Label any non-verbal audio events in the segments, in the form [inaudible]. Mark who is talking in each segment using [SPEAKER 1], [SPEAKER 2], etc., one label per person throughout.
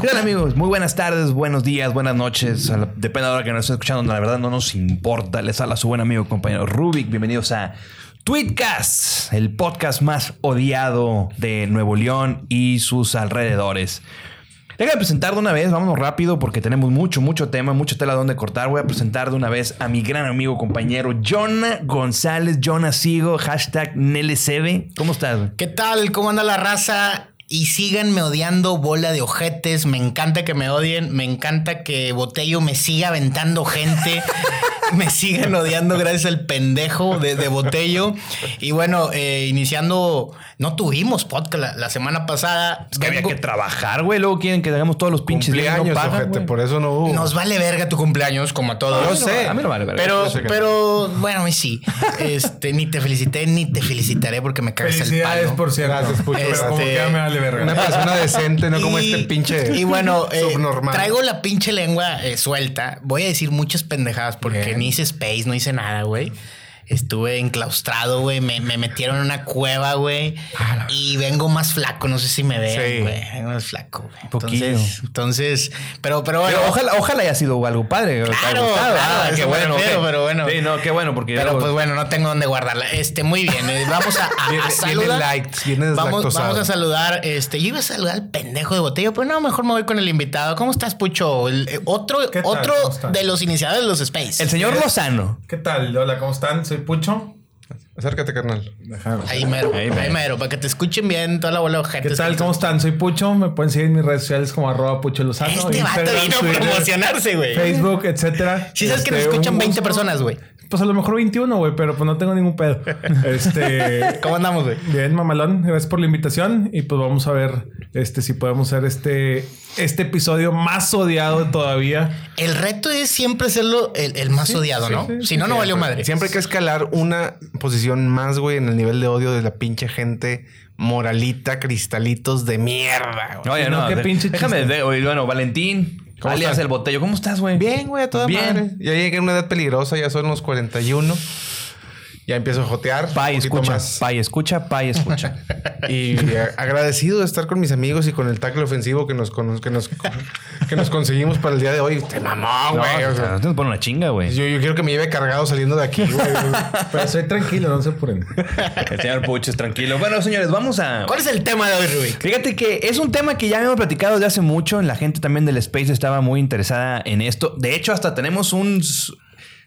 [SPEAKER 1] Bien, amigos, muy buenas tardes, buenos días, buenas noches. A la- Depende de la hora que nos estés escuchando, la verdad no nos importa. Les habla su buen amigo, compañero Rubik. Bienvenidos a Tweetcast, el podcast más odiado de Nuevo León y sus alrededores. Déjame presentar de una vez, vámonos rápido porque tenemos mucho, mucho tema, mucha tela donde cortar. Voy a presentar de una vez a mi gran amigo, compañero, Jonah González. Jonah Sigo, hashtag NLCB. ¿Cómo estás? güey?
[SPEAKER 2] ¿Qué tal? ¿Cómo anda la raza? Y síganme odiando, bola de ojetes. Me encanta que me odien. Me encanta que Botello me siga aventando gente. [laughs] me sigan odiando gracias al pendejo de, de Botello. Y bueno, eh, iniciando... No tuvimos podcast la, la semana pasada.
[SPEAKER 1] Es que había
[SPEAKER 2] Vengo-
[SPEAKER 1] que trabajar, güey. Luego quieren que hagamos todos los pinches días y no
[SPEAKER 3] Cumpleaños,
[SPEAKER 1] pagan,
[SPEAKER 3] ojete,
[SPEAKER 1] güey.
[SPEAKER 3] por eso no hubo.
[SPEAKER 2] Nos vale verga tu cumpleaños, como a todos.
[SPEAKER 3] Yo
[SPEAKER 1] A mí no
[SPEAKER 3] sé.
[SPEAKER 1] vale- A mí no vale, verga.
[SPEAKER 2] Pero,
[SPEAKER 3] Yo sé que no.
[SPEAKER 2] pero, bueno, a mí sí. [laughs] Este, ni te felicité, ni te felicitaré porque me cagas el
[SPEAKER 4] Felicidades,
[SPEAKER 2] palo.
[SPEAKER 4] por cierto.
[SPEAKER 3] Gracias, Pucho,
[SPEAKER 4] Pero como
[SPEAKER 2] este-
[SPEAKER 4] que ya me vale
[SPEAKER 3] Una
[SPEAKER 4] verga.
[SPEAKER 2] [laughs]
[SPEAKER 3] persona decente, no como
[SPEAKER 2] Y-
[SPEAKER 3] este pinche
[SPEAKER 2] Y bueno, eh,
[SPEAKER 3] subnormal.
[SPEAKER 2] traigo la pinche lengua eh, suelta. Voy a decir muchas pendejadas porque
[SPEAKER 4] Bien.
[SPEAKER 2] ni hice space, no hice nada, güey. Estuve enclaustrado, güey. Me, me metieron en una cueva, güey. Y vengo más flaco. No sé si me
[SPEAKER 3] Ah, Sí.
[SPEAKER 2] vean, güey. Vengo más flaco, güey.
[SPEAKER 1] Poquillo.
[SPEAKER 2] Entonces, entonces, pero, pero bueno.
[SPEAKER 1] Pero ojalá, ojalá haya sido algo padre. que te haya
[SPEAKER 2] Claro,
[SPEAKER 1] gustado.
[SPEAKER 2] claro,
[SPEAKER 1] Ah,
[SPEAKER 2] eso
[SPEAKER 1] qué
[SPEAKER 2] me
[SPEAKER 1] bueno,
[SPEAKER 2] refiero,
[SPEAKER 1] ok.
[SPEAKER 2] pero bueno.
[SPEAKER 1] Sí, no, qué bueno, porque
[SPEAKER 2] Pero
[SPEAKER 1] luego-
[SPEAKER 2] pues bueno, no tengo dónde guardarla. Este, muy bien. eh, Vamos a, a- a
[SPEAKER 3] Viene- viene
[SPEAKER 2] saludar.
[SPEAKER 3] likes, viene
[SPEAKER 2] vamos,
[SPEAKER 3] deslactosado.
[SPEAKER 2] vamos a saludar. Este, yo iba a saludar al pendejo de botella, pero no, mejor me voy con el invitado. ¿Cómo estás, Pucho? El- eh, otro
[SPEAKER 4] ¿Qué tal?
[SPEAKER 2] otro
[SPEAKER 4] ¿Cómo estás?
[SPEAKER 2] de los iniciadores de los Space.
[SPEAKER 1] el señor Lozano.
[SPEAKER 4] ¿Qué tal? Hola, ¿cómo están? Soy Pucho.
[SPEAKER 3] Acércate, carnal.
[SPEAKER 2] Ahí mero,
[SPEAKER 1] Ahí
[SPEAKER 2] ahí
[SPEAKER 1] mero.
[SPEAKER 2] mero. para que te escuchen bien toda la bola de
[SPEAKER 4] ¿Qué
[SPEAKER 2] gente. Este,
[SPEAKER 4] tal? ¿Cómo están? Soy Pucho. Me pueden seguir en mis redes sociales como arroba Pucho Lozano.
[SPEAKER 2] Este vato
[SPEAKER 4] Instagram,
[SPEAKER 2] vino a
[SPEAKER 4] Twitter,
[SPEAKER 2] promocionarse, güey.
[SPEAKER 4] Facebook, etcétera.
[SPEAKER 2] Si sabes que nos
[SPEAKER 4] Este,
[SPEAKER 2] escuchan
[SPEAKER 4] un
[SPEAKER 2] 20
[SPEAKER 4] gusto.
[SPEAKER 2] personas, güey.
[SPEAKER 4] Pues a lo mejor 21, güey, pero pues no tengo ningún pedo. Este.
[SPEAKER 2] ¿Cómo andamos, güey?
[SPEAKER 4] Bien, mamalón, gracias por la invitación y pues vamos a ver este si podemos hacer este este episodio más odiado todavía.
[SPEAKER 2] El reto es siempre serlo el, el más odiado, ¿no?
[SPEAKER 4] sí,
[SPEAKER 2] si no, no valió madre.
[SPEAKER 3] Siempre hay que escalar una posición más, güey, en el nivel de odio de la pinche gente moralita, cristalitos de mierda, güey.
[SPEAKER 1] Oye,
[SPEAKER 4] no,
[SPEAKER 1] no,
[SPEAKER 4] qué
[SPEAKER 1] de-
[SPEAKER 4] pinche
[SPEAKER 1] déjame
[SPEAKER 4] chiste.
[SPEAKER 1] de- oye, bueno, Valentín,
[SPEAKER 3] ¿Cómo
[SPEAKER 1] alias
[SPEAKER 3] estás?
[SPEAKER 1] el botello. ¿Cómo estás, güey?
[SPEAKER 3] Bien, güey, a toda
[SPEAKER 1] Bien.
[SPEAKER 3] madre. Ya llegué a una edad peligrosa, ya son los 41. Ya empiezo a jotear. un
[SPEAKER 1] Pay,
[SPEAKER 3] poquito
[SPEAKER 1] escucha,
[SPEAKER 3] más.
[SPEAKER 1] pay, escucha, pay, [laughs] escucha.
[SPEAKER 3] Y a- agradecido de estar con mis amigos y con el tackle ofensivo que nos, cono- que nos, que nos conseguimos para el día de hoy. Te mamó,
[SPEAKER 1] No,
[SPEAKER 3] güey. o
[SPEAKER 1] Ah, o
[SPEAKER 3] sea,
[SPEAKER 1] sea, te ponen una chinga, güey.
[SPEAKER 3] yo, yo quiero que me lleve cargado saliendo de aquí, güey.
[SPEAKER 4] Pero soy tranquilo, no se apuren.
[SPEAKER 1] [laughs] El señor Pucho es tranquilo. Bueno, señores, vamos a...
[SPEAKER 2] ¿Cuál es el tema de hoy, Rubik?
[SPEAKER 1] Fíjate que es un tema que ya habíamos platicado desde hace mucho. La gente también del Space estaba muy interesada en esto. De hecho, hasta tenemos un s-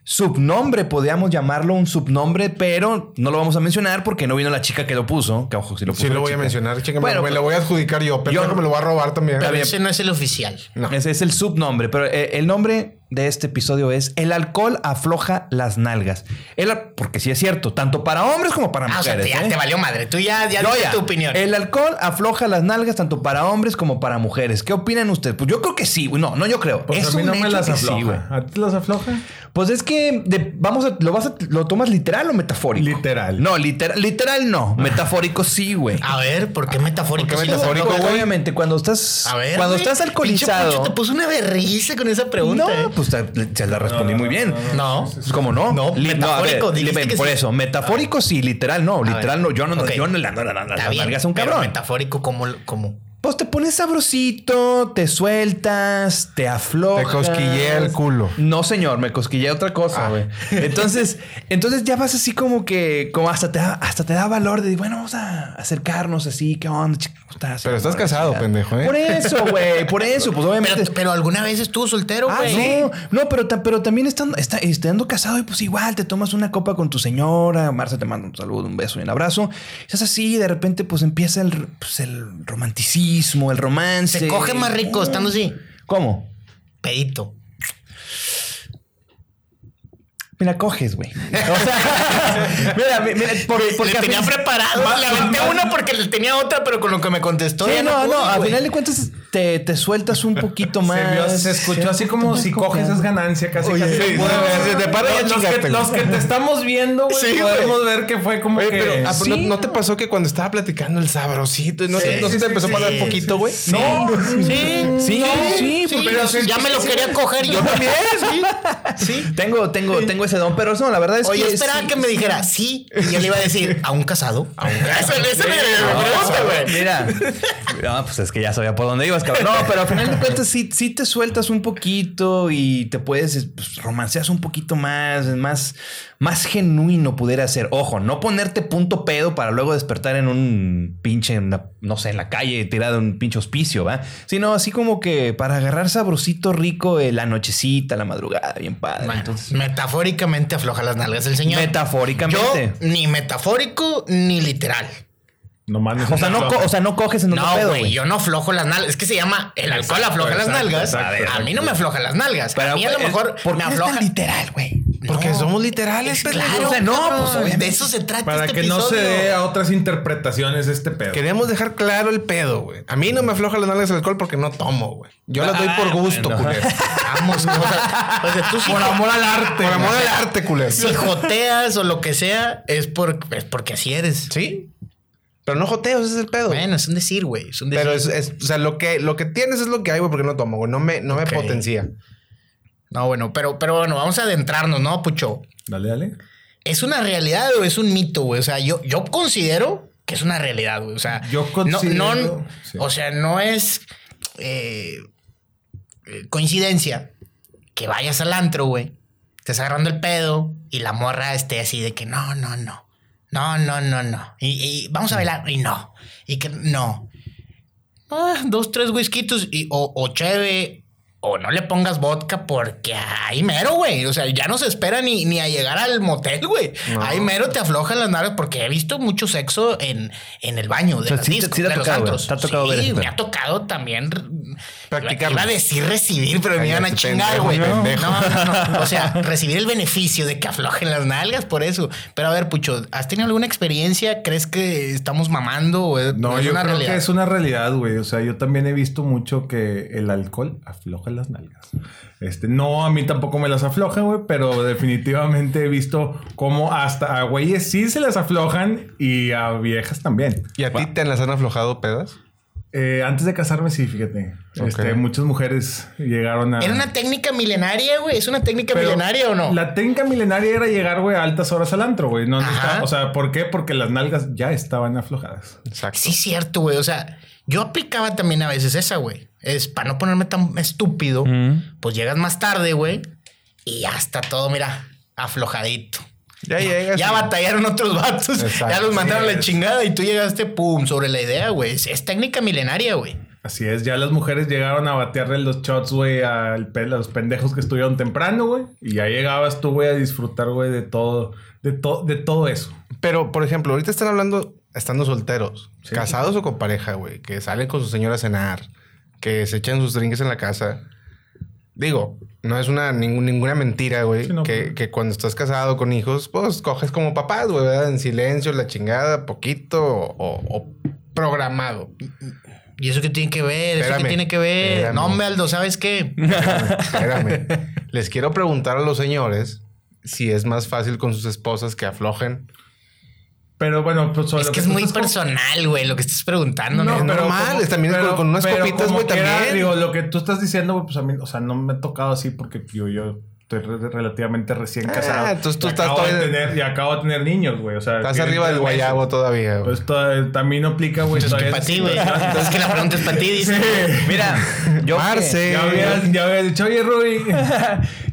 [SPEAKER 1] subnombre, podríamos llamarlo un subnombre, pero no lo vamos a mencionar porque no vino la chica que lo puso. Que ojo, si lo puso
[SPEAKER 3] Sí
[SPEAKER 1] la
[SPEAKER 3] lo voy a
[SPEAKER 1] chica.
[SPEAKER 3] mencionar, chinga,
[SPEAKER 1] Bueno,
[SPEAKER 3] me,
[SPEAKER 1] pues-
[SPEAKER 3] lo voy a adjudicar yo, pero
[SPEAKER 1] Yo-
[SPEAKER 3] me lo voy a robar también.
[SPEAKER 2] Pero
[SPEAKER 1] bien.
[SPEAKER 2] ese no es el oficial.
[SPEAKER 3] No.
[SPEAKER 1] Ese es el subnombre, pero eh, el nombre de este episodio es El alcohol afloja las nalgas. El al- porque sí es cierto, tanto para hombres como para
[SPEAKER 2] Ah, o sea,
[SPEAKER 1] mujeres.
[SPEAKER 2] te, ya
[SPEAKER 1] ¿eh?
[SPEAKER 2] te valió madre. Tú ya, ya
[SPEAKER 1] Yo
[SPEAKER 2] diste
[SPEAKER 1] ya.
[SPEAKER 2] tu opinión.
[SPEAKER 1] El alcohol afloja las nalgas tanto para hombres como para mujeres. ¿Qué opinan ustedes? Pues yo creo que sí. güey. No, no, yo creo.
[SPEAKER 4] Pues
[SPEAKER 1] es
[SPEAKER 4] a mí
[SPEAKER 1] un
[SPEAKER 4] no
[SPEAKER 1] hecho
[SPEAKER 4] me las
[SPEAKER 1] que sí,
[SPEAKER 4] afloja.
[SPEAKER 1] güey.
[SPEAKER 4] ¿A ti te las afloja?
[SPEAKER 1] Pues es que de- vamos a, lo vas a, lo tomas literal o metafórico.
[SPEAKER 4] Literal.
[SPEAKER 1] No, literal, literal no. Metafórico sí, güey.
[SPEAKER 2] A ver, ¿por Ah, qué metafórico?
[SPEAKER 3] ¿Por qué
[SPEAKER 2] Sí,
[SPEAKER 3] metafórico?
[SPEAKER 1] Porque
[SPEAKER 3] güey.
[SPEAKER 1] Obviamente cuando estás,
[SPEAKER 2] A ver.
[SPEAKER 1] cuando
[SPEAKER 2] güey,
[SPEAKER 1] estás
[SPEAKER 2] pinche Poncho
[SPEAKER 1] alcoholizado.
[SPEAKER 2] te puso una berriza con esa pregunta.
[SPEAKER 1] No,
[SPEAKER 2] eh.
[SPEAKER 1] pues te- se la respondí muy bien.
[SPEAKER 2] No.
[SPEAKER 1] Pues, ¿Cómo no?
[SPEAKER 2] No,
[SPEAKER 1] Li- a ver,
[SPEAKER 2] metafórico, dijiste
[SPEAKER 1] li-
[SPEAKER 2] que
[SPEAKER 1] Por
[SPEAKER 2] sí.
[SPEAKER 1] eso, metafórico sí, literal no. Literal no. Yo no,
[SPEAKER 2] Ok.
[SPEAKER 1] yo no le ando la- la-
[SPEAKER 2] Está
[SPEAKER 1] las
[SPEAKER 2] bien.
[SPEAKER 1] nalgas a un
[SPEAKER 2] pero
[SPEAKER 1] cabrón.
[SPEAKER 2] metafórico, ¿cómo? lo- cómo?
[SPEAKER 1] Pues te pones sabrosito, te sueltas, te aflojas.
[SPEAKER 3] Te cosquillea el culo.
[SPEAKER 1] No, señor, me cosquillea otra cosa,
[SPEAKER 3] Ah.
[SPEAKER 1] güey.
[SPEAKER 3] [laughs]
[SPEAKER 1] Entonces, entonces ya vas así como que, como hasta te da, hasta te da valor de, bueno, vamos a acercarnos así, ¿qué onda, chica? ¿Cómo estás?
[SPEAKER 3] Pero estás casado, pendejo, ¿eh?
[SPEAKER 1] Por eso, güey, por eso, pues obviamente.
[SPEAKER 2] Pero, pero alguna vez estuvo soltero,
[SPEAKER 1] Ah,
[SPEAKER 2] güey.
[SPEAKER 1] no, no, pero, ta- pero también estando, está, estando casado y pues igual te tomas una copa con tu señora, Marcia te manda un saludo, un beso y un abrazo. Estás así y de repente pues empieza el, pues, el romanticismo, el romance.
[SPEAKER 2] Se coge más rico estando así.
[SPEAKER 1] ¿Cómo?
[SPEAKER 2] Pedito.
[SPEAKER 1] Mira, coges, güey. O sea, [laughs] mira, mi- mira, por- porque
[SPEAKER 2] le
[SPEAKER 1] a
[SPEAKER 2] tenía
[SPEAKER 1] fin- Ah,
[SPEAKER 2] preparado. Le aventé una porque le tenía otra, pero con lo que me contestó.
[SPEAKER 1] Sí,
[SPEAKER 2] ya
[SPEAKER 1] no,
[SPEAKER 2] pude,
[SPEAKER 1] no, al
[SPEAKER 2] güey.
[SPEAKER 1] final de cuentas te, te sueltas un poquito más.
[SPEAKER 4] Se, vio- se escuchó así como si coges es ganancia, casi
[SPEAKER 3] Oye,
[SPEAKER 4] casi.
[SPEAKER 3] sí,
[SPEAKER 4] No puede
[SPEAKER 3] no,
[SPEAKER 4] ver.
[SPEAKER 3] si te paras, ya
[SPEAKER 4] los, los
[SPEAKER 3] chingaste,
[SPEAKER 4] que,
[SPEAKER 3] güey.
[SPEAKER 4] los que te estamos viendo, güey,
[SPEAKER 3] Sí,
[SPEAKER 4] podemos ver que fue como
[SPEAKER 3] Oye,
[SPEAKER 4] que.
[SPEAKER 3] pero ¿a-
[SPEAKER 1] Sí,
[SPEAKER 3] no, no te
[SPEAKER 1] no.
[SPEAKER 3] pasó que cuando estaba platicando el sabrosito y no,
[SPEAKER 2] Sí,
[SPEAKER 3] sé, no se
[SPEAKER 2] sí,
[SPEAKER 3] te empezó
[SPEAKER 2] sí,
[SPEAKER 3] a pasar
[SPEAKER 2] sí,
[SPEAKER 3] poquito, güey?
[SPEAKER 2] sí.
[SPEAKER 3] No,
[SPEAKER 2] Sí,
[SPEAKER 1] Sí, sí, porque-
[SPEAKER 2] pero ya me lo quería
[SPEAKER 1] [laughs]
[SPEAKER 2] coger yo también. Sí. sí.
[SPEAKER 1] Tengo, tengo, tengo ese don, pero no, la verdad es
[SPEAKER 2] Oye,
[SPEAKER 1] que.
[SPEAKER 2] esperaba
[SPEAKER 1] sí-
[SPEAKER 2] que me dijera sí. Y yo le iba a decir, ¿a un casado? A un casado. Esa, esa me- me
[SPEAKER 1] No,
[SPEAKER 2] pregunta, güey.
[SPEAKER 1] Mira. No, pues es que ya sabía por dónde ibas. cabrón. No, pero al final de cuentas sí, sí te sueltas un poquito y te puedes pues, romanceas un poquito más, más, más genuino pudiera ser. Ojo, no ponerte punto pedo para luego despertar en un pinche, en la- no sé, en la calle tirado en un pinche hospicio, ¿va? Sino así como que para agarrar sabrosito rico eh, la nochecita, la madrugada, bien padre.
[SPEAKER 2] Bueno,
[SPEAKER 1] Entonces,
[SPEAKER 2] metafóricamente afloja las nalgas el señor.
[SPEAKER 1] metafóricamente.
[SPEAKER 2] Yo ni metafórico ni literal.
[SPEAKER 4] No mames.
[SPEAKER 1] o sea, no, co- o sea, no coges en un
[SPEAKER 2] No,
[SPEAKER 1] pedo,
[SPEAKER 2] güey,
[SPEAKER 1] güey.
[SPEAKER 2] yo no aflojo las nalgas. Es que se llama el alcohol afloja las
[SPEAKER 4] exacto,
[SPEAKER 2] nalgas.
[SPEAKER 4] exacto,
[SPEAKER 2] a, ver, a mí no me afloja las nalgas.
[SPEAKER 1] Pero,
[SPEAKER 2] a mí a lo
[SPEAKER 1] güey,
[SPEAKER 2] mejor
[SPEAKER 1] es- ¿por
[SPEAKER 2] me
[SPEAKER 1] qué eres
[SPEAKER 2] afloja.
[SPEAKER 1] tan literal, güey.
[SPEAKER 3] Porque
[SPEAKER 2] No.
[SPEAKER 3] somos literales, pendejo.
[SPEAKER 2] Claro,
[SPEAKER 1] O sea, no,
[SPEAKER 2] cabrón.
[SPEAKER 1] pues, obviamente.
[SPEAKER 2] de eso se trata
[SPEAKER 4] Para
[SPEAKER 2] este
[SPEAKER 4] que no se
[SPEAKER 2] episodio.
[SPEAKER 4] dé a otras interpretaciones este pedo.
[SPEAKER 3] Queremos dejar claro el pedo, güey. A mí no me afloja las nalgas el alcohol porque no tomo, güey. Yo las doy
[SPEAKER 2] Ah,
[SPEAKER 3] por gusto, culero.
[SPEAKER 2] Vamos, o sea, o sea, tú sí-
[SPEAKER 4] Por amor al arte.
[SPEAKER 3] Por amor al arte, culero.
[SPEAKER 2] si joteas o lo que sea, es, por, es porque así eres.
[SPEAKER 3] Sí. Pero no joteo, ese es el pedo.
[SPEAKER 2] Bueno, es un decir, güey. Es un decir.
[SPEAKER 3] Pero es, es- o sea, lo que, lo que tienes es lo que hay, güey, porque no tomo, güey. No me, no
[SPEAKER 2] Ok.
[SPEAKER 3] me potencia.
[SPEAKER 2] No, bueno, pero, pero bueno, vamos a adentrarnos, ¿no, Pucho?
[SPEAKER 4] Dale, dale.
[SPEAKER 2] ¿Es una realidad o es un mito, güey? O sea, yo, yo considero que es una realidad, güey. O sea,
[SPEAKER 4] Yo considero-
[SPEAKER 2] No, no-
[SPEAKER 4] sí.
[SPEAKER 2] O sea, no es eh, eh, coincidencia que vayas al antro, güey. Estás agarrando el pedo y la morra esté así de que no, no, no. No, no, no, no. Y, y vamos a bailar y no. Y que no. Ah, dos, tres whiskitos y, o, o cheve. O no le pongas vodka porque ahí mero, güey. O sea, ya no se espera ni, ni a llegar al motel, güey. Ahí mero te aflojan las nalgas porque he visto mucho sexo en, en el baño de
[SPEAKER 1] sea,
[SPEAKER 2] las
[SPEAKER 1] sí te-
[SPEAKER 2] discos,
[SPEAKER 1] sí te ha
[SPEAKER 2] de los
[SPEAKER 1] tocado, güey.
[SPEAKER 2] antros.
[SPEAKER 1] Te ha tocado
[SPEAKER 2] sí,
[SPEAKER 1] ver eso,
[SPEAKER 2] me
[SPEAKER 1] pero-
[SPEAKER 2] ha tocado también...
[SPEAKER 3] Practicarlo.
[SPEAKER 2] Iba a decir recibir, pero me
[SPEAKER 3] Ay,
[SPEAKER 2] iban a
[SPEAKER 3] este
[SPEAKER 2] chingar,
[SPEAKER 3] pendejo,
[SPEAKER 2] güey. No,
[SPEAKER 3] pendejo.
[SPEAKER 2] no, no. [laughs] O sea, recibir el beneficio de que aflojen las nalgas por eso. Pero a ver, Pucho, ¿has tenido alguna experiencia? ¿Crees que estamos mamando o es,
[SPEAKER 4] No,
[SPEAKER 2] es
[SPEAKER 4] yo
[SPEAKER 2] una
[SPEAKER 4] creo
[SPEAKER 2] realidad?
[SPEAKER 4] que es una realidad, güey. O sea, yo también he visto mucho que el alcohol afloja las nalgas. Este, no, a mí tampoco me las afloja, güey, pero definitivamente he visto cómo hasta a güeyes sí se las aflojan y a viejas también.
[SPEAKER 3] ¿Y a ti te las han aflojado pedas?
[SPEAKER 4] Eh, antes de casarme, sí, fíjate. Este,
[SPEAKER 3] Ok.
[SPEAKER 4] muchas mujeres llegaron a.
[SPEAKER 2] ¿Era una técnica milenaria, güey? ¿Es una técnica
[SPEAKER 4] Pero
[SPEAKER 2] milenaria o no?
[SPEAKER 4] La técnica milenaria era llegar, güey, a altas horas al antro, güey. No
[SPEAKER 2] Ajá.
[SPEAKER 4] necesitaba- o sea, ¿por qué? Porque las nalgas ya estaban aflojadas.
[SPEAKER 3] Exacto.
[SPEAKER 2] Sí, cierto, güey. O sea, yo aplicaba también a veces esa, güey. Es para no ponerme tan estúpido, pues llegas más tarde, güey, y ya está todo, mira, aflojadito.
[SPEAKER 3] Ya llegas.
[SPEAKER 2] Ya
[SPEAKER 3] y-
[SPEAKER 2] batallaron otros vatos,
[SPEAKER 3] Exacto.
[SPEAKER 2] ya los mandaron a la
[SPEAKER 4] Sí, es.
[SPEAKER 2] chingada y tú llegaste, pum, sobre la idea, güey. Es, es técnica milenaria, güey.
[SPEAKER 4] Así es, ya las mujeres llegaron a batearle los shots, güey, al pe- a los pendejos que estuvieron temprano, güey. Y ya llegabas tú, güey, a disfrutar, güey, de todo, de, to- de todo eso.
[SPEAKER 3] Pero, por ejemplo, ahorita están hablando, estando solteros, casados o con pareja, güey, que salen con su señora a cenar, que se echan sus drinks en la casa. Digo, no es una ningún- ninguna mentira, güey,
[SPEAKER 4] Sí, no,
[SPEAKER 3] que,
[SPEAKER 4] pues.
[SPEAKER 3] que cuando estás casado con hijos, pues coges como papás, güey, ¿verdad? en silencio, la chingada, poquito o, o programado.
[SPEAKER 2] ¿Y eso qué tiene que ver? ¿Eso qué
[SPEAKER 3] Espérame,
[SPEAKER 2] tiene que ver?
[SPEAKER 3] espérame.
[SPEAKER 2] No, hombre, Aldo, ¿sabes
[SPEAKER 1] [laughs]
[SPEAKER 2] qué?
[SPEAKER 4] [laughs]
[SPEAKER 3] Espérame. Les quiero preguntar a los señores si es más fácil con sus esposas que aflojen.
[SPEAKER 4] Pero bueno, pues solo
[SPEAKER 2] Es que es muy
[SPEAKER 4] personal.
[SPEAKER 2] personal, güey, lo que estás preguntando.
[SPEAKER 3] No,
[SPEAKER 2] neta.
[SPEAKER 3] pero- normal, es también es con- con unas copitas,
[SPEAKER 4] como
[SPEAKER 3] güey,
[SPEAKER 4] quiera,
[SPEAKER 3] también.
[SPEAKER 4] digo, lo que tú estás diciendo, güey, pues a mí, o sea, no me ha tocado así porque yo, yo estoy re- relativamente recién
[SPEAKER 3] Ah,
[SPEAKER 4] casado.
[SPEAKER 3] entonces tú
[SPEAKER 4] Y
[SPEAKER 3] estás
[SPEAKER 4] acabo de
[SPEAKER 3] todavía-
[SPEAKER 4] tener, Y acabo de tener niños, güey, o sea.
[SPEAKER 3] Estás
[SPEAKER 4] tienen
[SPEAKER 3] arriba del
[SPEAKER 4] tres meses.
[SPEAKER 3] guayabo todavía, güey.
[SPEAKER 4] Pues to- también no aplica, güey.
[SPEAKER 2] Entonces, Pues que
[SPEAKER 4] todavía
[SPEAKER 2] para
[SPEAKER 4] es-
[SPEAKER 2] ti, güey.
[SPEAKER 4] [laughs]
[SPEAKER 2] Entonces, que la pregunta es para ti, dice.
[SPEAKER 1] Mira, yo
[SPEAKER 3] Marce.
[SPEAKER 1] que,
[SPEAKER 4] Ya habías, ya habías dicho,
[SPEAKER 3] [laughs]
[SPEAKER 4] oye, Ruby.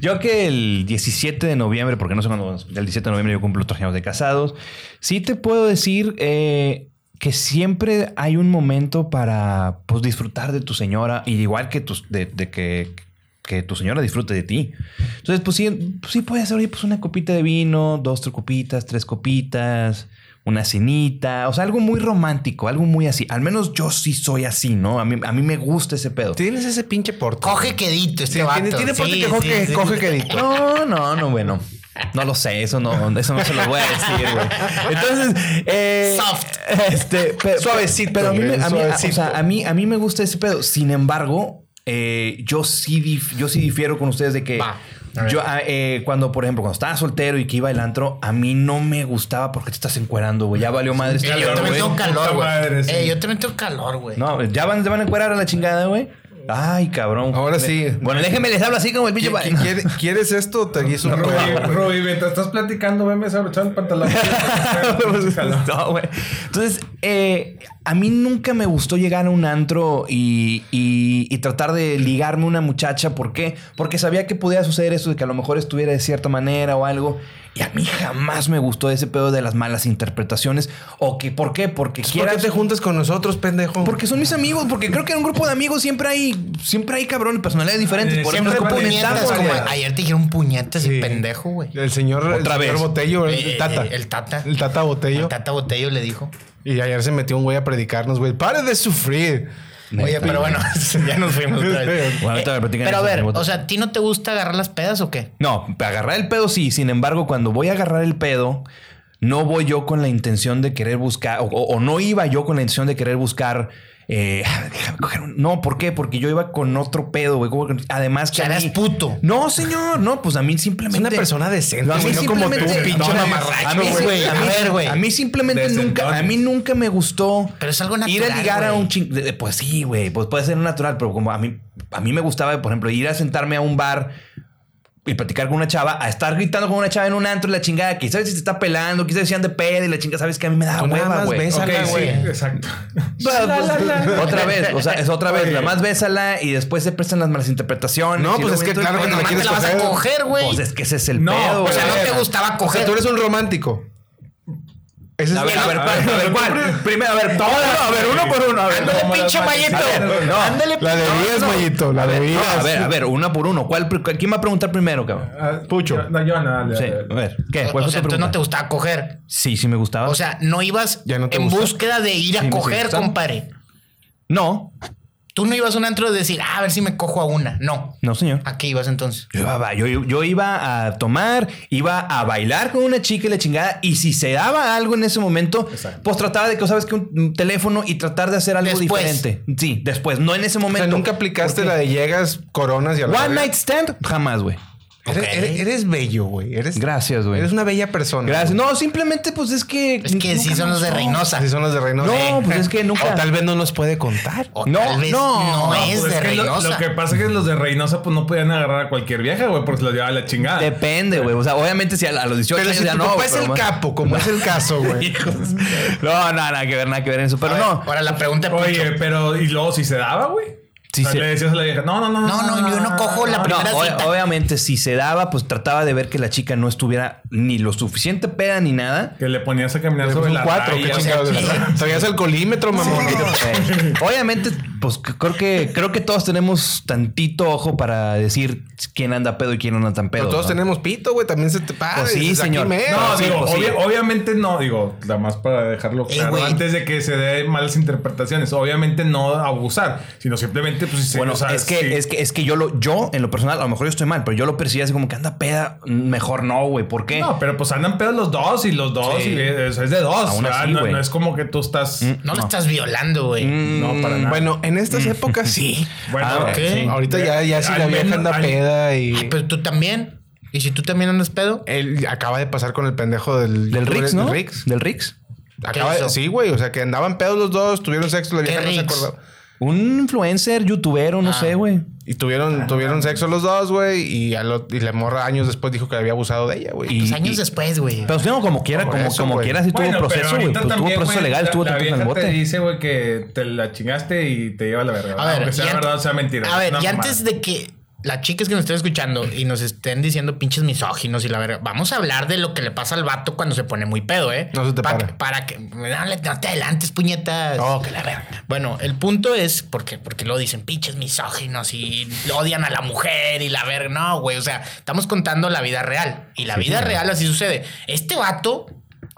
[SPEAKER 1] yo que el 17 de noviembre, porque no sé cuándo, el 17 de noviembre yo cumplo tres años de casados, sí te puedo decir eh, que siempre hay un momento para pues, disfrutar de tu señora y igual que tus, de, de que, que tu señora disfrute de ti. Entonces, pues sí, pues, sí puede ser, oye, pues una copita de vino, dos tres copitas, tres copitas, una cenita, o sea, algo muy romántico, algo muy así. Al menos yo sí soy así, ¿no? A mí, a mí me gusta ese pedo.
[SPEAKER 3] Tienes ese pinche porte.
[SPEAKER 2] Coge quedito este
[SPEAKER 3] Sí,
[SPEAKER 2] vato.
[SPEAKER 3] tiene- tiene porte que coge- coge quedito.
[SPEAKER 1] No, no, no, bueno. No lo sé, eso no, eso no se lo voy a decir, güey. Entonces, eh,
[SPEAKER 2] Soft.
[SPEAKER 1] Este, pe-
[SPEAKER 3] Suavecito,
[SPEAKER 1] Pero a mí, me-
[SPEAKER 3] güey,
[SPEAKER 1] a, mí, a- o
[SPEAKER 3] suavecito.
[SPEAKER 1] sea, a mí, a mí me gusta ese pedo. Sin embargo, eh, yo sí, dif- yo sí difiero con ustedes de que
[SPEAKER 2] Va, a ver.
[SPEAKER 1] yo ah, eh, cuando, por ejemplo, cuando estaba soltero y que iba al antro, a mí no me gustaba porque te estás encuerando, güey. Ya valió madre. este
[SPEAKER 2] Eh, yo
[SPEAKER 1] pedo,
[SPEAKER 2] también
[SPEAKER 1] güey.
[SPEAKER 2] tengo
[SPEAKER 4] Puta
[SPEAKER 2] calor, güey.
[SPEAKER 4] madre, sí.
[SPEAKER 2] Eh, yo también tengo calor, güey.
[SPEAKER 1] No, ya van, te van a encuerar a la chingada, güey. Ay, cabrón.
[SPEAKER 3] Ahora sí.
[SPEAKER 1] Bueno, déjenme les hablo así como el
[SPEAKER 3] ¿Qui-
[SPEAKER 1] pinche. pa-
[SPEAKER 3] qui- quiere- ¿Quieres esto o te guiso un
[SPEAKER 4] Roby,
[SPEAKER 3] huevo?
[SPEAKER 4] Roby, mientras estás platicando, venme a abrochar el
[SPEAKER 3] [laughs]
[SPEAKER 4] pantalón.
[SPEAKER 1] pues, No, güey. Entonces, eh, a mí nunca me gustó llegar a un antro y, y- y tratar de ligarme a una muchacha. ¿Por qué? Porque sabía que podía suceder eso de que a lo mejor estuviera de cierta manera o algo. Y a mí jamás me gustó ese pedo de las malas interpretaciones. ¿O que, por qué? Porque
[SPEAKER 3] ¿Por qué
[SPEAKER 1] quieras...
[SPEAKER 3] Pues, te juntas con nosotros, pendejo?
[SPEAKER 1] Porque son mis amigos, porque creo que en un grupo de amigos siempre hay, siempre hay cabrones, personalidades diferentes.
[SPEAKER 4] Eh,
[SPEAKER 1] Por
[SPEAKER 4] siempre
[SPEAKER 1] eso
[SPEAKER 4] hay
[SPEAKER 1] te
[SPEAKER 2] Puñetas,
[SPEAKER 1] puñetazos,
[SPEAKER 4] variedad.
[SPEAKER 2] como
[SPEAKER 1] güey.
[SPEAKER 2] ayer te dijeron puñetas y
[SPEAKER 3] Sí.
[SPEAKER 2] pendejo, güey.
[SPEAKER 3] El señor, el
[SPEAKER 1] Otra
[SPEAKER 3] señor
[SPEAKER 1] vez.
[SPEAKER 3] Botello, el,
[SPEAKER 2] Eh,
[SPEAKER 3] Tata.
[SPEAKER 2] eh, el Tata.
[SPEAKER 3] El Tata Botello.
[SPEAKER 2] El Tata Botello le dijo.
[SPEAKER 3] Y ayer se metió un güey a predicarnos, güey. ¡Pare de sufrir!
[SPEAKER 2] Oye, pero bueno, [laughs] ya nos fuimos otra vez.
[SPEAKER 1] Bueno, ahorita
[SPEAKER 2] Eh,
[SPEAKER 1] me platican
[SPEAKER 2] pero a
[SPEAKER 1] eso,
[SPEAKER 2] ver,
[SPEAKER 1] Nemo.
[SPEAKER 2] o sea, ¿a ti no te gusta agarrar las pedas o qué?
[SPEAKER 1] No, agarrar el pedo sí. Sin embargo, cuando voy a agarrar el pedo, no voy yo con la intención de querer buscar, o, o- o no iba yo con la intención de querer buscar. eh, [laughs] déjame coger un- No, ¿por qué? Porque yo iba con otro pedo, güey. Como que- Además que.
[SPEAKER 2] O sea,
[SPEAKER 1] a mí-
[SPEAKER 2] eras puto.
[SPEAKER 1] No, señor. No, pues a mí
[SPEAKER 3] Es
[SPEAKER 1] simplemente.
[SPEAKER 3] una persona decente,
[SPEAKER 1] No, a mí
[SPEAKER 3] güey, no como tú,
[SPEAKER 1] simplemente-
[SPEAKER 3] pinche
[SPEAKER 1] no, no,
[SPEAKER 3] mamarracho,
[SPEAKER 1] a mí sí-
[SPEAKER 2] güey.
[SPEAKER 1] a
[SPEAKER 2] A
[SPEAKER 1] mí-
[SPEAKER 2] ver, güey.
[SPEAKER 1] A mí simplemente nunca, a mí nunca me gustó.
[SPEAKER 2] Pero es algo
[SPEAKER 1] Ir a
[SPEAKER 2] natural,
[SPEAKER 1] ligar a
[SPEAKER 2] güey.
[SPEAKER 1] un ching. de- de- Pues sí, güey. Pues puede ser natural, pero como a mí, a mí me gustaba, por ejemplo, ir a sentarme a un bar y platicar con una chava, a estar gritando con una chava en un antro y la chingada, quizás si te está pelando, quizás si ande pedo y la chingada, sabes que a mí me da
[SPEAKER 3] Tú nada
[SPEAKER 1] hueva,
[SPEAKER 3] más
[SPEAKER 1] güey.
[SPEAKER 3] ves
[SPEAKER 1] Ok.
[SPEAKER 3] a-
[SPEAKER 4] Ok,
[SPEAKER 3] Sala,
[SPEAKER 4] sí,
[SPEAKER 3] güey.
[SPEAKER 4] exacto.
[SPEAKER 1] Bueno, pues, Otra vez, o sea, es otra vez,
[SPEAKER 4] Oye.
[SPEAKER 1] la más bésala y después se prestan las malas interpretaciones.
[SPEAKER 3] No,
[SPEAKER 1] y
[SPEAKER 3] pues
[SPEAKER 1] luego
[SPEAKER 3] es que
[SPEAKER 1] entonces-
[SPEAKER 3] claro que
[SPEAKER 1] Bueno,
[SPEAKER 3] te la
[SPEAKER 1] más
[SPEAKER 2] Nomás te
[SPEAKER 3] quieres
[SPEAKER 2] la vas a
[SPEAKER 3] coger?
[SPEAKER 2] coger, güey.
[SPEAKER 1] Pues es que ese es el
[SPEAKER 4] No,
[SPEAKER 1] pedo.
[SPEAKER 4] o
[SPEAKER 2] o sea,
[SPEAKER 1] güey.
[SPEAKER 2] no te gustaba
[SPEAKER 3] O sea, tú
[SPEAKER 2] coger.
[SPEAKER 3] eres un romántico. Ese es
[SPEAKER 1] A ver, a ver,
[SPEAKER 3] la-
[SPEAKER 1] ¿cuál? A ver, ¿cuál? Primero, a ver, todas. A ver, uno por uno. A ver,
[SPEAKER 2] Ándale, pinche mallito.
[SPEAKER 1] no.
[SPEAKER 2] Ándale,
[SPEAKER 3] La debías, Mayito, la
[SPEAKER 1] No,
[SPEAKER 3] debías.
[SPEAKER 1] a ver, a ver, una por uno. ¿Cuál, pri- ¿Quién va a preguntar primero, cabrón?
[SPEAKER 4] Ah,
[SPEAKER 3] Pucho.
[SPEAKER 4] No, yo no, dale,
[SPEAKER 1] Sí,
[SPEAKER 4] dale,
[SPEAKER 1] a
[SPEAKER 4] dale.
[SPEAKER 1] ver. ¿Qué?
[SPEAKER 2] O
[SPEAKER 1] ¿Cuál
[SPEAKER 2] o
[SPEAKER 1] fue
[SPEAKER 2] sea,
[SPEAKER 1] tu
[SPEAKER 2] entonces no
[SPEAKER 1] pregunta? Ah.
[SPEAKER 2] te gustaba coger.
[SPEAKER 1] Sí, sí me gustaba.
[SPEAKER 2] O sea, no ibas
[SPEAKER 3] Ya no te
[SPEAKER 2] en
[SPEAKER 3] gusta.
[SPEAKER 2] búsqueda de ir a
[SPEAKER 1] Sí, me
[SPEAKER 2] coger,
[SPEAKER 1] gusta.
[SPEAKER 2] compadre.
[SPEAKER 1] no,
[SPEAKER 2] Tú no ibas a un antro de decir, ah, a ver si me cojo a una. No.
[SPEAKER 1] no, señor.
[SPEAKER 2] ¿A qué ibas entonces?
[SPEAKER 1] Yo iba, yo, yo iba a tomar, iba a bailar con una chica y la chingada. Y si se daba algo en ese momento, pues trataba de que, ¿sabes? Que un teléfono y tratar de hacer algo
[SPEAKER 2] Después.
[SPEAKER 1] diferente. Sí, después, no en ese
[SPEAKER 3] O
[SPEAKER 1] momento.
[SPEAKER 3] sea, nunca aplicaste
[SPEAKER 1] ¿Por
[SPEAKER 3] la
[SPEAKER 1] qué?
[SPEAKER 3] de llegas, coronas y a la
[SPEAKER 1] One
[SPEAKER 3] verga?
[SPEAKER 1] night stand, jamás, güey.
[SPEAKER 3] Eres,
[SPEAKER 2] Ok.
[SPEAKER 3] eres- eres bello, güey. Eres,
[SPEAKER 1] Gracias, güey.
[SPEAKER 3] Eres una bella persona.
[SPEAKER 1] Gracias. No, simplemente, pues es que.
[SPEAKER 2] Es que sí
[SPEAKER 1] nunca
[SPEAKER 2] son
[SPEAKER 1] me
[SPEAKER 2] los de
[SPEAKER 1] gustó.
[SPEAKER 2] Reynosa.
[SPEAKER 3] Así son los de Reynosa.
[SPEAKER 1] No, pues es que nunca.
[SPEAKER 3] O tal vez no nos puede contar.
[SPEAKER 2] O
[SPEAKER 1] No,
[SPEAKER 2] tal vez
[SPEAKER 1] no,
[SPEAKER 2] no,
[SPEAKER 1] no,
[SPEAKER 2] es
[SPEAKER 4] Pues
[SPEAKER 2] de
[SPEAKER 4] es que lo-
[SPEAKER 2] Reynosa.
[SPEAKER 4] Lo, que pasa es que los de Reynosa pues no podían agarrar a cualquier vieja, güey, porque se las llevaba a la chingada.
[SPEAKER 1] Depende, güey. O sea, obviamente si a, a los 18
[SPEAKER 3] Pero
[SPEAKER 1] años
[SPEAKER 3] si
[SPEAKER 1] ya
[SPEAKER 3] tu
[SPEAKER 1] no.
[SPEAKER 3] papá
[SPEAKER 1] güey,
[SPEAKER 3] es
[SPEAKER 1] pero
[SPEAKER 3] el
[SPEAKER 1] más-
[SPEAKER 3] capo, como es el caso, [laughs] güey.
[SPEAKER 1] Hijos. [laughs] No, no, nada que ver, nada que ver en eso. Pero
[SPEAKER 2] A ver,
[SPEAKER 1] no.
[SPEAKER 2] Ahora la pregunta de Pucho.
[SPEAKER 4] Oye, pero y luego si se daba, güey.
[SPEAKER 1] Sí
[SPEAKER 4] O sea,
[SPEAKER 1] se-
[SPEAKER 4] Le decías a la vieja, no, no, no.
[SPEAKER 2] No, no, yo no cojo la
[SPEAKER 1] No,
[SPEAKER 2] primera
[SPEAKER 1] ob-
[SPEAKER 2] cita.
[SPEAKER 1] obviamente si se daba, pues trataba de ver que la chica no estuviera ni lo suficiente peda ni nada.
[SPEAKER 4] Que le ponías a caminar sobre
[SPEAKER 3] Un
[SPEAKER 4] la
[SPEAKER 3] cuatro,
[SPEAKER 4] raya,
[SPEAKER 3] qué
[SPEAKER 4] güey.
[SPEAKER 3] chingados. Sabías el colímetro, mamón.
[SPEAKER 1] Eh, [laughs] obviamente, pues c- creo que creo que todos tenemos tantito ojo para decir quién anda pedo y quién no anda tan pedo.
[SPEAKER 3] Pero todos
[SPEAKER 1] ¿no?
[SPEAKER 3] tenemos pito, güey. También se te para.
[SPEAKER 1] Pues sí,
[SPEAKER 3] y dices, aquí
[SPEAKER 1] señor.
[SPEAKER 3] mero.
[SPEAKER 4] No,
[SPEAKER 1] Sí,
[SPEAKER 4] digo,
[SPEAKER 1] pues, sí.
[SPEAKER 4] obvia- obviamente no, digo, nada más para dejarlo
[SPEAKER 2] Ey,
[SPEAKER 4] claro,
[SPEAKER 2] güey.
[SPEAKER 4] antes de que se den malas interpretaciones, obviamente no abusar, sino simplemente, pues, si se-
[SPEAKER 1] Bueno,
[SPEAKER 4] o sea,
[SPEAKER 1] es, que,
[SPEAKER 4] sí.
[SPEAKER 1] es que es que yo lo yo en lo personal a lo mejor yo estoy mal, pero yo lo percibí así como que anda peda, mejor no, güey, ¿por qué?
[SPEAKER 4] No, pero pues andan pedos los dos y los dos,
[SPEAKER 1] Sí.
[SPEAKER 4] y eh, es, es de dos.
[SPEAKER 1] Aún
[SPEAKER 4] o sea,
[SPEAKER 1] así,
[SPEAKER 4] no,
[SPEAKER 1] güey.
[SPEAKER 4] no es como que tú estás.
[SPEAKER 2] No lo estás violando, güey.
[SPEAKER 4] No, para nada.
[SPEAKER 3] mm, Bueno, en estas épocas sí.
[SPEAKER 4] Bueno,
[SPEAKER 1] Ah,
[SPEAKER 2] ok.
[SPEAKER 4] sí.
[SPEAKER 3] Ahorita ya, ya si
[SPEAKER 4] Al
[SPEAKER 3] la vieja
[SPEAKER 4] menos-
[SPEAKER 3] anda
[SPEAKER 4] al-
[SPEAKER 3] peda
[SPEAKER 2] Ay,
[SPEAKER 3] y.
[SPEAKER 2] pues- Pero tú también. ¿Y si tú también andas pedo?
[SPEAKER 3] Él acaba de pasar con el pendejo del.
[SPEAKER 1] del Rix, ¿no?
[SPEAKER 3] Del Rix.
[SPEAKER 1] Del Rix.
[SPEAKER 3] Acaba de-
[SPEAKER 2] hizo?
[SPEAKER 3] sí, güey. O sea, que andaban pedos los dos, tuvieron sexo, la
[SPEAKER 2] ¿Qué
[SPEAKER 3] vieja no se
[SPEAKER 2] Rix?
[SPEAKER 3] acordaba.
[SPEAKER 1] Un influencer, youtubero,
[SPEAKER 4] Ah.
[SPEAKER 1] no sé, güey.
[SPEAKER 3] Y tuvieron, tuvieron sexo los dos, güey. Y, al ot- y la morra años después dijo que había abusado de ella, güey.
[SPEAKER 1] Y-
[SPEAKER 2] Pues años
[SPEAKER 1] y-
[SPEAKER 2] después, güey.
[SPEAKER 1] Pero no, como quiera,
[SPEAKER 3] Por
[SPEAKER 1] como,
[SPEAKER 3] eso,
[SPEAKER 1] como
[SPEAKER 3] güey.
[SPEAKER 1] quiera, sí
[SPEAKER 4] Bueno,
[SPEAKER 1] tuvo
[SPEAKER 4] pero
[SPEAKER 1] proceso, güey.
[SPEAKER 4] ahorita
[SPEAKER 1] Pues tuvo
[SPEAKER 4] también,
[SPEAKER 1] proceso
[SPEAKER 4] güey,
[SPEAKER 1] legal,
[SPEAKER 4] la-
[SPEAKER 1] estuvo
[SPEAKER 4] la
[SPEAKER 1] tantito en el
[SPEAKER 4] vieja te
[SPEAKER 1] bote.
[SPEAKER 4] dice, güey, que te la chingaste y te lleva la verga.
[SPEAKER 2] A ver,
[SPEAKER 4] aunque
[SPEAKER 2] y
[SPEAKER 4] sea
[SPEAKER 2] an-
[SPEAKER 4] verdad o sea mentira.
[SPEAKER 2] A ver,
[SPEAKER 4] No,
[SPEAKER 2] y
[SPEAKER 4] mamá.
[SPEAKER 2] antes de que las chicas que nos estén escuchando y nos estén diciendo pinches misóginos y la verga, vamos a hablar de lo que le pasa al vato cuando se pone muy pedo, ¿eh?
[SPEAKER 3] No se te
[SPEAKER 2] Pa-
[SPEAKER 3] para.
[SPEAKER 2] Para que no, le- no te adelantes, puñetas.
[SPEAKER 3] No, que la verga.
[SPEAKER 2] Bueno, el punto es porque porque lo dicen pinches misóginos y odian a la mujer y la verga, no, güey, o sea, estamos contando la vida real y la vida real así sucede. Este vato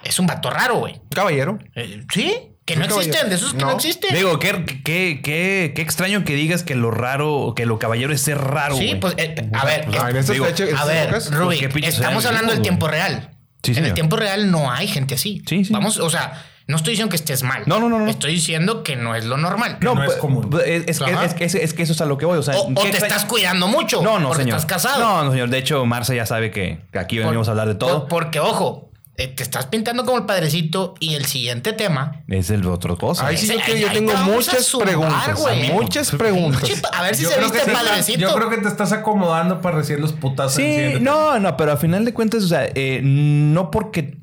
[SPEAKER 2] es un vato raro, güey.
[SPEAKER 3] Caballero.
[SPEAKER 2] Eh, ¿Sí? Que no
[SPEAKER 3] Sí, caballero.
[SPEAKER 2] existen, de esos que no,
[SPEAKER 3] No.
[SPEAKER 2] existen.
[SPEAKER 1] Digo, qué, qué, qué, qué extraño que digas que lo raro, que lo caballero es ser raro,
[SPEAKER 2] Sí,
[SPEAKER 1] Ah, güey.
[SPEAKER 2] pues, eh, a ver,
[SPEAKER 3] Ah, en estas
[SPEAKER 1] Digo,
[SPEAKER 3] fechas- en
[SPEAKER 2] A
[SPEAKER 3] estas
[SPEAKER 2] ver,
[SPEAKER 3] épocas,
[SPEAKER 1] Ru- este pues, qué
[SPEAKER 2] Rubik,
[SPEAKER 1] pinches
[SPEAKER 2] estamos
[SPEAKER 1] años
[SPEAKER 2] hablando del
[SPEAKER 1] vivimos,
[SPEAKER 2] tiempo real.
[SPEAKER 1] Sí,
[SPEAKER 2] en
[SPEAKER 1] señor.
[SPEAKER 2] el tiempo real no hay gente así.
[SPEAKER 1] Sí, sí.
[SPEAKER 2] Vamos, o sea, no estoy diciendo que estés mal.
[SPEAKER 1] No, no, no, no.
[SPEAKER 2] Estoy diciendo que no es lo normal.
[SPEAKER 1] no,
[SPEAKER 4] no es
[SPEAKER 1] pues,
[SPEAKER 4] común.
[SPEAKER 1] pues, Es, es que-
[SPEAKER 2] Ajá.
[SPEAKER 1] es que- es- es que eso es a lo que voy. O sea,
[SPEAKER 2] o, o
[SPEAKER 1] qué
[SPEAKER 2] te
[SPEAKER 1] extraño-
[SPEAKER 2] estás cuidando mucho.
[SPEAKER 1] No, no,
[SPEAKER 2] porque
[SPEAKER 1] señor.
[SPEAKER 2] estás casado.
[SPEAKER 1] No, no, señor. De hecho, Marce ya sabe que que aquí
[SPEAKER 2] Por-
[SPEAKER 1] venimos a hablar de todo.
[SPEAKER 2] por- porque, ojo, eh, te estás pintando como el padrecito y el siguiente tema.
[SPEAKER 1] Es el otro cosa.
[SPEAKER 3] Ahí sí yo,
[SPEAKER 2] Ahí-
[SPEAKER 3] que- yo
[SPEAKER 2] ahí
[SPEAKER 3] tengo
[SPEAKER 2] te vamos a
[SPEAKER 3] muchas
[SPEAKER 2] sumar,
[SPEAKER 3] preguntas.
[SPEAKER 2] güey.
[SPEAKER 3] Muchas
[SPEAKER 1] Pues,
[SPEAKER 3] preguntas.
[SPEAKER 2] Chip, A ver si
[SPEAKER 4] Yo
[SPEAKER 2] se
[SPEAKER 4] creo
[SPEAKER 2] viste
[SPEAKER 4] que sí,
[SPEAKER 2] padrecito.
[SPEAKER 4] Yo creo que te estás acomodando para recibir los putazos. en el
[SPEAKER 1] Sí,
[SPEAKER 4] siguiente
[SPEAKER 1] no, no, pero a final de cuentas, o sea, eh, no porque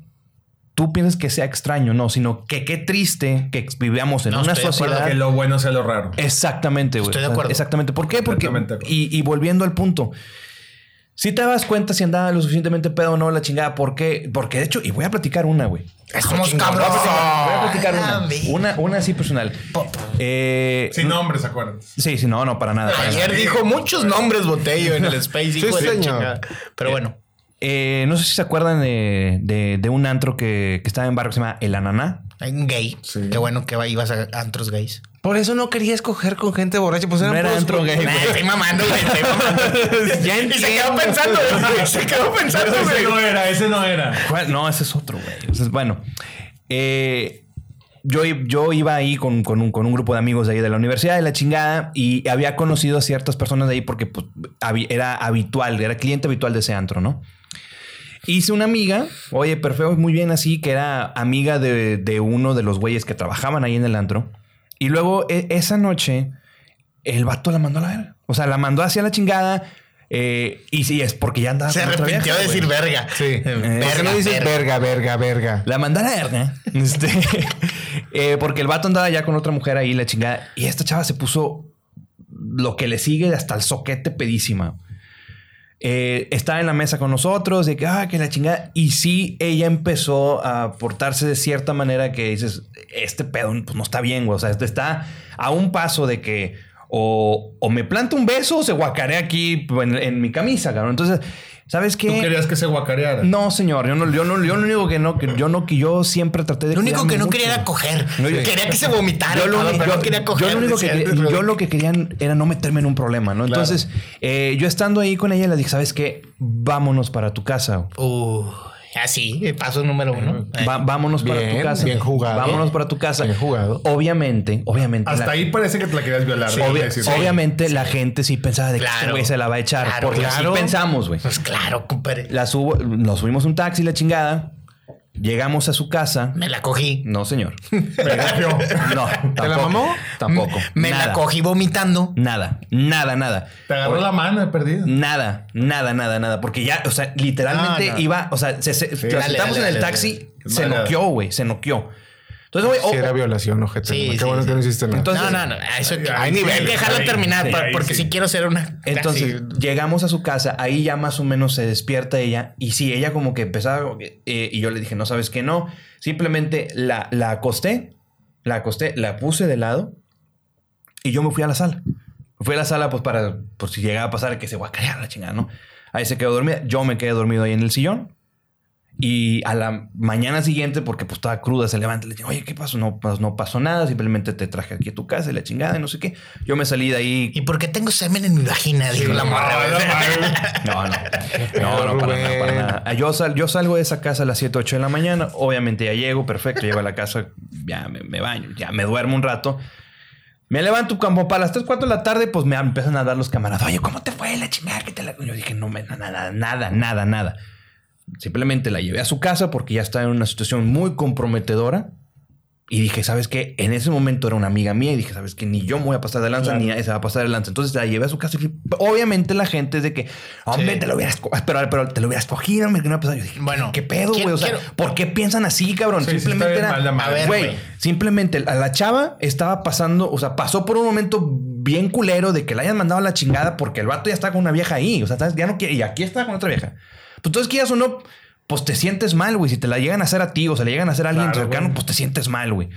[SPEAKER 1] tú pienses que sea extraño, no, sino que qué triste que vivamos en
[SPEAKER 2] No,
[SPEAKER 1] una
[SPEAKER 2] estoy de acuerdo
[SPEAKER 1] sociedad.
[SPEAKER 4] Que lo bueno sea lo raro.
[SPEAKER 2] Eh,
[SPEAKER 1] Exactamente, güey.
[SPEAKER 2] Estoy de acuerdo.
[SPEAKER 1] Exactamente. ¿Por qué? Porque.
[SPEAKER 4] Completamente de acuerdo.
[SPEAKER 1] Y, y volviendo al punto. Si te das cuenta si andaba lo suficientemente pedo o no, la chingada, ¿por qué? Porque de hecho, y voy a platicar una, güey.
[SPEAKER 2] Somos
[SPEAKER 1] Voy a platicar, Ah, voy a platicar
[SPEAKER 2] Ah,
[SPEAKER 1] una.
[SPEAKER 2] mira.
[SPEAKER 1] Una, una así personal. Eh,
[SPEAKER 4] Sin nombres, acuérdate.
[SPEAKER 1] Sí, sí, no, no, para nada. para nada.
[SPEAKER 2] Ayer dijo muchos nombres Botello en el Space. hijo de la
[SPEAKER 3] señor.
[SPEAKER 2] chingada. Pero bueno,
[SPEAKER 1] Eh, no sé si se acuerdan de, de- de un antro que, que estaba en barrio que se llama El Ananá.
[SPEAKER 2] hay un gay.
[SPEAKER 4] Sí.
[SPEAKER 2] Qué bueno que va- ibas a antros gays.
[SPEAKER 3] Por eso no quería escoger con gente borracha. Pues eran
[SPEAKER 1] No era
[SPEAKER 3] puros-
[SPEAKER 1] antro gay,
[SPEAKER 2] Nah, estoy mamando, güey. Estoy mamando.
[SPEAKER 1] Ya
[SPEAKER 2] y se quedó
[SPEAKER 1] entiendo.
[SPEAKER 2] pensando, güey. Se quedó pensando,
[SPEAKER 4] Ese no
[SPEAKER 2] güey.
[SPEAKER 4] era, ese no era.
[SPEAKER 1] ¿Cuál? No, ese es otro, güey. Ese es- bueno, eh, yo, i- yo iba ahí con, con un, con un grupo de amigos de ahí de la universidad de la chingada y había conocido a ciertas personas de ahí porque pues, habi- era habitual, era cliente habitual de ese antro, ¿no? Hice una amiga, oye, perfecto, muy bien así, que era amiga de, de uno de los güeyes que trabajaban ahí en el antro. Y luego e- esa noche, el vato la mandó a la verga. O sea, la mandó hacia la chingada. eh, y sí, es porque ya andaba.
[SPEAKER 2] Se
[SPEAKER 1] con otra
[SPEAKER 2] arrepintió
[SPEAKER 1] vieja,
[SPEAKER 2] de
[SPEAKER 1] güey.
[SPEAKER 2] decir verga. Eh,
[SPEAKER 3] Sí. ¿Por qué
[SPEAKER 2] Verga,
[SPEAKER 3] no dices
[SPEAKER 2] verga.
[SPEAKER 3] verga, verga, verga?
[SPEAKER 1] La mandó a la verga. Este, [laughs] eh, porque el vato andaba ya con otra mujer ahí, la chingada. Y esta chava se puso lo que le sigue hasta el soquete pedísima. Eh, estaba en la mesa con nosotros, de que, ah, que la chingada. Y sí, ella empezó a portarse de cierta manera que dices, este pedo pues, no está bien, güey. O sea, este está a un paso de que o, o me planta un beso o se guacarea aquí en, en mi camisa, cabrón. Entonces, ¿sabes qué?
[SPEAKER 4] Tú querías que se guacareara.
[SPEAKER 1] No, señor, yo no, yo no, yo lo único que no, que yo no, que yo siempre traté de.
[SPEAKER 2] Lo único que no
[SPEAKER 1] cuidarme
[SPEAKER 2] quería era
[SPEAKER 1] mucho.
[SPEAKER 2] coger.
[SPEAKER 1] No, yo-
[SPEAKER 2] Quería que se vomitara.
[SPEAKER 1] Yo lo,
[SPEAKER 2] cabrón,
[SPEAKER 1] uni-
[SPEAKER 2] pero
[SPEAKER 1] yo-
[SPEAKER 2] no quería coger.
[SPEAKER 1] yo lo único que
[SPEAKER 2] decía el
[SPEAKER 1] quería- yo
[SPEAKER 2] Rodrigo.
[SPEAKER 1] lo que querían era no meterme en un problema, ¿no? Entonces, eh, yo estando ahí con ella, le dije, ¿sabes qué? Vámonos para tu casa.
[SPEAKER 2] Uh, así, paso número uno. Eh,
[SPEAKER 1] Va- vámonos para tu
[SPEAKER 3] Bien,
[SPEAKER 1] casa.
[SPEAKER 3] bien jugado.
[SPEAKER 1] Vámonos para tu casa.
[SPEAKER 3] Bien jugado.
[SPEAKER 1] Obviamente, obviamente.
[SPEAKER 4] Hasta
[SPEAKER 1] la-
[SPEAKER 4] ahí parece que te la querías violar.
[SPEAKER 1] obvia-
[SPEAKER 4] déjame decirte.
[SPEAKER 1] obviamente la gente sí pensaba de que este
[SPEAKER 2] Claro.
[SPEAKER 1] güey se la va a echar.
[SPEAKER 2] Claro,
[SPEAKER 1] porque
[SPEAKER 2] claro.
[SPEAKER 1] así pensamos, güey.
[SPEAKER 2] Pues claro, compadre.
[SPEAKER 1] La subo, nos subimos un taxi, la chingada. Llegamos a su casa.
[SPEAKER 2] Me la cogí.
[SPEAKER 1] No, señor.
[SPEAKER 4] Pero feo.
[SPEAKER 1] No.
[SPEAKER 3] ¿Te la mamó?
[SPEAKER 1] Tampoco.
[SPEAKER 2] Me la
[SPEAKER 1] Nada.
[SPEAKER 2] cogí vomitando.
[SPEAKER 1] Nada, nada, nada.
[SPEAKER 4] Te agarró la mano, he perdido.
[SPEAKER 2] Mm,
[SPEAKER 1] Nada, nada, nada, nada. Porque ya, o sea, literalmente
[SPEAKER 2] No, no.
[SPEAKER 1] iba, o sea, se, se- nos
[SPEAKER 2] dale,
[SPEAKER 1] sentamos
[SPEAKER 2] dale,
[SPEAKER 1] en el
[SPEAKER 2] dale,
[SPEAKER 1] taxi,
[SPEAKER 4] dale.
[SPEAKER 1] se
[SPEAKER 4] Vale.
[SPEAKER 1] noqueó, güey, se noqueó. Entonces, güey,
[SPEAKER 3] Si
[SPEAKER 1] o-
[SPEAKER 3] era
[SPEAKER 1] o-
[SPEAKER 3] violación, ojete.
[SPEAKER 2] Sí,
[SPEAKER 3] Qué
[SPEAKER 2] sí,
[SPEAKER 3] bueno
[SPEAKER 2] sí.
[SPEAKER 3] que no hiciste nada.
[SPEAKER 1] Entonces-
[SPEAKER 2] no, no, no. Eso que,
[SPEAKER 4] Hay niveles,
[SPEAKER 2] Sí, Déjala
[SPEAKER 4] ahí
[SPEAKER 2] terminar,
[SPEAKER 4] sí,
[SPEAKER 2] pa-
[SPEAKER 4] ahí
[SPEAKER 2] porque
[SPEAKER 4] sí.
[SPEAKER 2] si quiero hacer una. [laughs]
[SPEAKER 1] entonces
[SPEAKER 2] así.
[SPEAKER 1] llegamos a su casa, ahí ya más o menos se despierta ella y sí, ella como que empezaba como que, eh, y yo le dije, no sabes que no, simplemente la, la acosté, la acosté, la puse de lado y yo me fui a la sala. Me fui a la sala pues para, por si llegaba a pasar que se guacareara la chingada, ¿no? Ahí se quedó dormida, yo me quedé dormido ahí en el sillón. Y a la mañana siguiente, porque pues estaba cruda, se levanta y le dice, oye, ¿qué pasó? No, pas- no pasó nada, simplemente te traje aquí a tu casa y la chingada y no sé qué. Yo me salí de ahí.
[SPEAKER 2] ¿Y por qué tengo semen en mi vagina? Dijo la morra.
[SPEAKER 4] No,
[SPEAKER 2] güey.
[SPEAKER 4] no, no.
[SPEAKER 1] No, no. No,
[SPEAKER 3] pedo,
[SPEAKER 1] no, para
[SPEAKER 3] Rubén.
[SPEAKER 1] nada, para nada. Ah, Yo, sal- yo salgo de esa casa a las 7, 8 de la mañana. Obviamente ya llego, perfecto. Llego a la casa, ya me, me baño, ya me duermo un rato. Me levanto como para las 3, 4 de la tarde, pues me empiezan a dar los camaradas. Oye, ¿cómo te fue la chingada? ¿Qué te la-?" Yo dije, no, me- nada, nada, nada, nada. Simplemente la llevé a su casa porque ya estaba en una situación muy comprometedora. Y dije, ¿sabes qué? En ese momento era una amiga mía y dije, ¿sabes qué? Ni yo me voy a pasar de lanza, ni nadie se va a pasar de lanza. Entonces la llevé a su casa y obviamente la gente es de que, hombre,
[SPEAKER 2] Sí.
[SPEAKER 1] te lo hubieras, co- pero, pero te lo hubieras cogido, hombre, que no ha pasado. Yo dije,
[SPEAKER 2] Bueno,
[SPEAKER 1] ¿qué pedo,
[SPEAKER 2] quiero-
[SPEAKER 1] güey? O sea,
[SPEAKER 2] quiero-
[SPEAKER 1] ¿por qué piensan así, cabrón?
[SPEAKER 4] Sí, sí,
[SPEAKER 1] simplemente
[SPEAKER 4] está bien
[SPEAKER 1] era,
[SPEAKER 4] mal la madre.
[SPEAKER 2] A ver,
[SPEAKER 1] güey,
[SPEAKER 2] güey.
[SPEAKER 1] simplemente la, la chava estaba pasando, o sea, pasó por un momento bien culero de que la hayan mandado a la chingada porque el vato ya está con una vieja ahí, o sea, ¿sabes? ya no quiere, y aquí está con otra vieja. Pues entonces quieras o no, pues te sientes mal, güey, si te la llegan a hacer a ti o se la llegan a hacer a alguien
[SPEAKER 4] Claro,
[SPEAKER 1] cercano,
[SPEAKER 4] güey.
[SPEAKER 1] pues te sientes mal, güey.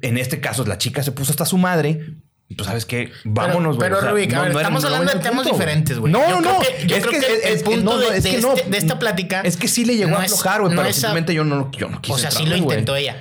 [SPEAKER 1] En este caso, la chica se puso hasta su madre. y Pues sabes qué,
[SPEAKER 2] Pero-
[SPEAKER 1] vámonos, güey.
[SPEAKER 2] Pero,
[SPEAKER 1] O sea,
[SPEAKER 2] Rubik, a
[SPEAKER 1] no-
[SPEAKER 2] ver,
[SPEAKER 1] no era-
[SPEAKER 2] estamos
[SPEAKER 1] no
[SPEAKER 2] hablando
[SPEAKER 1] era
[SPEAKER 2] de
[SPEAKER 1] el
[SPEAKER 2] temas
[SPEAKER 1] punto, güey.
[SPEAKER 2] diferentes, güey.
[SPEAKER 1] No,
[SPEAKER 2] Yo
[SPEAKER 1] no,
[SPEAKER 2] creo
[SPEAKER 1] no.
[SPEAKER 2] que- yo
[SPEAKER 1] es
[SPEAKER 2] creo
[SPEAKER 1] que
[SPEAKER 2] que
[SPEAKER 1] es-
[SPEAKER 2] el
[SPEAKER 1] es-
[SPEAKER 2] punto
[SPEAKER 1] no, no,
[SPEAKER 2] de-
[SPEAKER 1] es
[SPEAKER 2] de
[SPEAKER 1] que no.
[SPEAKER 2] este- de esta plática
[SPEAKER 1] Es que sí le llegó
[SPEAKER 2] no
[SPEAKER 1] a
[SPEAKER 2] es-
[SPEAKER 1] aflojar, güey,
[SPEAKER 2] no
[SPEAKER 1] pero
[SPEAKER 2] es a-
[SPEAKER 1] simplemente yo no, yo no quise.
[SPEAKER 2] O sea, sí lo
[SPEAKER 1] entrarle, güey.
[SPEAKER 2] intentó ella.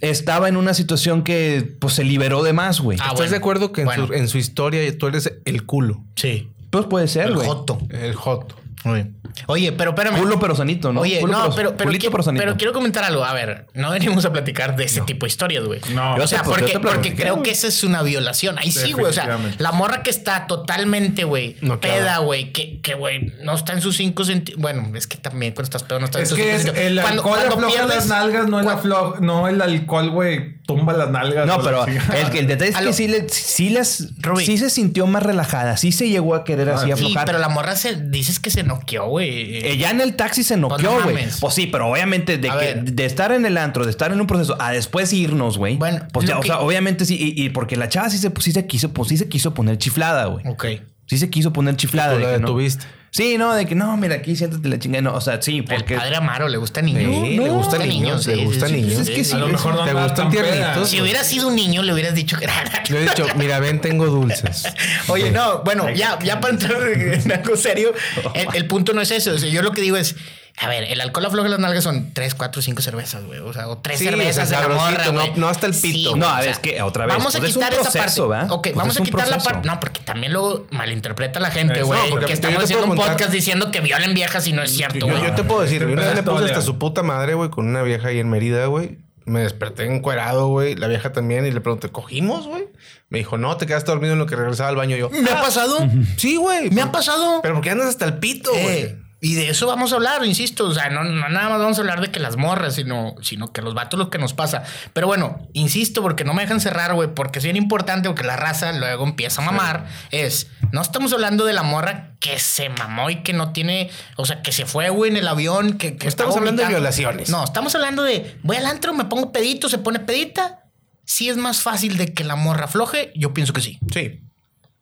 [SPEAKER 1] Estaba en una situación que pues se liberó de más, güey. Ah,
[SPEAKER 2] Ah,
[SPEAKER 3] ¿Estás
[SPEAKER 2] bueno.
[SPEAKER 3] de acuerdo que en,
[SPEAKER 2] Bueno.
[SPEAKER 3] su, en su historia tú eres el culo?
[SPEAKER 2] Sí.
[SPEAKER 1] pues puede ser,
[SPEAKER 2] El
[SPEAKER 1] güey.
[SPEAKER 2] joto.
[SPEAKER 3] El joto.
[SPEAKER 2] Muy bien. Oye, pero espérame.
[SPEAKER 1] Culo pero sanito, ¿no?
[SPEAKER 2] Oye,
[SPEAKER 1] Culo
[SPEAKER 2] no,
[SPEAKER 1] pero-
[SPEAKER 2] pero, pero,
[SPEAKER 1] culito
[SPEAKER 2] quiero,
[SPEAKER 1] pero sanito.
[SPEAKER 2] pero quiero comentar algo. A ver, no venimos a platicar de ese tipo de historias, güey.
[SPEAKER 4] No.
[SPEAKER 2] O sea,
[SPEAKER 1] Yo te- yo te
[SPEAKER 2] porque, porque
[SPEAKER 1] platiqué,
[SPEAKER 2] creo
[SPEAKER 1] güey.
[SPEAKER 2] que esa es una violación. Ahí sí, güey. O sea,
[SPEAKER 4] Definitivamente.
[SPEAKER 2] la morra que está totalmente, güey,
[SPEAKER 3] No, claro.
[SPEAKER 2] peda, güey, que, que, güey, no está en sus cinco sentidos. Bueno, es que también cuando estás pedo no está en
[SPEAKER 4] Es
[SPEAKER 2] sus
[SPEAKER 4] que
[SPEAKER 2] cinco
[SPEAKER 1] pues,
[SPEAKER 4] es
[SPEAKER 2] sentidos.
[SPEAKER 4] el
[SPEAKER 2] Cuando-
[SPEAKER 4] alcohol
[SPEAKER 2] cuando
[SPEAKER 4] afloja las
[SPEAKER 2] pierdes-
[SPEAKER 4] nalgas, no el,
[SPEAKER 2] cuan-
[SPEAKER 4] aflo- no el alcohol, güey, tumba las nalgas. o
[SPEAKER 1] No,
[SPEAKER 4] la
[SPEAKER 1] pero
[SPEAKER 4] chingada.
[SPEAKER 1] el, el
[SPEAKER 4] [laughs]
[SPEAKER 1] detalle es
[SPEAKER 2] A lo-
[SPEAKER 1] que sí, le- sí las,
[SPEAKER 2] Rubí. Ah,
[SPEAKER 1] sí se sintió más relajada, sí se llegó a querer así
[SPEAKER 2] Sí,
[SPEAKER 1] aflojar.
[SPEAKER 2] pero la morra se dices que se noqueó, güey.
[SPEAKER 1] Ella en el taxi se noqueó,
[SPEAKER 2] Pues no
[SPEAKER 1] güey.
[SPEAKER 2] mames.
[SPEAKER 1] Pues sí, pero obviamente de,
[SPEAKER 2] A
[SPEAKER 1] que-
[SPEAKER 2] ver.
[SPEAKER 1] de estar en el antro, de estar en un proceso, a después irnos, güey.
[SPEAKER 2] Bueno,
[SPEAKER 1] pues ya,
[SPEAKER 2] lo
[SPEAKER 1] o sea,
[SPEAKER 2] que-
[SPEAKER 1] obviamente sí, y, y porque la chava sí se, sí se quiso, pues sí se quiso poner chiflada, güey.
[SPEAKER 2] Ok.
[SPEAKER 1] Sí se quiso poner chiflada.
[SPEAKER 3] Tú la
[SPEAKER 1] Ah, de que no.
[SPEAKER 3] detuviste.
[SPEAKER 1] Sí, no, de que no, mira aquí, siéntate la chingada. No, o sea, sí,
[SPEAKER 2] El
[SPEAKER 1] porque.
[SPEAKER 2] padre Amaro le gusta niños.
[SPEAKER 1] Sí, le gusta
[SPEAKER 3] niños, le gusta niños.
[SPEAKER 1] Es que sí,
[SPEAKER 4] A lo
[SPEAKER 1] es-
[SPEAKER 4] mejor no
[SPEAKER 3] ¿Te
[SPEAKER 4] andaba
[SPEAKER 3] gustan
[SPEAKER 4] tan peda.
[SPEAKER 3] tiernitos?
[SPEAKER 2] Si hubiera sido un niño, le hubieras dicho que
[SPEAKER 3] Le he dicho, mira, ven, tengo dulces.
[SPEAKER 2] Oye, no, bueno, ya, ya para entrar en algo serio, el, el punto no es eso. O sea, yo lo que digo es, a ver, el alcohol afloja las nalgas son tres, cuatro, cinco cervezas, güey. O sea, o tres
[SPEAKER 3] Sí,
[SPEAKER 2] cervezas
[SPEAKER 3] o sea,
[SPEAKER 2] de la
[SPEAKER 3] sabrosito,
[SPEAKER 2] morra,
[SPEAKER 3] no-
[SPEAKER 2] güey.
[SPEAKER 3] no hasta el pito.
[SPEAKER 2] güey,
[SPEAKER 1] No, a
[SPEAKER 2] o
[SPEAKER 1] ver,
[SPEAKER 2] sea,
[SPEAKER 1] es que, otra vez,
[SPEAKER 2] Vamos a
[SPEAKER 1] pues es un
[SPEAKER 2] quitar
[SPEAKER 1] proceso,
[SPEAKER 2] esa parte.
[SPEAKER 1] ¿va?
[SPEAKER 2] Ok,
[SPEAKER 1] Pues
[SPEAKER 2] vamos
[SPEAKER 1] es
[SPEAKER 2] a
[SPEAKER 1] un
[SPEAKER 2] quitar la
[SPEAKER 1] proceso.
[SPEAKER 2] parte. No, porque también luego malinterpreta la gente,
[SPEAKER 4] No,
[SPEAKER 2] güey.
[SPEAKER 3] porque
[SPEAKER 2] que
[SPEAKER 3] yo
[SPEAKER 2] estamos
[SPEAKER 3] te
[SPEAKER 2] haciendo
[SPEAKER 3] puedo
[SPEAKER 2] un
[SPEAKER 3] contar-
[SPEAKER 2] podcast diciendo que violen viejas y no es cierto,
[SPEAKER 3] Yo,
[SPEAKER 2] güey.
[SPEAKER 3] yo te puedo decir, yo una vez le puse
[SPEAKER 4] Historia.
[SPEAKER 3] hasta su puta madre, güey, con una vieja ahí en Mérida, güey. Me desperté encuerado, güey. La vieja también. Y le pregunté, ¿cogimos, güey? Me dijo, no, te quedaste dormido en lo que regresaba al baño yo.
[SPEAKER 2] Me ha pasado,
[SPEAKER 3] Sí, güey.
[SPEAKER 2] me ha pasado.
[SPEAKER 3] Pero ¿por qué andas hasta el pito, güey?
[SPEAKER 2] Eh, y de eso vamos a hablar, insisto. O sea, no, no nada más vamos a hablar de que las morras, sino, sino que los vatos lo que nos pasa. Pero bueno, insisto, porque no me dejan cerrar, güey, porque es bien importante, porque la raza luego empieza a mamar. Es, no estamos hablando de la morra que se mamó y que no tiene, o sea, que se fue, güey, en el avión. Que, que
[SPEAKER 3] No estamos
[SPEAKER 2] está
[SPEAKER 3] hablando de
[SPEAKER 2] vomitando.
[SPEAKER 3] violaciones.
[SPEAKER 2] No, estamos hablando de, voy al antro, me pongo pedito, se pone pedita. Si es más fácil de que la morra afloje, yo pienso que sí.
[SPEAKER 3] Sí,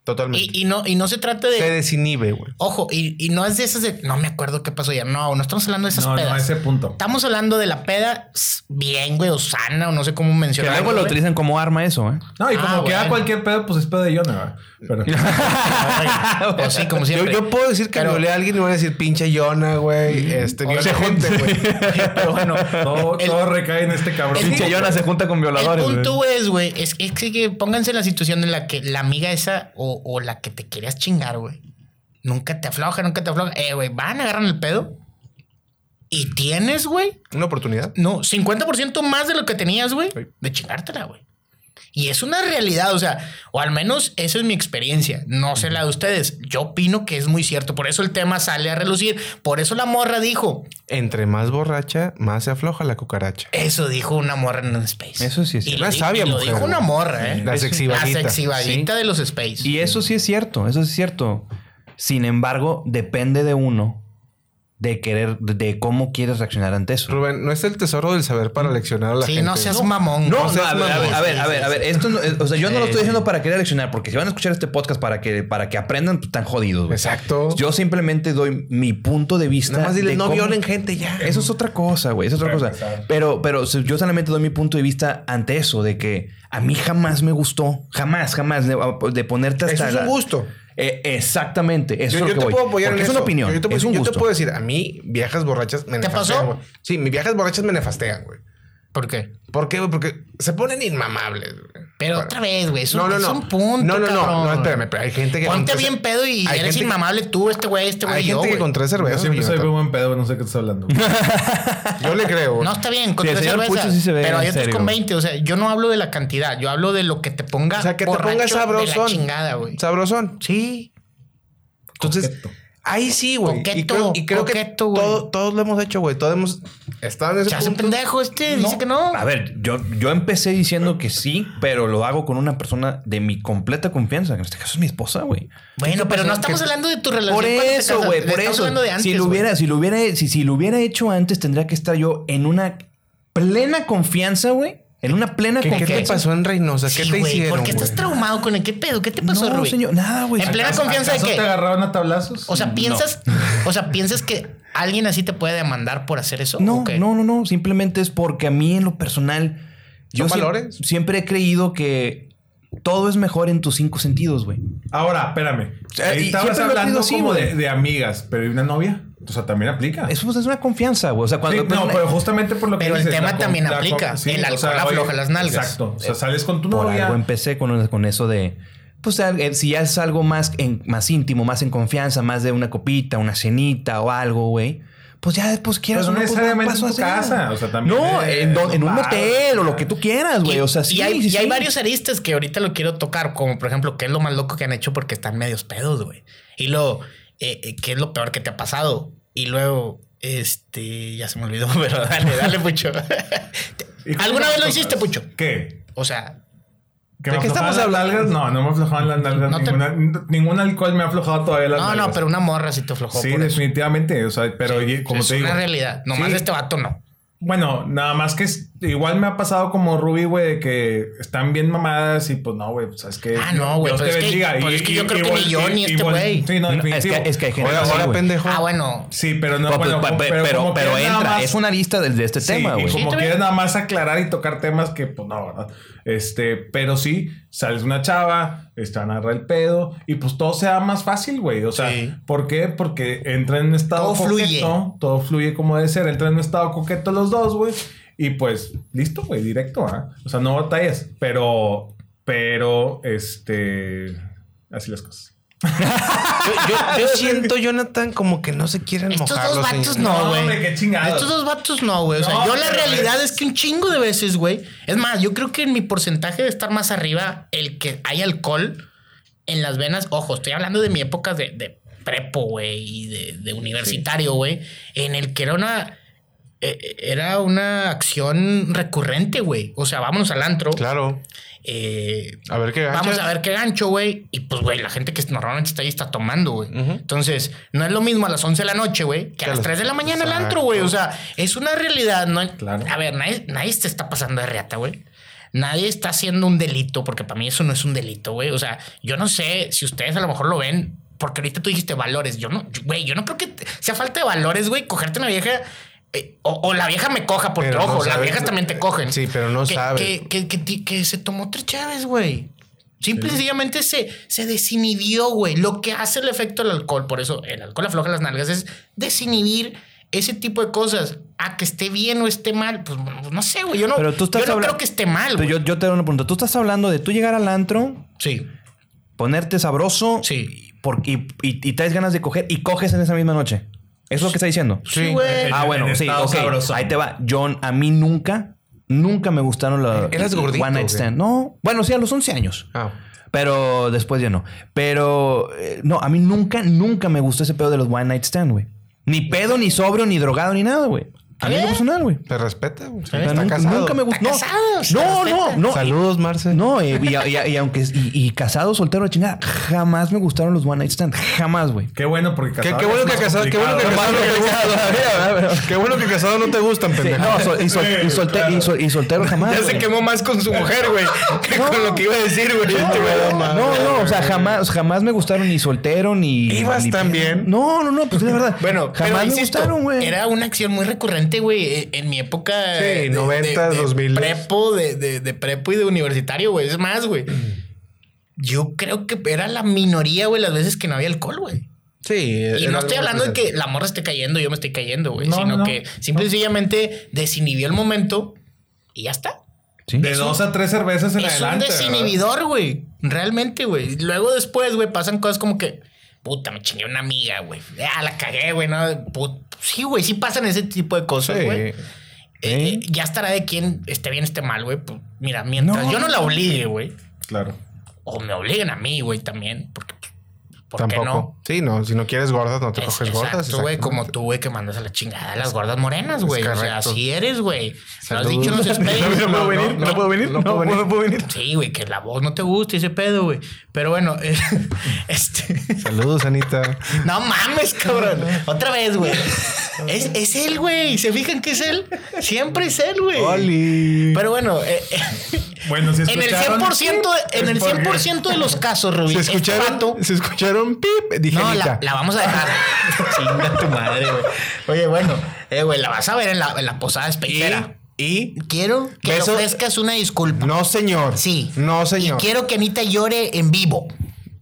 [SPEAKER 3] totalmente.
[SPEAKER 2] Y, y no, y no se trata de...
[SPEAKER 3] Se desinhibe, güey.
[SPEAKER 2] Ojo, y, y no es de esas de. No me acuerdo qué pasó ya. No, no estamos hablando de esas
[SPEAKER 4] No, no,
[SPEAKER 2] pedas.
[SPEAKER 4] a ese punto.
[SPEAKER 2] Estamos hablando de la peda s- bien, güey, o sana, o no sé cómo
[SPEAKER 1] que
[SPEAKER 2] mencionarlo.
[SPEAKER 1] luego lo
[SPEAKER 2] güey.
[SPEAKER 1] utilizan como arma eso, ¿eh?
[SPEAKER 4] No, y como
[SPEAKER 2] Ah,
[SPEAKER 4] queda
[SPEAKER 2] bueno.
[SPEAKER 4] cualquier pedo, pues es pedo de Yona, ¿verdad? Pero...
[SPEAKER 2] [laughs]
[SPEAKER 1] [laughs]
[SPEAKER 2] Pues sí, como
[SPEAKER 3] Yo,
[SPEAKER 2] siempre.
[SPEAKER 3] yo puedo decir que
[SPEAKER 2] Pero- Mm,
[SPEAKER 3] violé a alguien y me van a decir, pinche Yona, güey. Este,
[SPEAKER 2] O sea,
[SPEAKER 3] violé gente, güey.
[SPEAKER 2] [laughs] Pero bueno,
[SPEAKER 4] Todo,
[SPEAKER 2] El-
[SPEAKER 4] todo recae en este cabrón.
[SPEAKER 2] el-
[SPEAKER 1] Pinche Jonah se junta con
[SPEAKER 2] el
[SPEAKER 1] violadores.
[SPEAKER 2] punto,
[SPEAKER 1] güey.
[SPEAKER 2] güey, es, güey, es, es que que pónganse en la situación en la que la amiga esa o, o la que te querías chingar, güey, nunca te afloja, nunca te afloja. Eh, güey, van, agarran el pedo y tienes, güey,
[SPEAKER 3] Una oportunidad.
[SPEAKER 2] No, 50% más de lo que tenías, güey,
[SPEAKER 3] Sí.
[SPEAKER 2] de chingártela, güey. Y es una realidad, o sea, o al menos esa es mi experiencia, no sé la de ustedes. Yo opino que es muy cierto, por eso el tema sale a relucir, por eso la morra dijo,
[SPEAKER 3] Entre más borracha, más se afloja la cucaracha.
[SPEAKER 2] eso dijo una morra en un space.
[SPEAKER 1] Eso sí es cierto.
[SPEAKER 2] lo
[SPEAKER 3] Una
[SPEAKER 2] di-
[SPEAKER 3] sabia
[SPEAKER 2] y lo
[SPEAKER 3] mujer,
[SPEAKER 2] dijo
[SPEAKER 3] güey.
[SPEAKER 2] una morra, ¿eh?
[SPEAKER 3] La
[SPEAKER 2] La
[SPEAKER 3] sexibadita.
[SPEAKER 2] sexibadita de los space.
[SPEAKER 1] Y eso sí es cierto, eso sí es cierto. Sin embargo, depende de uno de querer, de cómo quieres reaccionar ante eso.
[SPEAKER 3] Rubén, no es el tesoro del saber para leccionar a la
[SPEAKER 2] Mm, sí,
[SPEAKER 3] gente.
[SPEAKER 2] no seas mamón.
[SPEAKER 1] No,
[SPEAKER 2] güey.
[SPEAKER 1] no, a ver, a ver, a ver, a ver, a ver, esto no- eh, o sea, yo no lo estoy
[SPEAKER 2] Sí.
[SPEAKER 1] diciendo para querer leccionar, porque si van a escuchar este podcast para que, para que aprendan, pues, están jodidos. güey.
[SPEAKER 3] Exacto.
[SPEAKER 1] Yo simplemente doy mi punto de vista.
[SPEAKER 3] Nada más dile,
[SPEAKER 1] de
[SPEAKER 3] no
[SPEAKER 1] cómo-
[SPEAKER 3] violen gente ya.
[SPEAKER 1] Eso es otra cosa, güey. Eso es otra
[SPEAKER 4] Para
[SPEAKER 1] cosa.
[SPEAKER 4] empezar.
[SPEAKER 1] Pero, pero si- yo solamente doy mi punto de vista ante eso, de que a mí jamás me gustó, jamás, jamás, de, de ponerte hasta.
[SPEAKER 3] Eso es un
[SPEAKER 1] la-
[SPEAKER 3] gusto.
[SPEAKER 1] Eh, exactamente. Eso
[SPEAKER 3] Yo,
[SPEAKER 1] es lo
[SPEAKER 3] yo
[SPEAKER 1] que
[SPEAKER 3] te
[SPEAKER 1] voy.
[SPEAKER 3] puedo apoyar
[SPEAKER 1] Porque
[SPEAKER 3] en
[SPEAKER 1] es
[SPEAKER 3] eso.
[SPEAKER 1] una opinión.
[SPEAKER 3] Yo, te, puedo
[SPEAKER 1] es
[SPEAKER 3] decir-
[SPEAKER 1] un
[SPEAKER 3] yo te
[SPEAKER 1] gusto.
[SPEAKER 3] puedo decir, a mí viejas borrachas me
[SPEAKER 2] ¿Te
[SPEAKER 3] nefastean,
[SPEAKER 2] pasó?
[SPEAKER 3] güey. Sí, mis viejas borrachas me nefastean, güey.
[SPEAKER 2] ¿Por qué?
[SPEAKER 3] ¿Por qué, güey? Porque se ponen inmamables, güey.
[SPEAKER 2] Pero
[SPEAKER 3] Bueno.
[SPEAKER 2] otra vez, güey, es,
[SPEAKER 3] No,
[SPEAKER 2] un-
[SPEAKER 3] no,
[SPEAKER 2] es
[SPEAKER 3] no.
[SPEAKER 2] un punto,
[SPEAKER 3] No, no, no,
[SPEAKER 2] cabrón.
[SPEAKER 3] no, espérame, pero hay gente que-
[SPEAKER 2] Ponte
[SPEAKER 3] entonces-
[SPEAKER 2] bien pedo y
[SPEAKER 3] hay
[SPEAKER 2] eres
[SPEAKER 3] gente que-
[SPEAKER 2] inmamable tú, este güey, este güey,
[SPEAKER 3] Hay
[SPEAKER 2] y yo,
[SPEAKER 3] gente que
[SPEAKER 2] güey.
[SPEAKER 3] con tres
[SPEAKER 4] Yo
[SPEAKER 3] cervezas.
[SPEAKER 4] siempre soy muy
[SPEAKER 3] Jonathan.
[SPEAKER 4] buen pedo, no sé qué estás
[SPEAKER 1] [laughs]
[SPEAKER 4] hablando.
[SPEAKER 3] Yo le creo. güey.
[SPEAKER 2] No está bien, con
[SPEAKER 1] Sí, el
[SPEAKER 2] tres
[SPEAKER 1] señor
[SPEAKER 2] cervezas.
[SPEAKER 1] Pucho sí se ve
[SPEAKER 2] pero hay otros
[SPEAKER 1] serio.
[SPEAKER 2] con 20. O sea, yo no hablo de la cantidad, yo hablo de lo que te ponga.
[SPEAKER 3] o sea, que te pongas
[SPEAKER 2] De la
[SPEAKER 3] sabrosón.
[SPEAKER 2] chingada, güey.
[SPEAKER 3] Sabrosón.
[SPEAKER 2] Sí.
[SPEAKER 3] Entonces,
[SPEAKER 4] Coqueto.
[SPEAKER 3] ahí sí, güey. Y
[SPEAKER 2] Coqueto,
[SPEAKER 3] creo, y creo
[SPEAKER 2] coqueto,
[SPEAKER 3] que
[SPEAKER 2] güey.
[SPEAKER 3] todo- todos lo hemos hecho, güey. Todos hemos estado en ese
[SPEAKER 2] Se hace
[SPEAKER 3] punto.
[SPEAKER 2] pendejo este, dice que no.
[SPEAKER 1] A ver, yo, yo empecé diciendo que sí, pero lo hago con una persona de mi completa confianza. En este caso es mi esposa, güey.
[SPEAKER 2] Bueno, pero no
[SPEAKER 3] pasó?
[SPEAKER 2] estamos
[SPEAKER 3] ¿Qué-
[SPEAKER 2] hablando de tu relación.
[SPEAKER 1] Por
[SPEAKER 2] cuando te
[SPEAKER 1] eso,
[SPEAKER 2] casas,
[SPEAKER 1] güey,
[SPEAKER 2] le
[SPEAKER 1] por
[SPEAKER 2] estamos
[SPEAKER 1] eso.
[SPEAKER 2] hablando de antes,
[SPEAKER 1] si lo
[SPEAKER 2] güey.
[SPEAKER 1] hubiera, si lo hubiera, si, si lo hubiera hecho antes, tendría que estar yo en una plena confianza, güey. En una plena
[SPEAKER 3] ¿Qué, qué
[SPEAKER 1] confianza.
[SPEAKER 3] te pasó en Reynosa? ¿Qué
[SPEAKER 2] Sí,
[SPEAKER 3] te
[SPEAKER 2] güey,
[SPEAKER 3] hicieron?
[SPEAKER 2] ¿Por qué estás
[SPEAKER 3] güey?
[SPEAKER 2] traumado con el qué pedo? ¿Qué te pasó,
[SPEAKER 1] No,
[SPEAKER 2] Rubí?
[SPEAKER 1] señor, nada, güey.
[SPEAKER 2] En plena confianza de
[SPEAKER 4] ¿Acaso
[SPEAKER 2] que.
[SPEAKER 4] te agarraron a tablazos?
[SPEAKER 2] O sea,
[SPEAKER 1] No.
[SPEAKER 2] piensas, o sea, piensas que alguien así te puede demandar por hacer eso.
[SPEAKER 1] No,
[SPEAKER 2] ¿O qué?
[SPEAKER 1] no, no, no. Simplemente es porque a mí en lo personal. Yo
[SPEAKER 3] ¿Son
[SPEAKER 1] siem-
[SPEAKER 3] valores?
[SPEAKER 1] siempre he creído que todo es mejor en tus cinco sentidos, güey.
[SPEAKER 4] Ahora, espérame.
[SPEAKER 1] sea, eh, y siempre
[SPEAKER 4] Estabas
[SPEAKER 1] lo he
[SPEAKER 4] hablando
[SPEAKER 1] creído así,
[SPEAKER 4] como
[SPEAKER 1] güey.
[SPEAKER 4] de, de amigas, pero ¿y una novia? O sea, también aplica.
[SPEAKER 1] Eso pues, es una confianza, güey. O sea, cuando. pues,
[SPEAKER 4] Sí, no, pero justamente por lo que
[SPEAKER 2] pues Pero el
[SPEAKER 4] dices,
[SPEAKER 2] tema
[SPEAKER 4] la
[SPEAKER 2] también
[SPEAKER 4] con- la
[SPEAKER 2] aplica.
[SPEAKER 4] con-
[SPEAKER 2] El alcohol afloja las nalgas. Eh,
[SPEAKER 4] Exacto. O sea, sales con tu
[SPEAKER 1] por algo
[SPEAKER 4] novia.
[SPEAKER 1] empecé con, con eso de. pues al- eh, si ya es algo más, en, más íntimo, más en confianza, más de una copita, una cenita o algo, güey, pues ya después quieras
[SPEAKER 4] Pero no
[SPEAKER 1] o pues,
[SPEAKER 4] necesariamente
[SPEAKER 1] vas a
[SPEAKER 4] en tu
[SPEAKER 1] hacer.
[SPEAKER 4] casa, o sea, también
[SPEAKER 1] No,
[SPEAKER 4] en-
[SPEAKER 1] en, do- en un
[SPEAKER 4] en un bar,
[SPEAKER 1] hotel o lo
[SPEAKER 4] ajá.
[SPEAKER 1] que tú quieras, güey.
[SPEAKER 2] Y-
[SPEAKER 1] O sea,
[SPEAKER 2] y
[SPEAKER 1] sí.
[SPEAKER 2] hay,
[SPEAKER 1] sí,
[SPEAKER 2] y hay
[SPEAKER 1] sí.
[SPEAKER 2] varios aristas que ahorita lo quiero tocar, como por ejemplo, ¿qué es lo más loco que han hecho? Porque están medios pedos, güey. Y luego, eh, eh, ¿qué es lo peor que te ha pasado? Y luego, este, ya se me olvidó, [laughs] pero dale, dale, Pucho.
[SPEAKER 4] ¿Y cómo
[SPEAKER 2] ¿Alguna
[SPEAKER 4] te
[SPEAKER 2] vez lo
[SPEAKER 4] aflojas?
[SPEAKER 2] hiciste, Pucho?
[SPEAKER 4] ¿Qué?
[SPEAKER 2] O sea,
[SPEAKER 4] ¿Que
[SPEAKER 1] ¿De
[SPEAKER 4] me
[SPEAKER 1] qué
[SPEAKER 4] aflojaban
[SPEAKER 1] estamos
[SPEAKER 4] las
[SPEAKER 1] hablando?
[SPEAKER 4] nalgas? No, no me aflojaban las nalgas.
[SPEAKER 2] No te-
[SPEAKER 4] ninguna- n- Ningún alcohol me ha aflojado todavía las
[SPEAKER 2] no,
[SPEAKER 4] nalgas.
[SPEAKER 2] no, pero una morra sí te aflojó.
[SPEAKER 4] Sí,
[SPEAKER 2] por eso.
[SPEAKER 4] definitivamente. O sea, pero oye, como
[SPEAKER 2] es
[SPEAKER 4] te digo.
[SPEAKER 2] una realidad. Nomás
[SPEAKER 4] Sí.
[SPEAKER 2] este vato no.
[SPEAKER 4] Bueno, nada más que es- igual me ha pasado como Ruby, güey, de que están bien mamadas y pues no, güey, pues es que.
[SPEAKER 2] Ah, no, güey,
[SPEAKER 4] Dios
[SPEAKER 2] pero es
[SPEAKER 4] te
[SPEAKER 2] que-
[SPEAKER 4] bendiga.
[SPEAKER 2] pero
[SPEAKER 4] Y-
[SPEAKER 2] es que yo
[SPEAKER 4] y-
[SPEAKER 2] creo
[SPEAKER 4] y
[SPEAKER 2] que
[SPEAKER 4] vol-
[SPEAKER 2] ni yo
[SPEAKER 4] y-
[SPEAKER 2] ni
[SPEAKER 4] y
[SPEAKER 2] este
[SPEAKER 4] vol-
[SPEAKER 2] güey.
[SPEAKER 4] Sí, no,
[SPEAKER 1] No, es
[SPEAKER 4] definitivo.
[SPEAKER 1] que- es que hay gente
[SPEAKER 3] Ahora,
[SPEAKER 1] así,
[SPEAKER 3] ahora
[SPEAKER 1] güey.
[SPEAKER 3] pendejo.
[SPEAKER 2] Ah, bueno.
[SPEAKER 4] Sí, pero no.
[SPEAKER 1] Pero,
[SPEAKER 4] bueno,
[SPEAKER 1] pero-
[SPEAKER 4] como-
[SPEAKER 1] pues, pero-
[SPEAKER 4] como
[SPEAKER 1] pero
[SPEAKER 4] quiera, nada
[SPEAKER 1] entra,
[SPEAKER 4] más-
[SPEAKER 1] es una lista de, de este
[SPEAKER 4] Sí,
[SPEAKER 1] tema,
[SPEAKER 4] y
[SPEAKER 1] güey.
[SPEAKER 4] como
[SPEAKER 2] Sí,
[SPEAKER 4] quieres
[SPEAKER 2] también.
[SPEAKER 4] nada más aclarar y tocar temas que, pues no, ¿verdad? Este, pero sí, sales una chava, están a agarrar el pedo y pues todo sea más fácil, güey. O sea,
[SPEAKER 2] Sí.
[SPEAKER 4] ¿por qué? Porque entra en un estado
[SPEAKER 2] Todo fluye.
[SPEAKER 4] coqueto, todo fluye como debe ser, entra en un estado coqueto los dos, güey. Y pues, listo, güey, directo, ¿ah? O sea, no batallas, pero, pero, este, así las cosas.
[SPEAKER 3] Yo, yo- yo siento, Jonathan, como que no se quieren
[SPEAKER 2] Estos
[SPEAKER 3] mojar
[SPEAKER 2] dos
[SPEAKER 3] los
[SPEAKER 2] vatos
[SPEAKER 3] señores.
[SPEAKER 4] No,
[SPEAKER 2] no, güey.
[SPEAKER 4] hombre, qué chingados.
[SPEAKER 2] Estos dos vatos no, güey. O sea,
[SPEAKER 4] No,
[SPEAKER 2] yo la
[SPEAKER 4] pero
[SPEAKER 2] realidad
[SPEAKER 4] es-
[SPEAKER 2] es que un chingo de veces, güey. Es más, yo creo que en mi porcentaje de estar más arriba, el que hay alcohol en las venas, ojo, estoy hablando de mi época de, de prepo, güey, y de, de universitario, güey, en el que era una. eh, eh, Era una acción recurrente, güey. O sea, vámonos al antro.
[SPEAKER 3] Claro.
[SPEAKER 2] Eh,
[SPEAKER 3] A ver qué gacha.
[SPEAKER 2] Vamos a ver qué gancho, güey. Y pues, güey, la gente que normalmente está ahí está tomando, güey.
[SPEAKER 3] Ujú.
[SPEAKER 2] Entonces, no es lo mismo a las 11 de la noche, güey, que a
[SPEAKER 3] Que
[SPEAKER 2] las
[SPEAKER 3] las-
[SPEAKER 2] 3 de la mañana el
[SPEAKER 3] Exacto.
[SPEAKER 2] antro, güey. O sea, es una realidad, ¿no?
[SPEAKER 4] Claro.
[SPEAKER 2] A ver, nadie, nadie te está pasando de reata, güey. Nadie está haciendo un delito, porque para mí eso no es un delito, güey. O sea, yo no sé si ustedes a lo mejor lo ven, porque ahorita tú dijiste valores. Yo no, yo- güey, yo no creo que te- sea falta de valores, güey, cogerte una vieja. eh, o, o la vieja me coja, porque
[SPEAKER 3] Pero no
[SPEAKER 2] ojo, las
[SPEAKER 3] sabe-
[SPEAKER 2] viejas también te cogen.
[SPEAKER 3] Sí, pero no
[SPEAKER 2] que,
[SPEAKER 3] sabe.
[SPEAKER 2] que- que, que ti- que se tomó tres chaves, güey. Simple y sencillamente se, se desinhibió, güey. Lo que hace el efecto del alcohol, por eso el alcohol afloja las nalgas, es desinhibir ese tipo de cosas. A que esté bien o esté mal, pues no sé, güey. Yo no,
[SPEAKER 1] Pero tú estás
[SPEAKER 2] yo no
[SPEAKER 1] habla-
[SPEAKER 2] creo que esté mal,
[SPEAKER 1] Pero
[SPEAKER 2] güey.
[SPEAKER 1] yo, yo te doy una pregunta. Tú estás hablando de tú llegar al antro,
[SPEAKER 2] Sí,
[SPEAKER 1] ponerte sabroso
[SPEAKER 2] Sí.
[SPEAKER 1] y, por- y, y- y traes ganas de coger y coges en esa misma noche. ¿Eso es lo que está diciendo?
[SPEAKER 2] sí, güey.
[SPEAKER 1] Ah,
[SPEAKER 4] En
[SPEAKER 1] bueno, sí,
[SPEAKER 4] estado
[SPEAKER 1] ok.
[SPEAKER 4] sabroso.
[SPEAKER 1] Ahí te va. John, a mí nunca, nunca me gustaron los
[SPEAKER 3] Eras gordito,
[SPEAKER 1] One Night
[SPEAKER 3] ¿o qué?
[SPEAKER 1] Stand. No, bueno, sí, a los 11 años.
[SPEAKER 3] Ah.
[SPEAKER 1] Pero después ya no. Pero eh, no, a mí nunca, nunca me gustó ese pedo de los One Night Stand, güey. Ni pedo, ni sobrio, ni drogado, ni nada, güey. A mí
[SPEAKER 2] ¿Eh?
[SPEAKER 1] no me gusta nada, güey.
[SPEAKER 3] Te respeta, güey.
[SPEAKER 1] O sea,
[SPEAKER 3] Está
[SPEAKER 1] nunca,
[SPEAKER 3] casado.
[SPEAKER 1] nunca me gustó. No,
[SPEAKER 2] Está casado, se
[SPEAKER 1] no, no,
[SPEAKER 2] respeta.
[SPEAKER 1] no.
[SPEAKER 3] Saludos, Marce.
[SPEAKER 1] No, eh, y, y- y aunque y, y casado, soltero, de chingada, jamás me gustaron los One Night Stand. Jamás, güey.
[SPEAKER 4] Qué bueno, porque
[SPEAKER 3] Qué,
[SPEAKER 4] casado
[SPEAKER 3] qué
[SPEAKER 4] es
[SPEAKER 3] bueno que
[SPEAKER 4] más
[SPEAKER 3] casado, qué bueno que
[SPEAKER 4] complicado.
[SPEAKER 3] casado no te gustan. Qué bueno que casado no te gustan,
[SPEAKER 1] Sí,
[SPEAKER 3] pendejo.
[SPEAKER 1] no, sol- y, sol- y solte- y sol- y soltero jamás.
[SPEAKER 2] Ya se
[SPEAKER 1] güey.
[SPEAKER 2] quemó más con su mujer, güey. que con lo que iba a decir, güey. Este güey.
[SPEAKER 1] No, no, o sea, jamás, jamás me gustaron ni soltero ni.
[SPEAKER 3] ¿Ibas
[SPEAKER 1] ni-
[SPEAKER 3] también?
[SPEAKER 1] No, no, no, pues de verdad.
[SPEAKER 2] Bueno,
[SPEAKER 1] jamás
[SPEAKER 2] pero
[SPEAKER 1] me
[SPEAKER 2] insisto,
[SPEAKER 1] gustaron, güey.
[SPEAKER 2] Era una acción muy recurrente, güey, e- en mi época.
[SPEAKER 3] Sí,
[SPEAKER 2] de-
[SPEAKER 3] 90s,
[SPEAKER 2] de- de
[SPEAKER 3] 2000s.
[SPEAKER 2] Prepo, de, de- de prepo y de universitario, güey. Es más, güey. Yo creo que era la minoría, güey, las veces que no había alcohol, güey.
[SPEAKER 3] Sí.
[SPEAKER 2] Y
[SPEAKER 3] era
[SPEAKER 2] no estoy
[SPEAKER 3] algo
[SPEAKER 2] hablando de que
[SPEAKER 3] presente.
[SPEAKER 2] la morra esté cayendo, yo me estoy cayendo, güey.
[SPEAKER 4] No,
[SPEAKER 2] sino
[SPEAKER 4] no,
[SPEAKER 2] que simple y sencillamente desinhibió el momento y ya está.
[SPEAKER 1] Sí.
[SPEAKER 4] De dos a tres cervezas en
[SPEAKER 2] es
[SPEAKER 4] adelante.
[SPEAKER 2] un
[SPEAKER 4] ¿verdad?
[SPEAKER 2] desinhibidor, güey. Realmente, güey. Luego después, güey, pasan cosas como que, puta, me chingué una amiga, güey. Ah, la cagué, güey. No, Put- Sí, güey, sí pasan ese tipo de cosas, Pues, güey.
[SPEAKER 3] Sí.
[SPEAKER 2] Eh, eh, ya estará de quién esté bien, esté mal, güey. Pues, mira, mientras
[SPEAKER 1] No.
[SPEAKER 2] yo no la obligue, güey.
[SPEAKER 4] Claro.
[SPEAKER 2] O me obliguen a mí, güey, también. Porque, pues, ¿Por
[SPEAKER 3] Tampoco.
[SPEAKER 2] qué no?
[SPEAKER 3] Sí, no. Si no quieres gordas, no te
[SPEAKER 2] Es-
[SPEAKER 3] coges gordas.
[SPEAKER 2] exacto, güey, como
[SPEAKER 3] exactamente.
[SPEAKER 2] tú, güey, que mandas a la chingada a las gordas morenas, güey. O sea,
[SPEAKER 3] correcto.
[SPEAKER 2] así eres, güey. Lo has
[SPEAKER 3] Saludos.
[SPEAKER 2] dicho en
[SPEAKER 3] [laughs]
[SPEAKER 2] los espejos.
[SPEAKER 3] No, no, no, no puedo venir.
[SPEAKER 2] Sí, güey, que la voz no te gusta y ese pedo, güey. Pero bueno, [laughs] eh, este. [laughs]
[SPEAKER 3] Saludos, Anita.
[SPEAKER 2] No mames, cabrón. Otra vez, güey. Es, es él, güey. ¿Se fijan que es él? Siempre es él, güey.
[SPEAKER 3] Oli.
[SPEAKER 2] Pero bueno, eh, eh,
[SPEAKER 4] Bueno, si
[SPEAKER 2] en el
[SPEAKER 4] escucharon,
[SPEAKER 2] 100%, de- en
[SPEAKER 4] es
[SPEAKER 2] el
[SPEAKER 4] porque-
[SPEAKER 2] 100% de los casos, Rubí.
[SPEAKER 3] ¿Se
[SPEAKER 2] este vato-
[SPEAKER 3] escucharon? ¿Se escucharon? Pip. Dije
[SPEAKER 2] no, la,
[SPEAKER 3] Anita.
[SPEAKER 2] la vamos a
[SPEAKER 3] [laughs]
[SPEAKER 2] dejar. Chinga tu madre, güey. Oye, bueno, eh, güey, la vas a ver en la, en la posada espectera.
[SPEAKER 3] ¿Y?
[SPEAKER 2] Quiero que le
[SPEAKER 3] Beso-
[SPEAKER 2] ofrezcas una disculpa.
[SPEAKER 3] No, señor.
[SPEAKER 2] Sí.
[SPEAKER 3] No,
[SPEAKER 2] Y
[SPEAKER 3] señor.
[SPEAKER 2] quiero que Anita llore en vivo.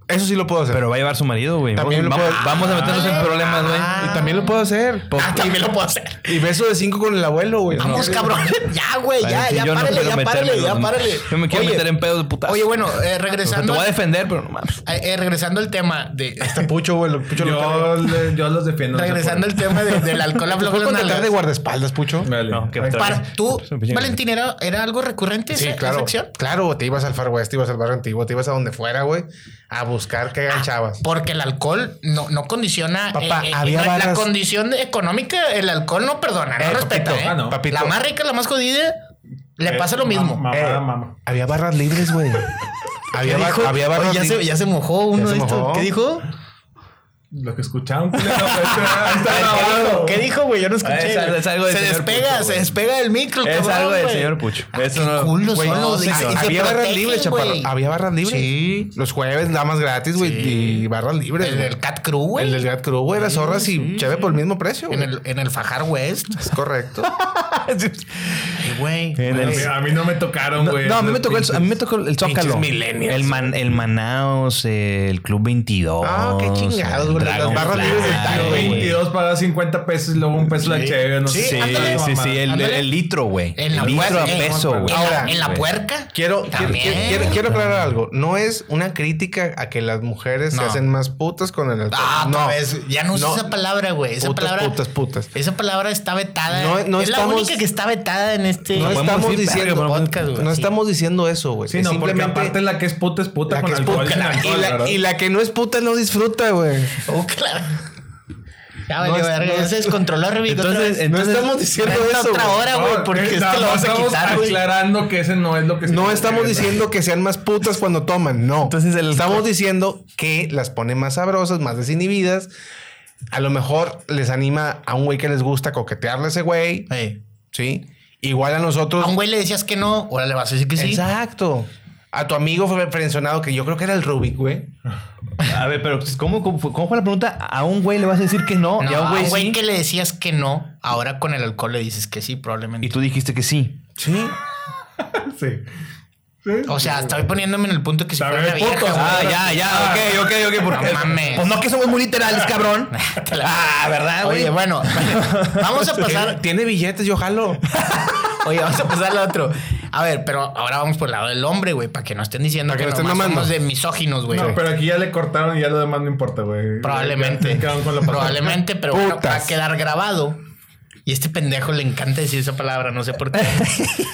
[SPEAKER 3] Eso sí lo puedo hacer.
[SPEAKER 1] Pero va a llevar su marido, güey. Vamos,
[SPEAKER 3] También lo
[SPEAKER 1] vamos-
[SPEAKER 3] puedo-
[SPEAKER 1] vamos a meternos en problemas, güey. Pues,
[SPEAKER 2] Ah.
[SPEAKER 3] y también lo puedo hacer.
[SPEAKER 2] Ah, también lo puedo hacer.
[SPEAKER 3] Y beso de cinco con el abuelo, güey.
[SPEAKER 2] Vamos,
[SPEAKER 3] No.
[SPEAKER 2] cabrón. Ya, güey, ya,
[SPEAKER 1] Parece,
[SPEAKER 2] ya,
[SPEAKER 1] yo no
[SPEAKER 2] párale,
[SPEAKER 1] quiero
[SPEAKER 2] ya,
[SPEAKER 1] meterme
[SPEAKER 2] párale,
[SPEAKER 1] en
[SPEAKER 2] ya,
[SPEAKER 1] los-
[SPEAKER 2] párale.
[SPEAKER 1] Yo me quiero
[SPEAKER 2] Oye,
[SPEAKER 1] meter en pedos de putazo.
[SPEAKER 2] Oye, bueno, eh,
[SPEAKER 1] O sea, te
[SPEAKER 2] regresando,
[SPEAKER 1] voy a defender, pero no mames.
[SPEAKER 2] eh, eh, regresando al tema
[SPEAKER 1] [laughs]
[SPEAKER 2] de.
[SPEAKER 3] Hasta Pucho, güey. lo- Pucho lo carga.
[SPEAKER 4] Yo, le- yo los
[SPEAKER 2] [laughs]
[SPEAKER 4] defiendo.
[SPEAKER 2] regresando al tema de- del alcohol a
[SPEAKER 3] ¿Puedo
[SPEAKER 2] flojos
[SPEAKER 3] contratar de guardaespaldas, Pucho?
[SPEAKER 1] No, que-
[SPEAKER 2] Para, ¿Tú,
[SPEAKER 1] Es un pinche-
[SPEAKER 2] Valentín, era, era algo recurrente
[SPEAKER 3] Sí,
[SPEAKER 2] esa, esa
[SPEAKER 3] claro.
[SPEAKER 2] acción?
[SPEAKER 3] Claro, te ibas al Far West, te ibas al barrio antiguo, te ibas a donde fuera, güey, a buscar que
[SPEAKER 2] Ah,
[SPEAKER 3] hagan chavas.
[SPEAKER 2] Porque el alcohol no, no condiciona.
[SPEAKER 3] Papá,
[SPEAKER 2] eh, eh,
[SPEAKER 3] había
[SPEAKER 2] la- La
[SPEAKER 3] barras-
[SPEAKER 2] condición económica, el alcohol no perdona, no
[SPEAKER 3] Eh,
[SPEAKER 2] respeta.
[SPEAKER 3] papito,
[SPEAKER 2] eh.
[SPEAKER 4] ah, no.
[SPEAKER 3] Papito.
[SPEAKER 2] La más rica, la más jodida, le pasa lo mismo.
[SPEAKER 4] Mamá,
[SPEAKER 3] Eh,
[SPEAKER 4] mamá.
[SPEAKER 3] Había barras libres, güey. [laughs] había,
[SPEAKER 2] ¿Qué
[SPEAKER 3] bar-
[SPEAKER 2] dijo?
[SPEAKER 3] había barras
[SPEAKER 2] Oye, ya, se,
[SPEAKER 3] libres.
[SPEAKER 2] ya se mojó uno
[SPEAKER 3] Ya se
[SPEAKER 2] de estos.
[SPEAKER 3] mojó.
[SPEAKER 2] ¿Qué dijo?
[SPEAKER 4] Lo que escucharon. culero, Este, ahí está grabado.
[SPEAKER 2] ¿Qué dijo, güey? Yo no escuché.
[SPEAKER 1] Es algo- es algo de
[SPEAKER 2] se
[SPEAKER 1] señor
[SPEAKER 2] despega,
[SPEAKER 1] Pucho,
[SPEAKER 2] se
[SPEAKER 1] güey.
[SPEAKER 2] despega del micro.
[SPEAKER 1] Es
[SPEAKER 2] cabrón,
[SPEAKER 1] algo del
[SPEAKER 2] güey.
[SPEAKER 1] señor Pucho.
[SPEAKER 2] Ah,
[SPEAKER 1] Eso
[SPEAKER 2] qué
[SPEAKER 1] no-
[SPEAKER 2] culos
[SPEAKER 3] Güey,
[SPEAKER 2] son
[SPEAKER 3] no,
[SPEAKER 2] los de-
[SPEAKER 3] sí,
[SPEAKER 2] y se
[SPEAKER 3] había barras
[SPEAKER 2] protegen,
[SPEAKER 3] libres,
[SPEAKER 2] güey.
[SPEAKER 3] chaparro. Había barras libres.
[SPEAKER 2] Sí.
[SPEAKER 3] Los jueves, damas gratis, güey, y barras libres.
[SPEAKER 2] El
[SPEAKER 3] güey.
[SPEAKER 2] del Cat Crew, güey.
[SPEAKER 3] El del Gat Crew, güey, las zorras y chévere por el mismo precio,
[SPEAKER 2] En
[SPEAKER 3] güey.
[SPEAKER 2] el, en el Fajar West.
[SPEAKER 3] Es
[SPEAKER 2] [laughs]
[SPEAKER 3] correcto.
[SPEAKER 2] Ay, güey.
[SPEAKER 1] En el-
[SPEAKER 4] A mí no me tocaron,
[SPEAKER 1] No,
[SPEAKER 4] güey.
[SPEAKER 1] no, a mí me tocó el, a mí me
[SPEAKER 4] tocó.
[SPEAKER 1] tocó el Zócalo.
[SPEAKER 3] millennials.
[SPEAKER 1] El, man, el Manaos, el Club 22.
[SPEAKER 3] Ah, qué chingados, güey, las
[SPEAKER 1] Dragon
[SPEAKER 3] barras libres del
[SPEAKER 1] Fly,
[SPEAKER 3] Taro, güey.
[SPEAKER 4] 22 pagas 50 pesos y luego un peso la chévere. No
[SPEAKER 2] Sí,
[SPEAKER 1] Sí,
[SPEAKER 4] sé.
[SPEAKER 2] ándale,
[SPEAKER 1] sí, sí,
[SPEAKER 4] Mamá.
[SPEAKER 1] el,
[SPEAKER 2] ándale.
[SPEAKER 1] el litro, güey.
[SPEAKER 2] En
[SPEAKER 1] El
[SPEAKER 2] la
[SPEAKER 1] litro a
[SPEAKER 2] puerta, eh,
[SPEAKER 1] peso, güey.
[SPEAKER 2] Ahora, en la
[SPEAKER 1] Güey.
[SPEAKER 2] puerca.
[SPEAKER 3] Quiero, quiero,
[SPEAKER 2] También.
[SPEAKER 3] quiero, quiero- quiero aclarar algo. No es una crítica a que las mujeres
[SPEAKER 2] No.
[SPEAKER 3] se hacen más putas con el alcohol.
[SPEAKER 2] Ah,
[SPEAKER 3] no.
[SPEAKER 2] otra vez. Ya no usa
[SPEAKER 3] No.
[SPEAKER 2] esa palabra, güey. Esa
[SPEAKER 3] Putas,
[SPEAKER 2] palabra.
[SPEAKER 3] putas, putas.
[SPEAKER 2] Esa palabra está vetada.
[SPEAKER 3] No- no
[SPEAKER 2] es la
[SPEAKER 3] estamos-
[SPEAKER 2] única que está vetada en este
[SPEAKER 3] No
[SPEAKER 1] podemos
[SPEAKER 3] estamos
[SPEAKER 1] decir verga,
[SPEAKER 3] diciendo
[SPEAKER 1] pero-
[SPEAKER 2] podcast, güey.
[SPEAKER 3] No
[SPEAKER 2] Sí.
[SPEAKER 3] estamos diciendo eso, güey.
[SPEAKER 4] Sí,
[SPEAKER 3] Es
[SPEAKER 4] no, porque
[SPEAKER 3] simplemente
[SPEAKER 4] aparte la que es puta es puta
[SPEAKER 3] la
[SPEAKER 4] con
[SPEAKER 3] que es
[SPEAKER 4] alcohol.
[SPEAKER 3] puta,
[SPEAKER 4] sin
[SPEAKER 3] la- y,
[SPEAKER 4] alcohol,
[SPEAKER 3] la,
[SPEAKER 4] ¿verdad?
[SPEAKER 3] y la que no es puta no disfruta, güey.
[SPEAKER 2] [laughs] Oh, claro. Ya valió
[SPEAKER 3] No es-
[SPEAKER 2] verga.
[SPEAKER 3] no
[SPEAKER 2] ya
[SPEAKER 3] es-
[SPEAKER 2] se descontroló Rubik otra
[SPEAKER 1] Entonces,
[SPEAKER 2] vez.
[SPEAKER 3] No
[SPEAKER 1] entonces
[SPEAKER 3] estamos diciendo
[SPEAKER 2] Vente
[SPEAKER 3] eso.
[SPEAKER 2] otra
[SPEAKER 3] güey.
[SPEAKER 2] hora, güey,
[SPEAKER 4] No,
[SPEAKER 2] porque
[SPEAKER 4] eh,
[SPEAKER 2] este
[SPEAKER 4] nada
[SPEAKER 2] lo
[SPEAKER 4] más
[SPEAKER 2] vamos a
[SPEAKER 4] estamos
[SPEAKER 2] quitar, güey.
[SPEAKER 4] aclarando que ese no es lo que
[SPEAKER 3] No estamos diciendo que sean más putas cuando toman, no.
[SPEAKER 1] Entonces, el-
[SPEAKER 3] Estamos diciendo que las pone más sabrosas, más desinhibidas. A lo mejor les anima a un güey que les gusta coquetearle a ese güey,
[SPEAKER 2] Ey.
[SPEAKER 3] ¿sí? Igual a nosotros.
[SPEAKER 2] A un güey le decías que no, ahora le vas a decir que sí.
[SPEAKER 3] Exacto. A tu amigo fue frencionado, que yo creo que era el Rubik, güey.
[SPEAKER 1] A ver, pero pues, ¿cómo, cómo, fue- cómo fue la pregunta? A un güey le vas a decir que no,
[SPEAKER 2] No,
[SPEAKER 1] y a un güey sí.
[SPEAKER 2] que le decías que no, ahora con el alcohol le dices que sí, probablemente.
[SPEAKER 1] Y tú dijiste que sí.
[SPEAKER 3] Sí.
[SPEAKER 4] Sí.
[SPEAKER 2] O sea, estoy poniéndome en el punto que si
[SPEAKER 4] Está
[SPEAKER 2] fuera
[SPEAKER 4] bien,
[SPEAKER 2] una vieja,
[SPEAKER 4] puto.
[SPEAKER 2] güey.
[SPEAKER 1] Ah, ya, ya, ok, ok, ok. Porque,
[SPEAKER 2] No mames.
[SPEAKER 1] Pues no que somos muy literales, cabrón.
[SPEAKER 2] Te la-
[SPEAKER 1] Ah, ¿verdad, güey?
[SPEAKER 2] Oye, bueno, [laughs] vamos a pasar.
[SPEAKER 3] Tiene billetes,
[SPEAKER 1] [laughs]
[SPEAKER 3] yo jalo.
[SPEAKER 2] Oye, vamos a pasar al otro. A ver, pero ahora vamos por el lado del hombre, güey, para que no estén diciendo
[SPEAKER 3] Para
[SPEAKER 2] que,
[SPEAKER 3] que no estén
[SPEAKER 2] nomás
[SPEAKER 3] mamando.
[SPEAKER 2] somos de misóginos, güey.
[SPEAKER 4] No,
[SPEAKER 2] Sí.
[SPEAKER 4] pero aquí ya le cortaron y ya lo demás no importa, güey. Ya
[SPEAKER 2] Probablemente.
[SPEAKER 4] se quedaron
[SPEAKER 2] [laughs]
[SPEAKER 4] con la palabra.
[SPEAKER 2] probablemente, pero bueno,
[SPEAKER 3] Putas.
[SPEAKER 2] va a quedar grabado. Y este pendejo le encanta decir esa palabra, no sé por qué.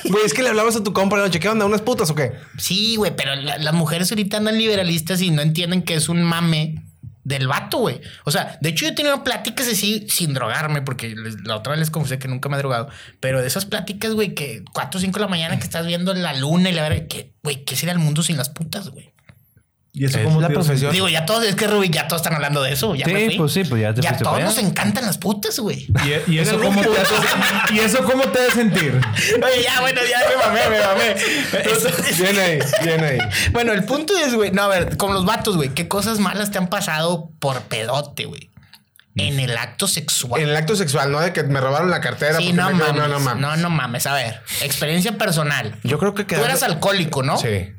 [SPEAKER 3] Güey, es que le hablabas a tu compa la noche, ¿qué onda? ¿Unas putas o qué?
[SPEAKER 2] Sí, güey, pero la- las mujeres ahorita andan liberalistas y no entienden que es un mame del vato, güey. O sea, de hecho yo he tenido pláticas así sin drogarme, porque les- la otra vez les confesé que nunca me he drogado, pero de esas pláticas, güey, que 4 o 5 de la mañana que estás viendo la luna y la verdad, que, güey, ¿qué sería el mundo sin las putas, güey?
[SPEAKER 4] Y eso
[SPEAKER 3] Es
[SPEAKER 4] como
[SPEAKER 3] la
[SPEAKER 4] te-
[SPEAKER 3] profesión.
[SPEAKER 2] Digo, ya todos, es que Rubik, ya todos están hablando de eso, ya
[SPEAKER 1] Sí,
[SPEAKER 2] me fui.
[SPEAKER 1] pues sí, pues ya te
[SPEAKER 2] Ya
[SPEAKER 1] fuiste
[SPEAKER 2] todos
[SPEAKER 1] para
[SPEAKER 2] nos
[SPEAKER 1] allá.
[SPEAKER 2] encantan las putas, güey.
[SPEAKER 4] Y, y eso cómo te hace, y eso cómo te hace sentir.
[SPEAKER 2] Oye, ya, bueno, ya me mamé, me mamé.
[SPEAKER 3] Bien ahí, bien ahí.
[SPEAKER 2] Bueno, el punto es, güey, no, a ver, con los vatos, güey, ¿qué cosas malas te han pasado por pedote, güey? En el acto sexual.
[SPEAKER 3] En el acto sexual, ¿no? De que me robaron la cartera.
[SPEAKER 2] Sí,
[SPEAKER 3] porque
[SPEAKER 2] no
[SPEAKER 3] me quedé-
[SPEAKER 2] mames,
[SPEAKER 3] no, no mames.
[SPEAKER 2] No, no mames. A ver, experiencia personal.
[SPEAKER 3] Yo creo que
[SPEAKER 2] Tú
[SPEAKER 3] quedarme-
[SPEAKER 2] eras alcohólico, ¿no?
[SPEAKER 3] Sí.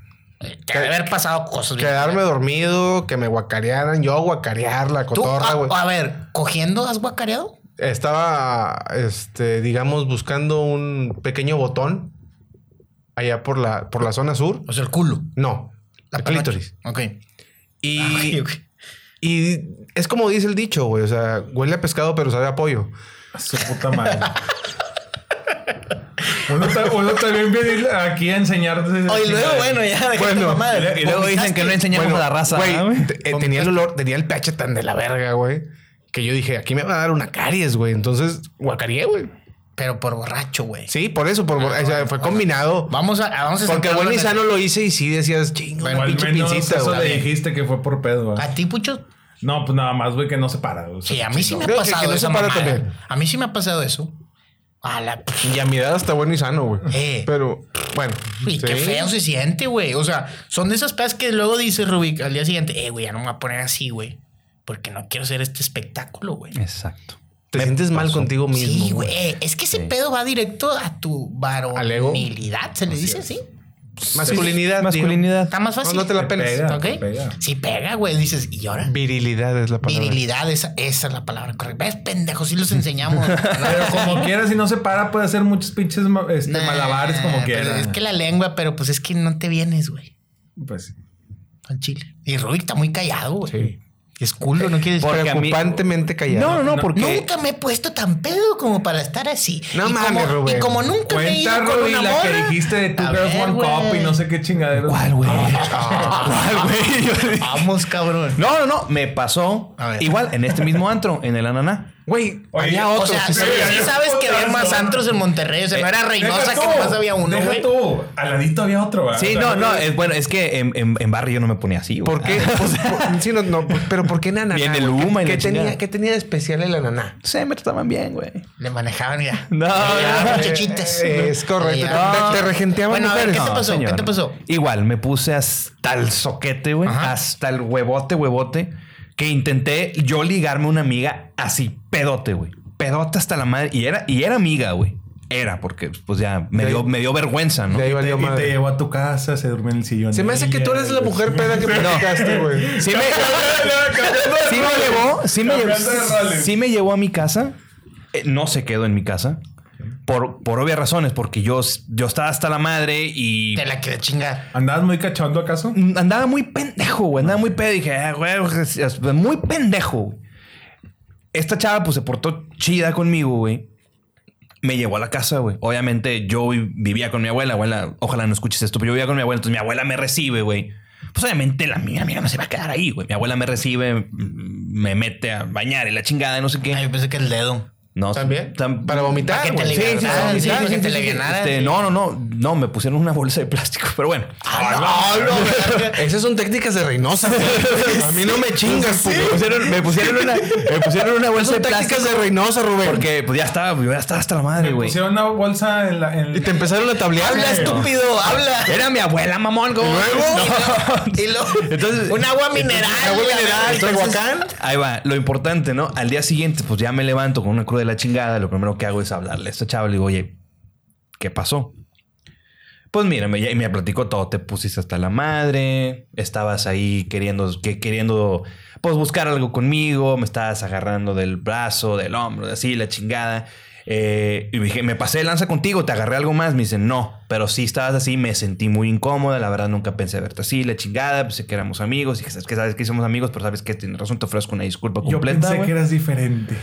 [SPEAKER 2] Eh, Te debe haber pasado cosas. bien.
[SPEAKER 3] Quedarme dormido, que me guacarearan, yo guacarear la
[SPEAKER 2] Tú, ah,
[SPEAKER 3] cotorra,
[SPEAKER 2] a-
[SPEAKER 3] güey.
[SPEAKER 2] a, ver, ¿cogiendo has guacareado?
[SPEAKER 3] Estaba, este, digamos, buscando un pequeño botón allá por la, por la zona sur.
[SPEAKER 2] O sea, el culo.
[SPEAKER 3] No, la
[SPEAKER 2] panocha.
[SPEAKER 3] clítoris.
[SPEAKER 2] Ok.
[SPEAKER 3] Y,
[SPEAKER 2] Ah, Ok, ok.
[SPEAKER 3] y es como dice el dicho, güey. O sea, huele a pescado, pero sabe a pollo.
[SPEAKER 4] A Su puta madre. Uno, ta- uno también viene aquí a enseñarte.
[SPEAKER 2] Oye, luego, bueno, ya dejaste
[SPEAKER 3] Bueno,
[SPEAKER 2] mamada.
[SPEAKER 1] Y luego- Y luego dicen que no enseñamos
[SPEAKER 3] Bueno,
[SPEAKER 1] a la raza,
[SPEAKER 3] güey,
[SPEAKER 1] ¿verdad, güey.
[SPEAKER 3] te- eh, tenía el olor, tenía el pH tan de la verga, güey, que yo dije, aquí me va a dar una caries, güey. Entonces, guacareé, güey.
[SPEAKER 2] Pero por borracho, güey.
[SPEAKER 3] Sí, por eso, por,
[SPEAKER 2] Ah,
[SPEAKER 3] o sea, fue combinado.
[SPEAKER 2] Vamos a, a- vamos a
[SPEAKER 3] Porque
[SPEAKER 2] centrarnos
[SPEAKER 3] bueno y
[SPEAKER 2] en-
[SPEAKER 3] sano lo hice y sí decías, chingo,
[SPEAKER 4] O
[SPEAKER 3] una
[SPEAKER 4] al
[SPEAKER 3] pinche
[SPEAKER 4] menos
[SPEAKER 3] pincita,
[SPEAKER 4] eso le
[SPEAKER 3] güey.
[SPEAKER 4] dijiste que fue por pedo. güey.
[SPEAKER 2] A ti, Pucho,
[SPEAKER 4] No, pues nada más, güey, que no se para. o sea,
[SPEAKER 2] Sí, a mí sí me ha
[SPEAKER 3] Creo que- que
[SPEAKER 2] pasado
[SPEAKER 3] no se
[SPEAKER 2] esa
[SPEAKER 3] para
[SPEAKER 2] mamada.
[SPEAKER 3] también.
[SPEAKER 2] A mí sí me ha pasado eso. A la...
[SPEAKER 3] Y a mi edad está bueno y sano, güey.
[SPEAKER 2] Eh.
[SPEAKER 3] Pero, bueno.
[SPEAKER 2] Y qué
[SPEAKER 3] sí.
[SPEAKER 2] feo se siente, güey. O sea, son de esas pedas que luego dice Rubik al día siguiente, eh, güey, ya no me voy a poner así, güey. Porque no quiero hacer este espectáculo, güey.
[SPEAKER 1] Exacto.
[SPEAKER 3] Te sientes mal contigo mismo.
[SPEAKER 2] Sí, güey. Eh, Es que ese
[SPEAKER 1] Sí.
[SPEAKER 2] pedo va directo a tu
[SPEAKER 3] Al ego.
[SPEAKER 2] varonilidad, se le dice así.
[SPEAKER 3] Masculinidad,
[SPEAKER 1] Masculinidad. Ah,
[SPEAKER 2] Está más fácil.
[SPEAKER 3] No, no te la
[SPEAKER 4] Te
[SPEAKER 3] penes.
[SPEAKER 4] pega,
[SPEAKER 2] ¿Ok?
[SPEAKER 4] te pega.
[SPEAKER 2] Si pega, güey, dices, ¿y ahora?
[SPEAKER 3] Virilidad es la palabra.
[SPEAKER 2] Virilidad, esa, esa es la palabra correcta. ¿Ves, pendejo? Sí los
[SPEAKER 3] [laughs]
[SPEAKER 2] enseñamos.
[SPEAKER 4] Pero
[SPEAKER 2] [laughs]
[SPEAKER 4] como quiera, si no se para, puede hacer muchos pinches ma- este,
[SPEAKER 2] Nah,
[SPEAKER 4] malabares como
[SPEAKER 2] pero
[SPEAKER 4] quiera.
[SPEAKER 2] Es que la lengua, pero pues es que no te vienes, güey.
[SPEAKER 4] Pues sí.
[SPEAKER 2] Al chile. Y Rubik está muy callado, güey. Es culo, no quieres
[SPEAKER 1] Porque a mí-
[SPEAKER 3] Preocupantemente callado.
[SPEAKER 1] No, no, no, porque.
[SPEAKER 2] Nunca me he puesto tan pedo como para estar así.
[SPEAKER 3] No
[SPEAKER 2] y
[SPEAKER 3] mames,
[SPEAKER 2] como,
[SPEAKER 3] Rubén.
[SPEAKER 2] Y como nunca me he ido
[SPEAKER 4] Cuenta,
[SPEAKER 2] con
[SPEAKER 4] Ruby,
[SPEAKER 2] una
[SPEAKER 4] la que
[SPEAKER 2] morra.
[SPEAKER 4] dijiste de Two
[SPEAKER 2] A
[SPEAKER 4] Girls
[SPEAKER 2] ver,
[SPEAKER 4] One Cup
[SPEAKER 2] güey.
[SPEAKER 4] y no sé qué chingadero.
[SPEAKER 1] ¿Cuál, güey?
[SPEAKER 2] [laughs]
[SPEAKER 1] ¿Cuál, güey? Yo dije-
[SPEAKER 2] Vamos, cabrón.
[SPEAKER 1] No, no, no. Me pasó
[SPEAKER 2] A ver.
[SPEAKER 1] igual en este [laughs] mismo antro, en el Ananá.
[SPEAKER 3] Güey,
[SPEAKER 1] Había
[SPEAKER 2] O
[SPEAKER 1] otro.
[SPEAKER 2] sea,
[SPEAKER 1] sí,
[SPEAKER 2] sí,
[SPEAKER 1] sí.
[SPEAKER 2] sí sabes que había más antros en Monterrey. O sea, no era Reynosa que nomás había uno,
[SPEAKER 4] Eh, Deja
[SPEAKER 2] güey.
[SPEAKER 4] tú. Al ladito había otro, ¿verdad?
[SPEAKER 1] Sí,
[SPEAKER 4] O
[SPEAKER 1] no,
[SPEAKER 4] sea,
[SPEAKER 1] no. es- bueno, es que en, en, en barrio yo no me ponía así. güey. Ah,
[SPEAKER 3] ¿por qué? Pues, por- sí, no, no, pero ¿por qué nana?
[SPEAKER 1] Viene el humo y
[SPEAKER 3] ¿Qué
[SPEAKER 1] la chingada.
[SPEAKER 3] tenía, ¿Qué tenía de especial el ananá?
[SPEAKER 1] Sí, me trataban bien, güey.
[SPEAKER 2] Le manejaban, mira.
[SPEAKER 1] No,
[SPEAKER 2] Ya,
[SPEAKER 1] no,
[SPEAKER 2] muchachitas.
[SPEAKER 3] eh, es correcto.
[SPEAKER 2] Ya.
[SPEAKER 3] Te- te regenteaban
[SPEAKER 2] Ah. Bueno, a ver, ¿qué
[SPEAKER 3] mujeres.
[SPEAKER 2] te
[SPEAKER 1] No,
[SPEAKER 2] pasó? ¿Qué
[SPEAKER 1] señor.
[SPEAKER 2] te pasó?
[SPEAKER 1] Igual, me puse hasta el soquete, güey.
[SPEAKER 2] Ajá.
[SPEAKER 1] Hasta el huevote, huevote. Que intenté yo ligarme a una amiga así, pedote, güey. Pedote hasta la madre. Y era, y era amiga, güey. Era, porque pues ya me
[SPEAKER 3] De-
[SPEAKER 1] dio, me dio vergüenza, ¿no?
[SPEAKER 3] De ahí valió
[SPEAKER 4] Y te
[SPEAKER 3] madre.
[SPEAKER 4] llevó a tu casa, se durmió en el sillón.
[SPEAKER 3] Se me hace que tú eres la
[SPEAKER 4] [laughs]
[SPEAKER 3] mujer peda que platicaste, güey. [laughs]
[SPEAKER 1] Sí me, sí me llevó, sí me,
[SPEAKER 4] Cambiando de roles.
[SPEAKER 1] sí me llevó a mi casa. Eh, no se quedó en mi casa. Por, por obvias razones, porque yo, yo estaba hasta la madre y
[SPEAKER 2] Te la quería chingar.
[SPEAKER 4] ¿Andabas muy cachondo acaso?
[SPEAKER 1] andaba muy pendejo, güey. Andaba muy pedo. Dije, "Ah, güey, es- es muy pendejo. güey". Esta chava, pues, se portó chida conmigo, güey. Me llevó a la casa, güey. Obviamente, yo vi- vivía con mi abuela. Abuela, ojalá no escuches esto, pero yo vivía con mi abuela. Entonces, mi abuela me recibe, güey. Pues, obviamente, la mía, mía no se va a quedar ahí, güey. Mi abuela me recibe, m- me mete a bañar y la chingada, y no sé
[SPEAKER 2] Ay,
[SPEAKER 1] qué.
[SPEAKER 2] Ah, yo pensé que el dedo.
[SPEAKER 1] No,
[SPEAKER 3] ¿También?
[SPEAKER 1] tam-
[SPEAKER 3] Para
[SPEAKER 1] Ah,
[SPEAKER 2] Para que
[SPEAKER 3] vomitar,
[SPEAKER 2] te
[SPEAKER 3] güey.
[SPEAKER 2] liberaran,
[SPEAKER 3] para
[SPEAKER 2] sí,
[SPEAKER 3] vomitar,
[SPEAKER 2] para que te
[SPEAKER 3] sí.
[SPEAKER 2] liberaran.
[SPEAKER 1] este, no, no, no. No, me pusieron una bolsa de plástico, [laughs] pero bueno.
[SPEAKER 2] Ah, no, no, verga.
[SPEAKER 3] Esas son técnicas de Reynosa. güey. A mí no me chingas,
[SPEAKER 1] Me
[SPEAKER 3] puto.
[SPEAKER 1] pusieron, me pusieron una, me pusieron una bolsa de
[SPEAKER 3] Son
[SPEAKER 1] plástico.
[SPEAKER 3] tácticas de Reynosa, Rubén.
[SPEAKER 1] Porque pues ya estaba, yo ya estaba hasta la madre, güey.
[SPEAKER 4] Pusieron una bolsa en la. En
[SPEAKER 3] Y te empezaron a tablear.
[SPEAKER 2] Habla,
[SPEAKER 3] güey.
[SPEAKER 2] estúpido, habla.
[SPEAKER 1] Era mi abuela, mamón. ¿cómo? [laughs]
[SPEAKER 2] Y luego,
[SPEAKER 1] Entonces-
[SPEAKER 2] un agua mineral.
[SPEAKER 3] agua
[SPEAKER 2] la
[SPEAKER 3] mineral,
[SPEAKER 2] verga.
[SPEAKER 3] Tehuacán.
[SPEAKER 1] Ahí va, lo importante, ¿no? Al día siguiente, pues ya me levanto con una cruda de la chingada. Lo primero que hago es hablarle a esta chava. Le digo, oye, ¿qué pasó? Pues mira, me, y me platicó todo. Te pusiste hasta la madre. Estabas ahí queriendo, que, queriendo, pues buscar algo conmigo. Me estabas agarrando del brazo, del hombro, de así, la chingada. Eh, y dije, me pasé de lanza contigo, te agarré algo más. Me dicen, no, pero sí estabas así. Me sentí muy incómoda. La verdad, nunca pensé verte así, la chingada. Pensé que éramos amigos. Y dije, sabes que sabes que somos amigos, pero sabes que tienes razón. Te ofrezco una disculpa
[SPEAKER 4] Yo
[SPEAKER 1] completa.
[SPEAKER 4] pensé
[SPEAKER 1] güey".
[SPEAKER 4] que eras diferente.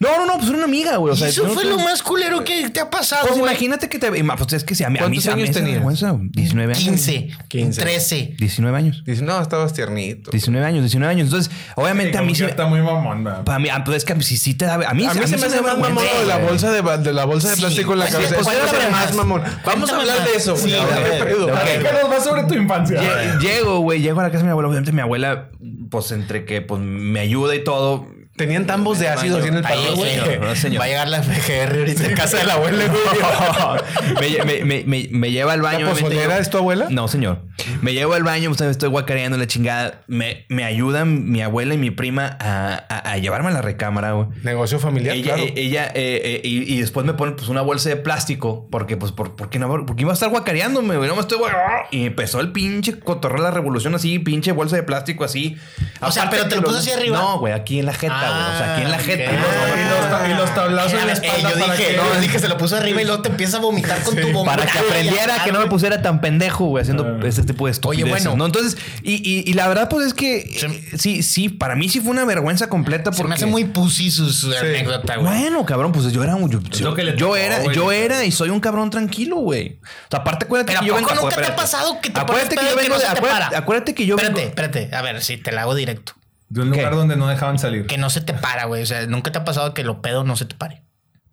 [SPEAKER 1] No, no, no, pues era una amiga, güey. O
[SPEAKER 2] Y
[SPEAKER 1] sea,
[SPEAKER 2] eso
[SPEAKER 1] no
[SPEAKER 2] fue
[SPEAKER 1] te-
[SPEAKER 2] lo más culero que te ha pasado,
[SPEAKER 1] Pues
[SPEAKER 2] güey.
[SPEAKER 1] imagínate que te. ima- Pues es que si a mí. a mí
[SPEAKER 3] ¿Cuántos
[SPEAKER 1] se- a mí
[SPEAKER 3] años
[SPEAKER 1] se me
[SPEAKER 3] tenías?
[SPEAKER 1] avergüenza, güey. 19 años.
[SPEAKER 2] 15,
[SPEAKER 3] 15.
[SPEAKER 2] 13.
[SPEAKER 1] 19 años.
[SPEAKER 3] Dice, no, estabas tiernito.
[SPEAKER 1] 19 años, 19 años. Entonces, obviamente a mí
[SPEAKER 4] Como
[SPEAKER 1] sí.
[SPEAKER 4] que Está muy mamón, ¿verdad?
[SPEAKER 1] Para mí, ah, pues es que a mí sí, sí te da. A mí,
[SPEAKER 3] A mí se me hace más mamón lo de la bolsa de, ba- de la bolsa de
[SPEAKER 2] Sí,
[SPEAKER 3] plástico en la
[SPEAKER 2] pues,
[SPEAKER 3] cabeza.
[SPEAKER 2] pues,
[SPEAKER 3] Eso se me hace
[SPEAKER 2] cuéntame
[SPEAKER 3] más
[SPEAKER 2] más.
[SPEAKER 3] mamón. Vamos
[SPEAKER 2] Cuéntame
[SPEAKER 3] a hablar
[SPEAKER 2] más.
[SPEAKER 3] de eso.
[SPEAKER 2] Sí,
[SPEAKER 3] güey.
[SPEAKER 2] a ver,
[SPEAKER 3] Qué pedo.
[SPEAKER 1] ok.
[SPEAKER 4] ¿Qué nos va sobre tu infancia?
[SPEAKER 1] Lle- Llego, güey, llego a la casa de mi abuela. Obviamente mi abuela, pues entre que pues, me ayuda y todo. pues,
[SPEAKER 3] Tenían tambos de ácido así en el
[SPEAKER 1] Ahí,
[SPEAKER 3] palo, güey.
[SPEAKER 1] señor, no, señor.
[SPEAKER 2] Va a llegar la FGR ahorita en casa de la abuela, güey.
[SPEAKER 1] me, lle- me- me- me- me lleva al baño.
[SPEAKER 3] ¿La
[SPEAKER 1] obviamente
[SPEAKER 3] pozolera
[SPEAKER 1] yo-
[SPEAKER 3] es tu abuela?
[SPEAKER 1] No, señor. Me llevo al baño, pues, estoy guacareando la chingada. Me, me ayudan mi abuela y mi prima a, a- a llevarme a la recámara, güey.
[SPEAKER 3] Negocio familiar,
[SPEAKER 1] Ella,
[SPEAKER 3] claro.
[SPEAKER 1] eh, ella, eh, eh, y, y después me ponen pues una bolsa de plástico porque pues por, porque no porque iba a estar guacareándome güey, no me estoy guaca- y empezó el pinche cotorreo la revolución así pinche bolsa de plástico así
[SPEAKER 2] O sea, pero
[SPEAKER 1] que
[SPEAKER 2] te lo puso así arriba.
[SPEAKER 1] no güey aquí en la jeta güey o sea aquí en la
[SPEAKER 2] Ah,
[SPEAKER 1] jeta
[SPEAKER 2] ok.
[SPEAKER 1] Y luego-
[SPEAKER 4] Y los, ta- y los tablazos en la
[SPEAKER 2] Eh,
[SPEAKER 4] espalda.
[SPEAKER 2] yo
[SPEAKER 4] para
[SPEAKER 2] dije,
[SPEAKER 4] que-
[SPEAKER 2] no, dije, se lo puso arriba y luego te empieza a vomitar con tu bombón. [laughs]
[SPEAKER 1] Para que aprendiera que no me pusiera tan pendejo, güey, haciendo
[SPEAKER 4] Ah.
[SPEAKER 1] este tipo de estupideces,
[SPEAKER 2] Oye, bueno.
[SPEAKER 1] ¿no? Entonces, y, y- y la verdad, pues es que
[SPEAKER 2] Se-
[SPEAKER 1] eh, sí, sí, para mí sí fue una vergüenza completa porque...
[SPEAKER 2] Se me hace muy pussy su su anécdota, güey.
[SPEAKER 1] Bueno, cabrón, pues yo era un... Yo,
[SPEAKER 4] lo que le
[SPEAKER 1] yo
[SPEAKER 4] tocó,
[SPEAKER 1] era,
[SPEAKER 4] güey.
[SPEAKER 1] yo era y soy un cabrón tranquilo, güey. O sea, aparte acuérdate
[SPEAKER 2] Pero
[SPEAKER 1] que yo
[SPEAKER 2] ¿a poco
[SPEAKER 1] vengo...
[SPEAKER 2] nunca te ha
[SPEAKER 1] espérate.
[SPEAKER 2] pasado que te
[SPEAKER 1] acuérdate
[SPEAKER 2] pones
[SPEAKER 1] que yo
[SPEAKER 2] pedo y que
[SPEAKER 1] vengo
[SPEAKER 2] no
[SPEAKER 1] de-
[SPEAKER 2] se te
[SPEAKER 1] acuérdate,
[SPEAKER 2] para?
[SPEAKER 1] acuérdate que yo
[SPEAKER 2] Espérate,
[SPEAKER 1] vengo...
[SPEAKER 2] espérate. A ver, si te la hago directo.
[SPEAKER 4] De un lugar
[SPEAKER 1] ¿Qué?
[SPEAKER 4] donde no dejaban salir.
[SPEAKER 2] Que no se te para, güey. O sea, nunca te ha pasado que lo pedo no se te pare.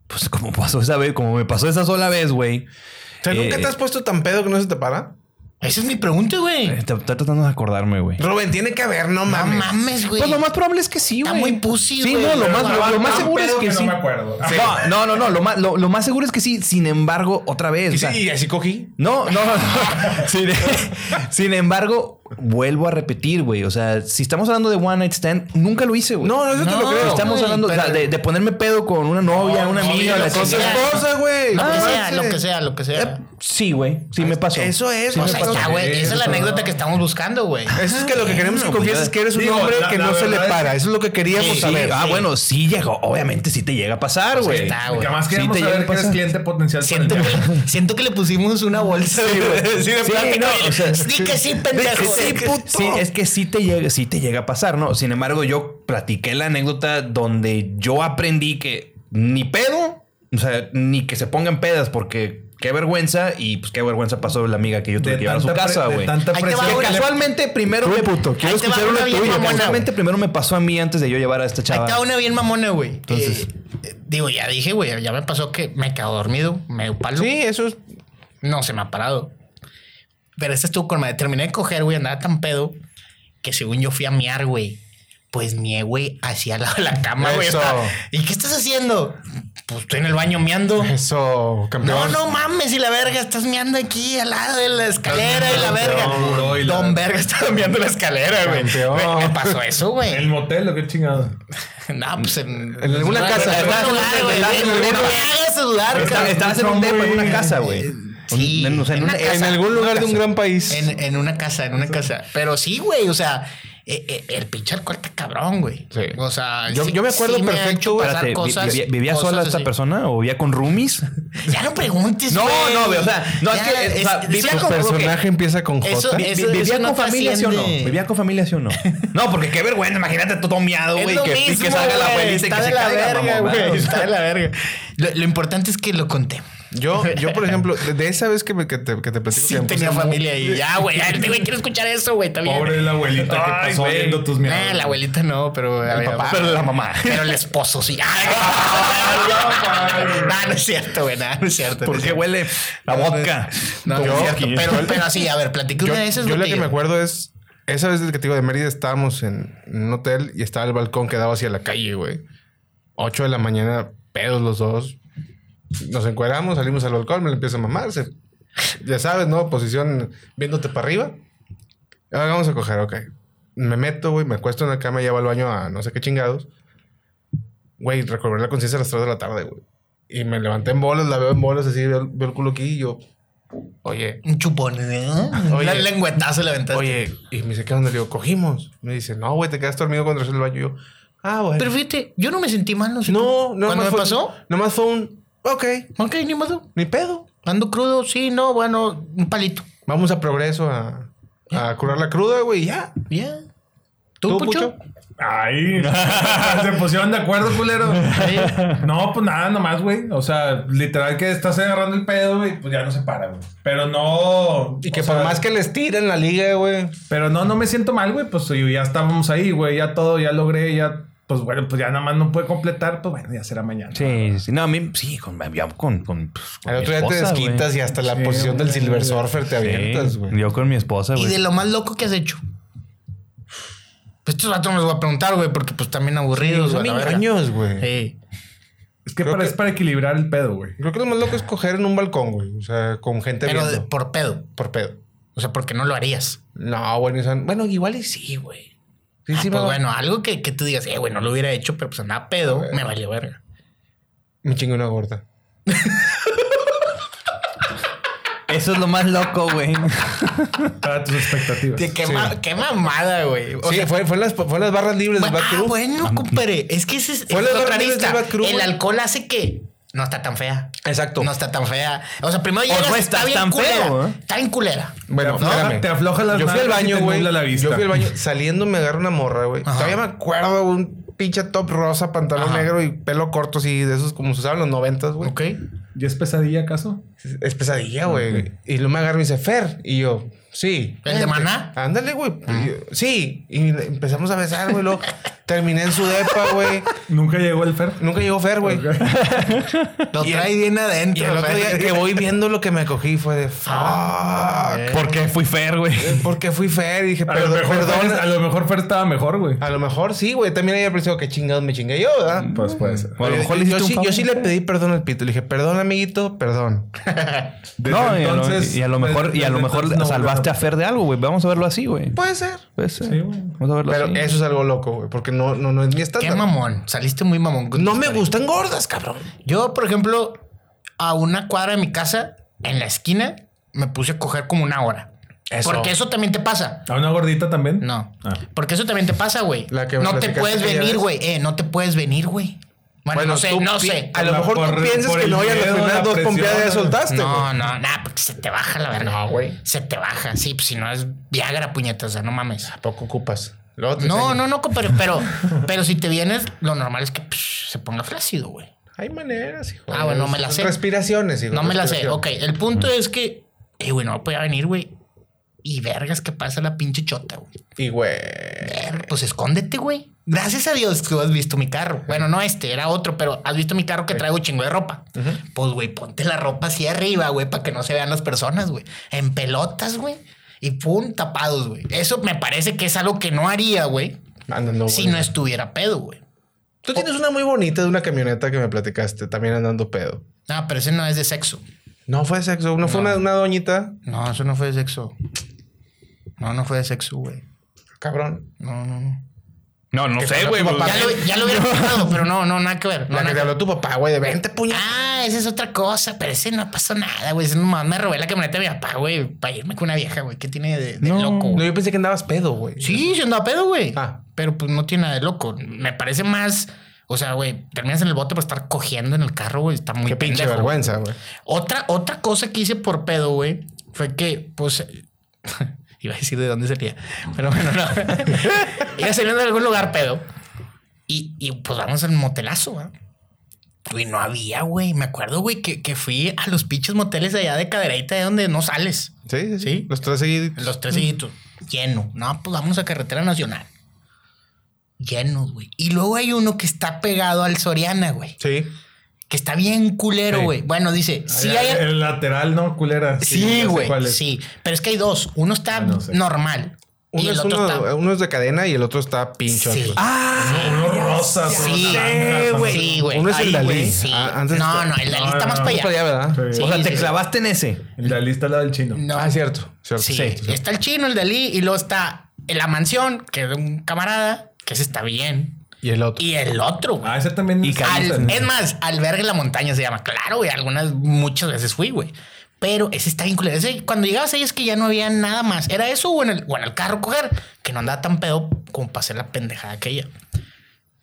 [SPEAKER 1] Pues como pasó esa vez, como me pasó esa sola vez, güey.
[SPEAKER 3] O sea, ¿nunca
[SPEAKER 1] Eh,
[SPEAKER 3] te has puesto tan pedo que no se te para?
[SPEAKER 2] Esa es mi pregunta, güey.
[SPEAKER 1] eh, Estoy tratando de acordarme, güey.
[SPEAKER 3] Rubén, tiene que haber, no
[SPEAKER 2] No
[SPEAKER 3] mames.
[SPEAKER 2] mames, güey.
[SPEAKER 1] Pues lo más probable es que sí,
[SPEAKER 2] Está
[SPEAKER 1] güey.
[SPEAKER 2] muy pussy,
[SPEAKER 1] Sí,
[SPEAKER 2] güey.
[SPEAKER 1] no, lo más, lo, lo más
[SPEAKER 4] Tan
[SPEAKER 1] seguro es
[SPEAKER 4] pedo
[SPEAKER 1] que, sí.
[SPEAKER 4] No me acuerdo.
[SPEAKER 1] Sí. No, no, no, no. Lo más, lo, lo más seguro es que sí. Sin embargo, otra vez.
[SPEAKER 3] Y
[SPEAKER 1] o sea, [laughs]
[SPEAKER 3] sí, y así cogí.
[SPEAKER 1] No, no, no. Sin, sin embargo, vuelvo a repetir, güey. O sea, si estamos hablando de One Night Stand, nunca lo hice, güey.
[SPEAKER 3] No, no, eso te
[SPEAKER 2] No,
[SPEAKER 3] lo creo.
[SPEAKER 1] Estamos
[SPEAKER 2] güey,
[SPEAKER 1] hablando o sea,
[SPEAKER 2] pero-
[SPEAKER 1] de, de ponerme pedo con una novia, una
[SPEAKER 2] no,
[SPEAKER 1] amiga,
[SPEAKER 2] sí,
[SPEAKER 1] la
[SPEAKER 2] las cosas-
[SPEAKER 1] chingada. Eh,
[SPEAKER 3] esposa, güey.
[SPEAKER 2] Lo
[SPEAKER 3] No
[SPEAKER 2] que sea,
[SPEAKER 3] manches.
[SPEAKER 2] lo que sea, lo que sea.
[SPEAKER 1] Sí, güey. Sí me pasó.
[SPEAKER 3] Eso es,
[SPEAKER 2] o
[SPEAKER 3] güey.
[SPEAKER 2] sea, ya, güey. Esa es la
[SPEAKER 4] eso,
[SPEAKER 2] anécdota que estamos buscando, [laughs] güey.
[SPEAKER 3] Eso es que lo que queremos que
[SPEAKER 1] No, pues
[SPEAKER 3] confieses es
[SPEAKER 1] ya-
[SPEAKER 3] que eres un
[SPEAKER 4] Digo,
[SPEAKER 3] hombre
[SPEAKER 4] la-
[SPEAKER 3] que
[SPEAKER 4] la
[SPEAKER 3] no se le
[SPEAKER 4] verdad es-
[SPEAKER 3] para. Eso es lo que queríamos
[SPEAKER 1] Sí,
[SPEAKER 3] saber.
[SPEAKER 1] ah,
[SPEAKER 3] Sí.
[SPEAKER 1] bueno, sí llegó. Obviamente sí te llega a pasar, güey.
[SPEAKER 2] está, güey.
[SPEAKER 4] Que además
[SPEAKER 1] Sí,
[SPEAKER 4] queremos
[SPEAKER 1] te
[SPEAKER 4] saber
[SPEAKER 1] llega
[SPEAKER 4] que
[SPEAKER 1] a
[SPEAKER 4] eres
[SPEAKER 1] pasar.
[SPEAKER 4] cliente potencial.
[SPEAKER 2] Siento,
[SPEAKER 4] para el-
[SPEAKER 2] que- siento que le pusimos una bolsa, güey. [laughs] Sí, de
[SPEAKER 1] Sí,
[SPEAKER 2] plástico.
[SPEAKER 1] no, o sea,
[SPEAKER 2] Di que sí, pendejo.
[SPEAKER 1] Sí, sí, es que sí te llega, sí te llega a pasar, ¿no? Sin embargo, yo platiqué la anécdota donde yo aprendí que ni pedo, o sea, ni que se pongan pedas, porque qué vergüenza, y pues qué vergüenza pasó la amiga que yo tuve
[SPEAKER 4] De
[SPEAKER 1] que llevar a su
[SPEAKER 4] tanta pre-
[SPEAKER 1] casa,
[SPEAKER 4] de
[SPEAKER 1] güey.
[SPEAKER 4] tanta
[SPEAKER 2] Ahí
[SPEAKER 1] Que
[SPEAKER 2] te va
[SPEAKER 4] presión.
[SPEAKER 2] una.
[SPEAKER 1] casualmente primero
[SPEAKER 3] Tú,
[SPEAKER 1] me
[SPEAKER 3] puto, quiero
[SPEAKER 2] Ahí te va
[SPEAKER 3] escuchar
[SPEAKER 2] una
[SPEAKER 3] una
[SPEAKER 2] bien
[SPEAKER 3] tuya.
[SPEAKER 2] mamona,
[SPEAKER 3] cabrón.
[SPEAKER 1] casualmente primero me pasó a mí antes de yo llevar a esta
[SPEAKER 2] Ahí
[SPEAKER 1] chava.
[SPEAKER 2] está una bien mamona, güey.
[SPEAKER 1] Entonces-
[SPEAKER 2] Eh, eh, digo, ya dije, güey, ya me pasó que me quedo dormido, me palo.
[SPEAKER 3] Sí, eso es.
[SPEAKER 2] No se me ha parado. Pero esta estuvo con madre. Terminé de coger, güey, andaba tan pedo que según yo fui a miar, güey. Pues mié, güey, hacia la, la cama, güey.
[SPEAKER 3] Eso.
[SPEAKER 2] estaba, ¿Y qué estás haciendo? Pues estoy en el baño meando.
[SPEAKER 3] [laughs] Eso,
[SPEAKER 2] No,
[SPEAKER 3] campeón.
[SPEAKER 2] no mames, y la verga, estás meando aquí al lado de la escalera y la verga.
[SPEAKER 4] bro, y la-
[SPEAKER 2] Don verga está meando en la escalera, güey.
[SPEAKER 3] Campeón.
[SPEAKER 2] Me, me pasó eso,
[SPEAKER 4] El
[SPEAKER 2] güey.
[SPEAKER 4] motel, lo que chingado.
[SPEAKER 2] No, pues en,
[SPEAKER 3] En alguna
[SPEAKER 2] no,
[SPEAKER 3] casa.
[SPEAKER 2] En algún lugar, güey.
[SPEAKER 3] En
[SPEAKER 2] No me
[SPEAKER 3] alguna-
[SPEAKER 2] hagas dudar,
[SPEAKER 1] Estaba-
[SPEAKER 2] cabrón.
[SPEAKER 1] Estabas en un
[SPEAKER 4] Son
[SPEAKER 1] depa, en
[SPEAKER 4] muy-
[SPEAKER 1] una casa, güey.
[SPEAKER 2] Sí,
[SPEAKER 1] Un- o sea, en
[SPEAKER 2] en
[SPEAKER 1] una-
[SPEAKER 2] una
[SPEAKER 1] en algún-
[SPEAKER 2] casa.
[SPEAKER 3] algún lugar de un gran país.
[SPEAKER 2] En, en una casa, en una casa. Pero sí, güey, o sea, eh, eh, el pinche alcohol está cabrón, güey.
[SPEAKER 3] Sí.
[SPEAKER 2] O sea,
[SPEAKER 3] Yo-
[SPEAKER 2] sí-
[SPEAKER 3] yo me acuerdo
[SPEAKER 2] sí han
[SPEAKER 3] perfecto,
[SPEAKER 2] hecho
[SPEAKER 3] güey.
[SPEAKER 1] Espérate,
[SPEAKER 2] pasar
[SPEAKER 1] vi-
[SPEAKER 2] cosas-
[SPEAKER 1] ¿vivía, vivía
[SPEAKER 2] cosas
[SPEAKER 1] sola esta
[SPEAKER 2] así.
[SPEAKER 1] persona o vivía con roomies?
[SPEAKER 2] Ya no preguntes,
[SPEAKER 1] No,
[SPEAKER 2] güey.
[SPEAKER 1] no, güey, o sea, no, es
[SPEAKER 2] Ya,
[SPEAKER 1] que, o sea, vi-
[SPEAKER 2] sí
[SPEAKER 1] tu
[SPEAKER 2] algo-
[SPEAKER 3] El personaje
[SPEAKER 2] ok.
[SPEAKER 3] empieza con J.
[SPEAKER 2] Eso-
[SPEAKER 1] Vi- ¿Vivía
[SPEAKER 2] eso no
[SPEAKER 1] con familia sí o no?
[SPEAKER 2] trasciende.
[SPEAKER 1] ¿Vivía con familia
[SPEAKER 2] [laughs]
[SPEAKER 1] sí o no? No, porque qué vergüenza, imagínate todo miado,
[SPEAKER 2] Es
[SPEAKER 1] güey,
[SPEAKER 2] lo
[SPEAKER 1] que, y
[SPEAKER 2] mismo,
[SPEAKER 1] que salga la
[SPEAKER 2] güey,
[SPEAKER 1] abuelita y
[SPEAKER 2] está
[SPEAKER 1] que
[SPEAKER 2] de
[SPEAKER 1] se
[SPEAKER 2] la
[SPEAKER 1] caiga
[SPEAKER 2] verga,
[SPEAKER 1] la mamá. [laughs]
[SPEAKER 2] güey, Está de la verga. Lo, lo importante es que lo conté.
[SPEAKER 3] Yo, yo, [laughs] por ejemplo, de- de esa vez que, me- que te, que te platico
[SPEAKER 2] Sí,
[SPEAKER 3] que me puse
[SPEAKER 2] tenía
[SPEAKER 3] muy-
[SPEAKER 2] familia y ya, güey. ya, güey, quiero escuchar eso, güey. Está bien.
[SPEAKER 4] Pobre la abuelita que
[SPEAKER 1] Ay,
[SPEAKER 4] pasó
[SPEAKER 1] güey.
[SPEAKER 4] viendo tus
[SPEAKER 2] Nah,
[SPEAKER 4] mierdas.
[SPEAKER 2] la abuelita no, pero a ver,
[SPEAKER 1] papá.
[SPEAKER 2] Pero,
[SPEAKER 1] Pero la mamá.
[SPEAKER 2] pero el esposo [laughs] sí. Ay, no, no es cierto, güey. nah, no es cierto. no es
[SPEAKER 1] Porque
[SPEAKER 2] cierto.
[SPEAKER 1] huele a vodka.
[SPEAKER 2] No, no
[SPEAKER 1] Como
[SPEAKER 2] es cierto.
[SPEAKER 1] whisky.
[SPEAKER 2] Pero, pero así, a ver, platica
[SPEAKER 3] Yo,
[SPEAKER 2] una de esas.
[SPEAKER 3] yo la
[SPEAKER 2] botellas.
[SPEAKER 3] que me acuerdo es esa vez que te digo de Mérida estábamos en, en un hotel y estaba el balcón que daba hacia la calle, güey. 8 de la mañana, pedos los dos. Nos encueramos, salimos al balcón, me le empieza a mamarse. Ya sabes, ¿no? Posición viéndote para arriba. Ah, vamos a coger, ok. Me meto, güey, me acuesto en la cama, llevo al baño a no sé qué chingados. Güey, recobré la conciencia a las 3 de la tarde, güey. Y me levanté en bolas, la veo en bolas, así, veo, veo el culo aquí y yo, oye,
[SPEAKER 2] Un chupón. ¿eh?
[SPEAKER 3] Oye.
[SPEAKER 2] Un lengüetazo le aventaste.
[SPEAKER 3] Oye, y me dice, ¿qué onda? Le digo, cogimos. Me dice, no, güey, te quedaste dormido cuando entraste al baño. Y yo, ah, güey.
[SPEAKER 2] Pero fíjate, yo no me sentí mal. No, sé
[SPEAKER 3] No,
[SPEAKER 2] tú.
[SPEAKER 3] no
[SPEAKER 2] ¿Cuándo me pasó?
[SPEAKER 3] Nomás fue un, ok,
[SPEAKER 2] Ok, ni modo.
[SPEAKER 3] ni pedo.
[SPEAKER 2] Ando crudo, sí, no, bueno, un palito.
[SPEAKER 3] Vamos a progreso a, a curar la cruda, güey, y ya.
[SPEAKER 2] Ya. ¿Tú, Pucho?
[SPEAKER 4] Ay, [laughs] se pusieron de acuerdo, culero. No, pues nada, nomás, güey. O sea, literal que estás agarrando el pedo y pues ya no se para, güey. Pero no.
[SPEAKER 3] Y que
[SPEAKER 4] o
[SPEAKER 3] por
[SPEAKER 4] sea,
[SPEAKER 3] más que les tiren la liga, güey.
[SPEAKER 4] Pero no, no me siento mal, güey. Pues yo ya estábamos ahí, güey. Ya todo, ya logré, ya. Pues bueno, pues ya nada más no pude completar. Pues bueno, ya será mañana.
[SPEAKER 1] [laughs] Sí, sí. No, a mí sí, con, yo con, con, pues, con
[SPEAKER 3] Al
[SPEAKER 1] mi
[SPEAKER 3] otro día te
[SPEAKER 1] esposa,
[SPEAKER 3] desquitas y hasta la posición del
[SPEAKER 4] güey.
[SPEAKER 3] Silver Surfer te
[SPEAKER 1] güey.
[SPEAKER 3] avientas,
[SPEAKER 1] Sí,
[SPEAKER 3] güey.
[SPEAKER 1] Yo con mi esposa,
[SPEAKER 2] Y de
[SPEAKER 1] güey.
[SPEAKER 2] lo más loco que has hecho. Pues estos vatos no los voy a preguntar, güey, porque pues también aburridos,
[SPEAKER 3] Son
[SPEAKER 2] güey. la verga. Eh,
[SPEAKER 3] años, güey.
[SPEAKER 2] Sí.
[SPEAKER 4] Es que,
[SPEAKER 3] Creo
[SPEAKER 4] para,
[SPEAKER 3] que-
[SPEAKER 4] es para equilibrar el pedo, güey.
[SPEAKER 3] Creo que lo más loco es coger en un balcón, güey. O sea, con gente
[SPEAKER 2] Pero de-
[SPEAKER 3] viendo.
[SPEAKER 2] por pedo.
[SPEAKER 3] Por pedo.
[SPEAKER 2] O sea, porque no lo harías.
[SPEAKER 3] No, güey, ni son- Bueno, igual y sí, güey. Sí,
[SPEAKER 2] Ah,
[SPEAKER 3] sí,
[SPEAKER 2] pues
[SPEAKER 3] me-
[SPEAKER 2] bueno, algo que, que tú digas, eh, güey, no lo hubiera hecho, pero pues andaba pedo, me valió verga.
[SPEAKER 3] Me chingué una gorda.
[SPEAKER 1] Eso es lo más loco,
[SPEAKER 2] [laughs]
[SPEAKER 1] güey.
[SPEAKER 4] Para tus expectativas.
[SPEAKER 2] Sí, qué, ma- qué mamada, güey. O
[SPEAKER 3] sí,
[SPEAKER 2] sea,
[SPEAKER 3] fue, fue, las, fue las barras libres
[SPEAKER 2] bu-
[SPEAKER 3] del Bad
[SPEAKER 2] ah,
[SPEAKER 3] Crew.
[SPEAKER 2] bueno, compadre. Es que ese es,
[SPEAKER 3] Fue
[SPEAKER 2] es
[SPEAKER 3] la
[SPEAKER 2] otra
[SPEAKER 3] barra libre
[SPEAKER 2] arista.
[SPEAKER 3] del Bad Crew,
[SPEAKER 2] El
[SPEAKER 3] güey.
[SPEAKER 2] alcohol hace que no está tan fea.
[SPEAKER 3] Exacto.
[SPEAKER 2] No está tan fea. O sea, primero llegas,
[SPEAKER 1] no
[SPEAKER 2] está
[SPEAKER 1] Pues, estás
[SPEAKER 2] bien
[SPEAKER 1] tan
[SPEAKER 2] culera.
[SPEAKER 1] feo, ¿eh?
[SPEAKER 2] Está bien culera.
[SPEAKER 3] Bueno,
[SPEAKER 4] Te afloja-
[SPEAKER 3] espérame.
[SPEAKER 4] te afloja las
[SPEAKER 3] Yo fui al
[SPEAKER 4] nalgas y
[SPEAKER 3] baño,
[SPEAKER 4] te
[SPEAKER 3] güey.
[SPEAKER 4] nubla la vista.
[SPEAKER 3] Yo fui al baño. Saliendo me agarro una morra, güey.
[SPEAKER 2] Ajá.
[SPEAKER 3] Todavía me acuerdo un pinche top rosa, pantalón
[SPEAKER 2] Ajá.
[SPEAKER 3] negro y pelo corto así de esos como se usaban en los noventas, güey.
[SPEAKER 2] Ok.
[SPEAKER 4] ¿Y es pesadilla acaso?
[SPEAKER 3] Es pesadilla, güey. Y luego me agarro y dice, Fer. Y yo, sí.
[SPEAKER 2] ¿El de Maná?
[SPEAKER 3] Ándale, güey. Y yo, Sí. Y empezamos a besar, güey. Luego terminé en su depa, güey.
[SPEAKER 4] Nunca llegó el Fer.
[SPEAKER 3] Nunca llegó Fer, güey.
[SPEAKER 2] Lo
[SPEAKER 3] Y el-
[SPEAKER 2] trae bien
[SPEAKER 3] Y
[SPEAKER 2] adentro.
[SPEAKER 3] el otro día que voy viendo lo que me cogí fue de fuck.
[SPEAKER 1] Porque fui fer, güey.
[SPEAKER 3] Porque fui Fer y dije,
[SPEAKER 4] A lo,
[SPEAKER 3] perdón,
[SPEAKER 4] mejor
[SPEAKER 3] perdón.
[SPEAKER 4] Fer, a lo mejor Fer estaba mejor, güey.
[SPEAKER 3] A lo mejor sí, güey. También ayer pensé que chingados me chingué yo, ¿verdad?
[SPEAKER 4] Pues puede ser.
[SPEAKER 1] O a lo
[SPEAKER 3] Yo-
[SPEAKER 1] mejor le
[SPEAKER 3] yo,
[SPEAKER 1] hiciste un
[SPEAKER 3] sí,
[SPEAKER 1] favor.
[SPEAKER 3] yo sí le pedí perdón al pito. Le dije, perdón, amiguito, perdón.
[SPEAKER 4] Desde
[SPEAKER 1] No, y a lo-
[SPEAKER 4] entonces-
[SPEAKER 1] y a lo mejor, y a
[SPEAKER 4] desde
[SPEAKER 1] lo mejor
[SPEAKER 4] entonces no
[SPEAKER 1] salvaste hiciste a Fer de algo, güey. Vamos a verlo así, güey.
[SPEAKER 3] Puede ser.
[SPEAKER 1] Puede ser.
[SPEAKER 4] Sí, güey.
[SPEAKER 1] Vamos a verlo
[SPEAKER 3] Pero
[SPEAKER 1] así.
[SPEAKER 3] eso es algo loco, güey. Porque no, no, no es mi
[SPEAKER 2] Qué
[SPEAKER 3] estándar.
[SPEAKER 2] mamón. Saliste muy mamón. con
[SPEAKER 3] No
[SPEAKER 2] tu
[SPEAKER 3] me
[SPEAKER 2] historia.
[SPEAKER 3] gustan gordas, cabrón.
[SPEAKER 2] Yo, por ejemplo, a una cuadra de mi casa, en la esquina, me puse a coger como una hora.
[SPEAKER 3] Eso.
[SPEAKER 2] Porque eso también te pasa.
[SPEAKER 4] ¿A una gordita también?
[SPEAKER 2] No.
[SPEAKER 4] Ah.
[SPEAKER 2] Porque eso también te pasa, güey.
[SPEAKER 3] La que me
[SPEAKER 2] No te
[SPEAKER 3] platicaste
[SPEAKER 2] puedes
[SPEAKER 3] aquella
[SPEAKER 2] venir,
[SPEAKER 3] vez.
[SPEAKER 2] güey. Eh, no te puedes venir, güey. Bueno,
[SPEAKER 3] Bueno,
[SPEAKER 2] no sé,
[SPEAKER 3] tú
[SPEAKER 2] no
[SPEAKER 3] pi-
[SPEAKER 2] sé.
[SPEAKER 3] A lo
[SPEAKER 4] La-
[SPEAKER 3] mejor
[SPEAKER 4] por-
[SPEAKER 3] tú piensas
[SPEAKER 4] por
[SPEAKER 3] que
[SPEAKER 4] el
[SPEAKER 3] no, y a las
[SPEAKER 4] miedo,
[SPEAKER 3] primeras
[SPEAKER 4] la
[SPEAKER 3] dos
[SPEAKER 4] presión.
[SPEAKER 3] pompeadas ya soltaste, güey.
[SPEAKER 2] No, no, nada, porque se te baja la verga.
[SPEAKER 3] No, güey.
[SPEAKER 2] Se te baja, sí, pues si no es Viagra, puñetas, o sea, no mames.
[SPEAKER 3] Poco ocupas. Luego te
[SPEAKER 2] No,
[SPEAKER 3] enseño.
[SPEAKER 2] no, no, compadre, pero, pero si te vienes, lo normal es que psh, se ponga flácido, güey.
[SPEAKER 3] Hay maneras, hijo.
[SPEAKER 2] Ah, bueno, no me la sé.
[SPEAKER 3] Respiraciones, hijo.
[SPEAKER 2] No me la sé.
[SPEAKER 3] respiración.
[SPEAKER 2] Ok, el punto es que, eh, güey, no podía venir, güey. Y vergas que pasa la pinche chota, güey.
[SPEAKER 3] Y, güey.
[SPEAKER 2] Ver, Pues escóndete, güey. Gracias a Dios que has visto mi carro. Bueno, no este, era otro, pero has visto mi carro que traigo chingo de ropa. Pues, güey, ponte la ropa así arriba, güey, para que no se vean las personas, güey. En pelotas, güey. Y pum, tapados, güey. Eso me parece que es algo que no haría, güey,
[SPEAKER 3] Andando.
[SPEAKER 2] si
[SPEAKER 3] güey.
[SPEAKER 2] no estuviera pedo, güey.
[SPEAKER 3] Tú tienes una muy bonita de una camioneta que me platicaste, también andando pedo.
[SPEAKER 2] No, pero ese no es de sexo.
[SPEAKER 3] No fue sexo, no fue una, una doñita.
[SPEAKER 2] No, eso no fue de sexo. No, no fue de sexo, güey.
[SPEAKER 3] Cabrón.
[SPEAKER 2] No, no, no.
[SPEAKER 1] No, no sé, güey. pues,
[SPEAKER 2] Ya lo, ya
[SPEAKER 3] [laughs]
[SPEAKER 2] lo hubiera pensado, pero no, no, nada que ver. No,
[SPEAKER 3] La que
[SPEAKER 2] nada
[SPEAKER 3] te
[SPEAKER 2] que-
[SPEAKER 3] habló tu papá, güey, de 20 puñal.
[SPEAKER 2] Ah, esa es otra cosa, pero ese no pasó nada, güey. Ese nomás me robé la camioneta de mi papá, güey, para irme con una vieja, güey. ¿Qué tiene de, de
[SPEAKER 1] No,
[SPEAKER 2] loco?
[SPEAKER 3] No,
[SPEAKER 2] güey?
[SPEAKER 3] yo pensé que andabas pedo, güey.
[SPEAKER 2] Sí, se andaba pedo, güey.
[SPEAKER 3] Ah.
[SPEAKER 2] Pero pues no tiene nada de loco. Me parece más, o sea, güey, terminas en el bote por estar cogiendo en el carro, güey. Está muy
[SPEAKER 3] Qué pinche
[SPEAKER 2] pendejo, güey.
[SPEAKER 3] vergüenza, güey.
[SPEAKER 2] Otra, otra cosa que hice por pedo, güey, fue que, pues, [laughs] iba a decir de dónde sería, pero bueno, no. [laughs] iba saliendo de algún lugar pedo y, y, pues vamos al motelazo, ¿va? Güey, no había, güey. Me acuerdo, güey, que, que fui a los pinches moteles allá de cadereita de donde no sales.
[SPEAKER 3] Sí,
[SPEAKER 2] Sí.
[SPEAKER 3] sí, sí. Los tres seguiditos.
[SPEAKER 2] Los
[SPEAKER 4] Mm.
[SPEAKER 2] tres hijitos. Lleno. No, pues vamos a carretera nacional. Llenos, güey. Y luego hay uno que está pegado al Soriana, güey.
[SPEAKER 3] Sí.
[SPEAKER 2] Que está bien culero,
[SPEAKER 3] Sí.
[SPEAKER 2] güey. Bueno, dice, sí
[SPEAKER 4] Ay,
[SPEAKER 2] hay...
[SPEAKER 4] El lateral, ¿no? Culera. ya
[SPEAKER 2] Sí,
[SPEAKER 4] sé
[SPEAKER 2] güey.
[SPEAKER 4] cuál es.
[SPEAKER 2] Sí, pero es que hay dos. Uno está
[SPEAKER 4] Ah, no sé.
[SPEAKER 2] normal y
[SPEAKER 3] Uno
[SPEAKER 2] el
[SPEAKER 3] es,
[SPEAKER 2] otro
[SPEAKER 3] uno,
[SPEAKER 2] está.
[SPEAKER 3] uno es de cadena y el otro está pincho.
[SPEAKER 2] Sí. Ah,
[SPEAKER 1] Ah,
[SPEAKER 4] No, uno rosa.
[SPEAKER 2] Sí,
[SPEAKER 4] rosa.
[SPEAKER 2] güey. Sí, güey.
[SPEAKER 3] Uno es el
[SPEAKER 2] Ahí,
[SPEAKER 3] Dalí.
[SPEAKER 2] güey, sí.
[SPEAKER 3] Ah, antes
[SPEAKER 2] no,
[SPEAKER 3] está-
[SPEAKER 2] no, el Dalí está
[SPEAKER 4] no,
[SPEAKER 2] más para
[SPEAKER 4] no,
[SPEAKER 3] Vamos
[SPEAKER 2] allá.
[SPEAKER 3] para allá, ¿verdad?
[SPEAKER 4] Sí.
[SPEAKER 1] o sea,
[SPEAKER 2] sí,
[SPEAKER 1] te
[SPEAKER 2] sí.
[SPEAKER 1] clavaste en ese.
[SPEAKER 4] La lista la del chino.
[SPEAKER 2] No.
[SPEAKER 3] Ah, cierto. Cierto.
[SPEAKER 2] Sí,
[SPEAKER 3] cierto, cierto.
[SPEAKER 2] está el chino, el Dalí, y luego está la mansión, que es de un camarada, que ese está bien.
[SPEAKER 3] Y el otro.
[SPEAKER 2] Y el otro, güey.
[SPEAKER 4] Ah, ese también.
[SPEAKER 1] Y
[SPEAKER 4] está-
[SPEAKER 2] Al-
[SPEAKER 1] Calizas,
[SPEAKER 2] es más, albergue la montaña se llama. Claro, güey, algunas, muchas veces fui, güey. Pero ese está bien culero. Ese, cuando llegabas ahí es que ya no había nada más. Era eso o en el, o en el carro coger, que no andaba tan pedo como para hacer la pendejada aquella.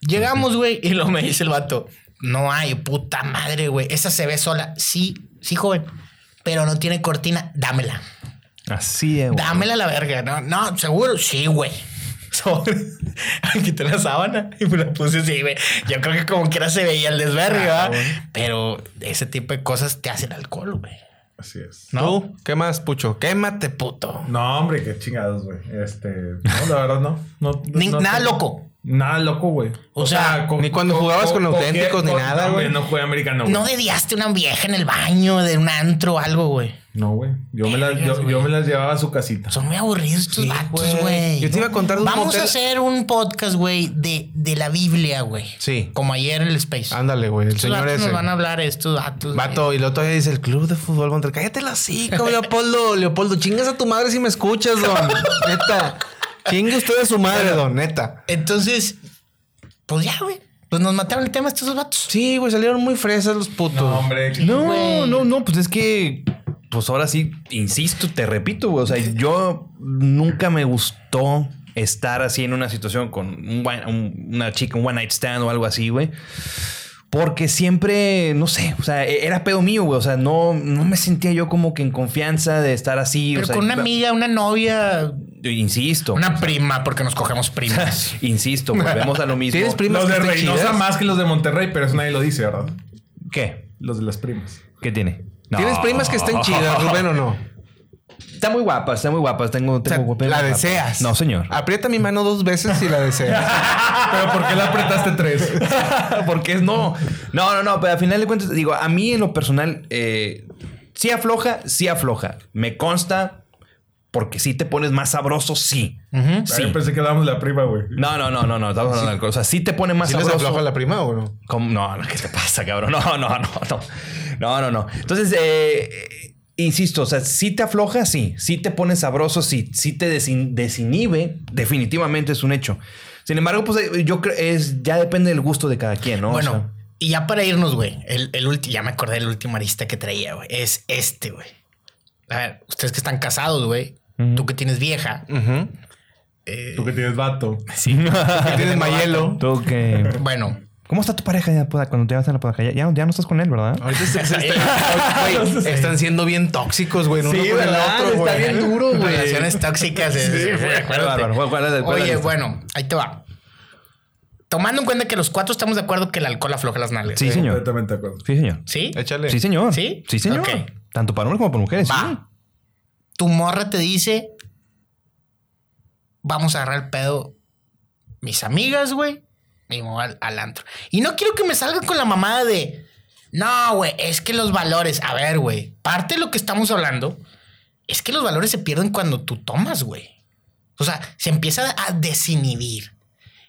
[SPEAKER 2] Llegamos, güey, y luego me dice el vato, no hay, puta madre, güey. Esa se ve sola. Sí, sí, joven, pero no tiene cortina. Dámela.
[SPEAKER 1] Así es, güey.
[SPEAKER 2] Dámela a la verga, ¿no? No, seguro. Sí, güey. [laughs] Sobre. [laughs] Quité la sábana y me la puse así, güey. Yo creo que como quiera se veía el desvergue, ¿verdad?
[SPEAKER 3] Ah, bueno.
[SPEAKER 2] Pero ese tipo de cosas te hace el alcohol, güey.
[SPEAKER 4] Así es.
[SPEAKER 2] ¿No?
[SPEAKER 3] ¿Tú? ¿Qué más, Pucho? Quémate, puto.
[SPEAKER 4] No, hombre, qué chingados, güey. Este. No, la verdad, no. no,
[SPEAKER 2] Ni-
[SPEAKER 4] no-
[SPEAKER 2] nada
[SPEAKER 4] no-
[SPEAKER 2] loco.
[SPEAKER 4] Nada loco, güey.
[SPEAKER 2] O sea,
[SPEAKER 4] co-
[SPEAKER 3] ni cuando
[SPEAKER 4] co-
[SPEAKER 3] jugabas con
[SPEAKER 4] co-
[SPEAKER 3] auténticos ni
[SPEAKER 4] co-
[SPEAKER 3] nada,
[SPEAKER 4] no,
[SPEAKER 3] güey.
[SPEAKER 4] No jugué americano, güey.
[SPEAKER 2] No dediaste una vieja en el baño de un antro o algo, güey.
[SPEAKER 4] No, güey. Yo, me las-
[SPEAKER 2] Vergas,
[SPEAKER 4] yo,
[SPEAKER 2] güey.
[SPEAKER 4] yo me las llevaba a su casita.
[SPEAKER 2] Son muy aburridos estos
[SPEAKER 3] Sí,
[SPEAKER 2] vatos,
[SPEAKER 3] güey.
[SPEAKER 2] güey.
[SPEAKER 3] Yo te iba a contar de un
[SPEAKER 2] Vamos
[SPEAKER 3] motel-
[SPEAKER 2] a hacer un podcast, güey, de, de la Biblia, güey.
[SPEAKER 3] Sí.
[SPEAKER 2] Como ayer en el Space.
[SPEAKER 3] Ándale, güey. El
[SPEAKER 2] estos
[SPEAKER 3] señor
[SPEAKER 2] vatos
[SPEAKER 3] ese.
[SPEAKER 2] nos van a hablar estos vatos.
[SPEAKER 1] Pues,
[SPEAKER 2] güey.
[SPEAKER 1] eh.
[SPEAKER 3] Vato, y luego todavía dice el club de fútbol Monterrey. Cállate la
[SPEAKER 1] [laughs]
[SPEAKER 3] hocico, Leopoldo. Leopoldo, chingas a tu madre si me escuchas, don. Neta. Chingue usted a su madre, don. Neta.
[SPEAKER 2] Entonces, pues ya, güey. Pues nos mataron el tema estos dos vatos.
[SPEAKER 3] Sí, güey, salieron muy fresas los putos.
[SPEAKER 4] No, hombre. qué-
[SPEAKER 1] No,
[SPEAKER 2] güey.
[SPEAKER 1] no, no, pues es que, pues ahora sí, insisto, te repito, güey, o sea, yo nunca me gustó estar así en una situación con un one- un- una chica, un one night stand o algo así, güey. Porque siempre, no sé, o sea, e- era pedo mío, güey. O sea, no, no me sentía yo como que en confianza de estar así. o
[SPEAKER 2] Pero
[SPEAKER 1] sea, pues,
[SPEAKER 2] con una
[SPEAKER 1] iba-
[SPEAKER 2] amiga, una novia,
[SPEAKER 1] Insisto,
[SPEAKER 2] una prima, porque nos
[SPEAKER 1] [laughs]
[SPEAKER 2] cogemos primas.
[SPEAKER 1] insisto, volvemos [laughs] a lo mismo.
[SPEAKER 3] ¿Tienes primas
[SPEAKER 4] Los
[SPEAKER 3] que
[SPEAKER 4] de
[SPEAKER 3] estén
[SPEAKER 4] Reynosa
[SPEAKER 3] chidas?
[SPEAKER 4] más que los de Monterrey, pero eso nadie lo dice, ¿verdad?
[SPEAKER 1] ¿Qué?
[SPEAKER 4] Los de las primas.
[SPEAKER 1] ¿Qué tiene? No.
[SPEAKER 3] ¿Tienes primas que estén chidas, Rubén,
[SPEAKER 1] [laughs]
[SPEAKER 3] o no?
[SPEAKER 1] Está muy guapa, está muy guapa. Tengo,
[SPEAKER 3] O sea,
[SPEAKER 1] tengo guapa-
[SPEAKER 3] la
[SPEAKER 1] guapa.
[SPEAKER 3] deseas. Ah.
[SPEAKER 1] No, señor.
[SPEAKER 3] Aprieta mi mano dos veces si la deseas.
[SPEAKER 4] Pero ¿por qué la apretaste tres?
[SPEAKER 1] [laughs] Porque es no. No, no, no, pero al final de cuentas, digo, a mí en lo personal, eh, sí afloja, sí afloja. Me consta, porque si te pones más sabroso, sí. Sí.
[SPEAKER 4] Yo pensé que dábamos la prima, güey.
[SPEAKER 1] No, no, no, no, no, estamos hablando de alcohol. O sea, sí te pone más
[SPEAKER 3] ¿Si les
[SPEAKER 1] sabroso.
[SPEAKER 3] aflojo a la prima o no?
[SPEAKER 1] ¿Cómo? No, no, ¿qué te pasa, cabrón? No, no, no, no. No, no, no. Entonces, eh, Insisto, o sea, si te afloja, sí. Si te pone sabroso, sí. Si te desin- desinhibe, definitivamente es un hecho. Sin embargo, pues eh, yo creo es ya depende del gusto de cada quien, ¿no? O
[SPEAKER 2] bueno,
[SPEAKER 1] sea,
[SPEAKER 2] y ya para irnos, güey, el, el ulti- ya me acordé del último arista que traía, güey. Es este, güey. A ver, ustedes que están casados, güey. Tú que
[SPEAKER 1] [laughs]
[SPEAKER 2] tienes vieja.
[SPEAKER 3] Ujú.
[SPEAKER 2] eh,
[SPEAKER 4] Tú que tienes vato.
[SPEAKER 2] sí.
[SPEAKER 3] Tienes Mayelo.
[SPEAKER 1] tú que-
[SPEAKER 2] Bueno,
[SPEAKER 1] ¿Cómo está tu pareja ya, poda- cuando te vas a la podaca? Ya, ya, ya no estás con él, ¿verdad?
[SPEAKER 3] Ahorita se- se- está- güey, están siendo bien tóxicos, güey. en Uno con el otro, güey.
[SPEAKER 2] relaciones tóxicas. es- es- acuérdate.
[SPEAKER 1] bárbaro. ¿Cuál- cuál es el- cuál es
[SPEAKER 2] Oye,
[SPEAKER 1] el-
[SPEAKER 2] bueno, ahí te va. Tomando en cuenta que los cuatro estamos de acuerdo que el alcohol afloja las nalgas.
[SPEAKER 1] Sí, señor.
[SPEAKER 4] Completamente de acuerdo.
[SPEAKER 1] Sí, señor.
[SPEAKER 2] ¿Sí?
[SPEAKER 3] Échale.
[SPEAKER 1] Sí, señor.
[SPEAKER 2] ¿Sí?
[SPEAKER 1] Sí, señor.
[SPEAKER 2] Ok.
[SPEAKER 1] Tanto para hombres como para mujeres. sí.
[SPEAKER 2] Va. Tu morra te dice: Vamos a agarrar el pedo. Mis amigas, güey. Y me voy al, al antro. Y no quiero que me salgan con la mamada de. No, güey, es que los valores. A ver, güey. Parte de lo que estamos hablando es que los valores se pierden cuando tú tomas, güey. O sea, se empieza a desinhibir.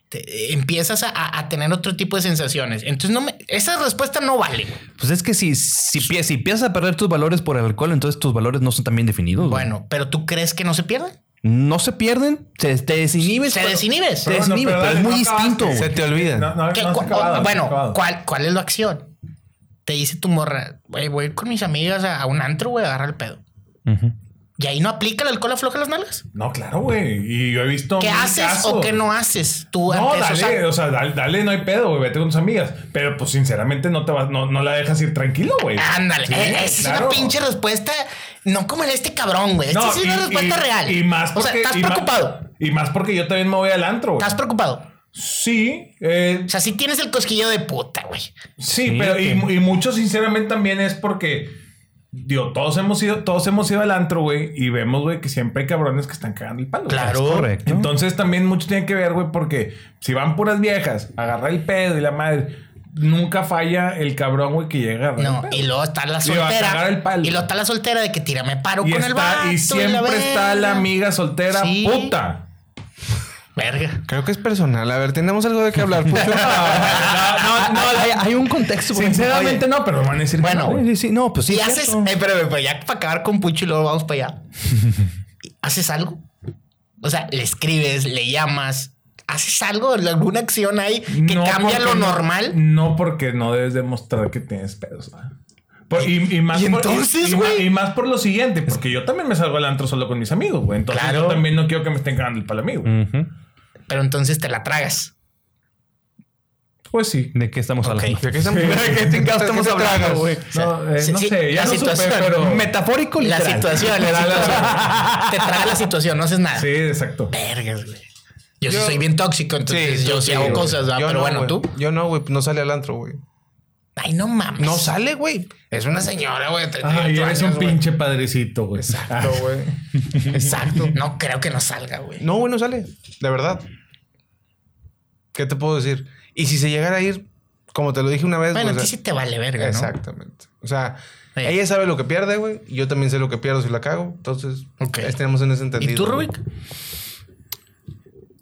[SPEAKER 2] Te- empiezas a- a, a tener otro tipo de sensaciones. Entonces, no me, esa respuesta no vale. güey.
[SPEAKER 1] Pues es que si, si, pie- si empiezas a perder tus valores por el alcohol, entonces tus valores no son tan bien definidos. güey.
[SPEAKER 2] Bueno, pero tú crees que no se pierden.
[SPEAKER 1] No se pierden, se, te desinhibes.
[SPEAKER 2] Se
[SPEAKER 1] pero-
[SPEAKER 2] desinhibes.
[SPEAKER 1] Te desinhibe, pero, es
[SPEAKER 4] dale,
[SPEAKER 1] muy
[SPEAKER 4] no acabaste.
[SPEAKER 1] distinto. güey.
[SPEAKER 3] Se te olvida.
[SPEAKER 4] No, no, no
[SPEAKER 2] ¿Qué-
[SPEAKER 4] has
[SPEAKER 2] cu-
[SPEAKER 4] acabado, no has
[SPEAKER 2] bueno,
[SPEAKER 4] acabado.
[SPEAKER 2] ¿cuál, ¿cuál es la acción? Te dice tu morra, güey, voy a ir con mis amigas a, a un antro, güey, a agarrar el pedo.
[SPEAKER 1] Ujú.
[SPEAKER 2] Y ahí no aplica el alcohol afloja las nalgas.
[SPEAKER 4] No, claro, güey. Y yo he visto.
[SPEAKER 2] ¿Qué
[SPEAKER 4] mil
[SPEAKER 2] haces
[SPEAKER 4] casos.
[SPEAKER 2] o qué no haces tú
[SPEAKER 4] No,
[SPEAKER 2] ante eso?
[SPEAKER 4] dale,
[SPEAKER 2] O sea,
[SPEAKER 4] o sea, dale, dale, no hay pedo, güey, vete con tus amigas. Pero pues sinceramente no te vas, no, no la dejas ir tranquilo, güey.
[SPEAKER 2] ándale.
[SPEAKER 4] Sí,
[SPEAKER 2] eh, esa es
[SPEAKER 4] claro.
[SPEAKER 2] una pinche respuesta, no como el de este cabrón, güey. Esta
[SPEAKER 4] No,
[SPEAKER 2] sí es una
[SPEAKER 4] y-
[SPEAKER 2] respuesta
[SPEAKER 4] y-
[SPEAKER 2] real.
[SPEAKER 4] Y más porque,
[SPEAKER 2] o sea, estás
[SPEAKER 4] y más-
[SPEAKER 2] preocupado.
[SPEAKER 4] Y más porque yo también me voy al antro, güey.
[SPEAKER 2] Estás preocupado.
[SPEAKER 4] Sí, eh,
[SPEAKER 2] O sea, sí tienes el cosquillo de puta, güey.
[SPEAKER 4] sí,
[SPEAKER 1] Sí,
[SPEAKER 4] pero
[SPEAKER 1] que-
[SPEAKER 4] y, y mucho sinceramente también es porque, digo, todos hemos ido, todos hemos ido al antro, güey, y vemos, güey, que siempre hay cabrones que están cagando el palo. güey.
[SPEAKER 2] Claro.
[SPEAKER 1] Correcto.
[SPEAKER 4] Entonces también mucho tiene que ver, güey, porque si van puras viejas, agarra el pedo y la madre, nunca falla el cabrón, güey, que llega a agarrar el
[SPEAKER 2] No,
[SPEAKER 4] pedo.
[SPEAKER 2] y luego está la
[SPEAKER 4] Y va a cagar
[SPEAKER 2] soltera.
[SPEAKER 4] el palo.
[SPEAKER 2] Y luego está la soltera de que tírame paro
[SPEAKER 4] Y
[SPEAKER 2] con el
[SPEAKER 4] está-
[SPEAKER 2] vato.
[SPEAKER 4] y
[SPEAKER 2] la
[SPEAKER 4] siempre está la
[SPEAKER 2] verga.
[SPEAKER 4] amiga soltera
[SPEAKER 2] Sí. [laughs]
[SPEAKER 4] puta.
[SPEAKER 2] Verga.
[SPEAKER 3] Creo que es personal. A ver, tenemos algo de
[SPEAKER 1] [laughs]
[SPEAKER 3] qué hablar. Pues,
[SPEAKER 1] no,
[SPEAKER 3] Pucho.
[SPEAKER 1] no, Ah, hay, hay un contexto. por ejemplo.
[SPEAKER 4] Sinceramente no, pero van a decir que
[SPEAKER 2] Bueno,
[SPEAKER 4] no,
[SPEAKER 1] Oye,
[SPEAKER 4] güey.
[SPEAKER 1] sí, sí, no, pues sí.
[SPEAKER 2] y
[SPEAKER 1] es
[SPEAKER 2] haces,
[SPEAKER 1] cierto.
[SPEAKER 2] eh, pero, pero ya para acabar con Pucho y luego vamos para allá. ¿Haces algo? O sea, le escribes, le llamas, haces algo, alguna acción ahí que
[SPEAKER 4] No,
[SPEAKER 2] cambia
[SPEAKER 4] porque
[SPEAKER 2] lo
[SPEAKER 4] no-
[SPEAKER 2] normal.
[SPEAKER 4] No, porque no debes demostrar que tienes pedos. ¿verdad? Por- y, y más
[SPEAKER 2] ¿Y
[SPEAKER 4] por-
[SPEAKER 2] entonces,
[SPEAKER 4] y- y
[SPEAKER 2] güey? Pues-
[SPEAKER 4] ma- y, más por lo siguiente, porque yo también me salgo al antro solo con mis amigos, güey. Entonces
[SPEAKER 2] Claro.
[SPEAKER 4] yo también no quiero que me estén cagando el palo a mí, güey.
[SPEAKER 1] Ujú.
[SPEAKER 2] Pero entonces te la tragas.
[SPEAKER 4] Pues sí.
[SPEAKER 1] ¿De qué estamos
[SPEAKER 2] Ok.
[SPEAKER 1] hablando?
[SPEAKER 3] [laughs] ¿De qué estamos,
[SPEAKER 1] ¿Qué chingados estamos hablando, güey?
[SPEAKER 4] No, eh,
[SPEAKER 2] sí,
[SPEAKER 4] no
[SPEAKER 2] sí,
[SPEAKER 4] sé, ya
[SPEAKER 2] la
[SPEAKER 4] no supe,
[SPEAKER 2] situación.
[SPEAKER 4] pero...
[SPEAKER 1] Metafórico
[SPEAKER 2] La
[SPEAKER 1] literal.
[SPEAKER 2] situación, la situación. te tragas la situación, no haces nada.
[SPEAKER 4] Sí, exacto.
[SPEAKER 2] Vergas, güey. Yo, sí
[SPEAKER 3] Yo-
[SPEAKER 2] soy bien tóxico, entonces yo sí, hago cosas, ¿verdad? pero bueno, tú.
[SPEAKER 3] Yo no, güey. No sale al antro, güey.
[SPEAKER 2] Ay, no mames.
[SPEAKER 3] No sale, güey. Es una señora, güey. de 38
[SPEAKER 4] Ay, eres un
[SPEAKER 3] años, güey.
[SPEAKER 4] pinche padrecito, güey.
[SPEAKER 3] [laughs]
[SPEAKER 2] Ah.
[SPEAKER 3] Exacto, güey.
[SPEAKER 2] Exacto. No creo que no salga, güey.
[SPEAKER 3] No, güey, no sale. De verdad. ¿Qué te puedo decir? Y si se llegara a ir, como te lo dije una vez,
[SPEAKER 2] Bueno,
[SPEAKER 3] güey,
[SPEAKER 2] a
[SPEAKER 3] pues, o
[SPEAKER 2] ti
[SPEAKER 3] sea-
[SPEAKER 2] sí te vale verga, ¿no?
[SPEAKER 3] Exactamente. O sea,
[SPEAKER 2] Sí.
[SPEAKER 3] ella sabe lo que pierde, güey. y Yo también sé lo que pierdo si la cago. Entonces,
[SPEAKER 2] Ok.
[SPEAKER 3] estemos en ese entendido.
[SPEAKER 2] ¿Y tú,
[SPEAKER 3] güey.
[SPEAKER 2] Rubik?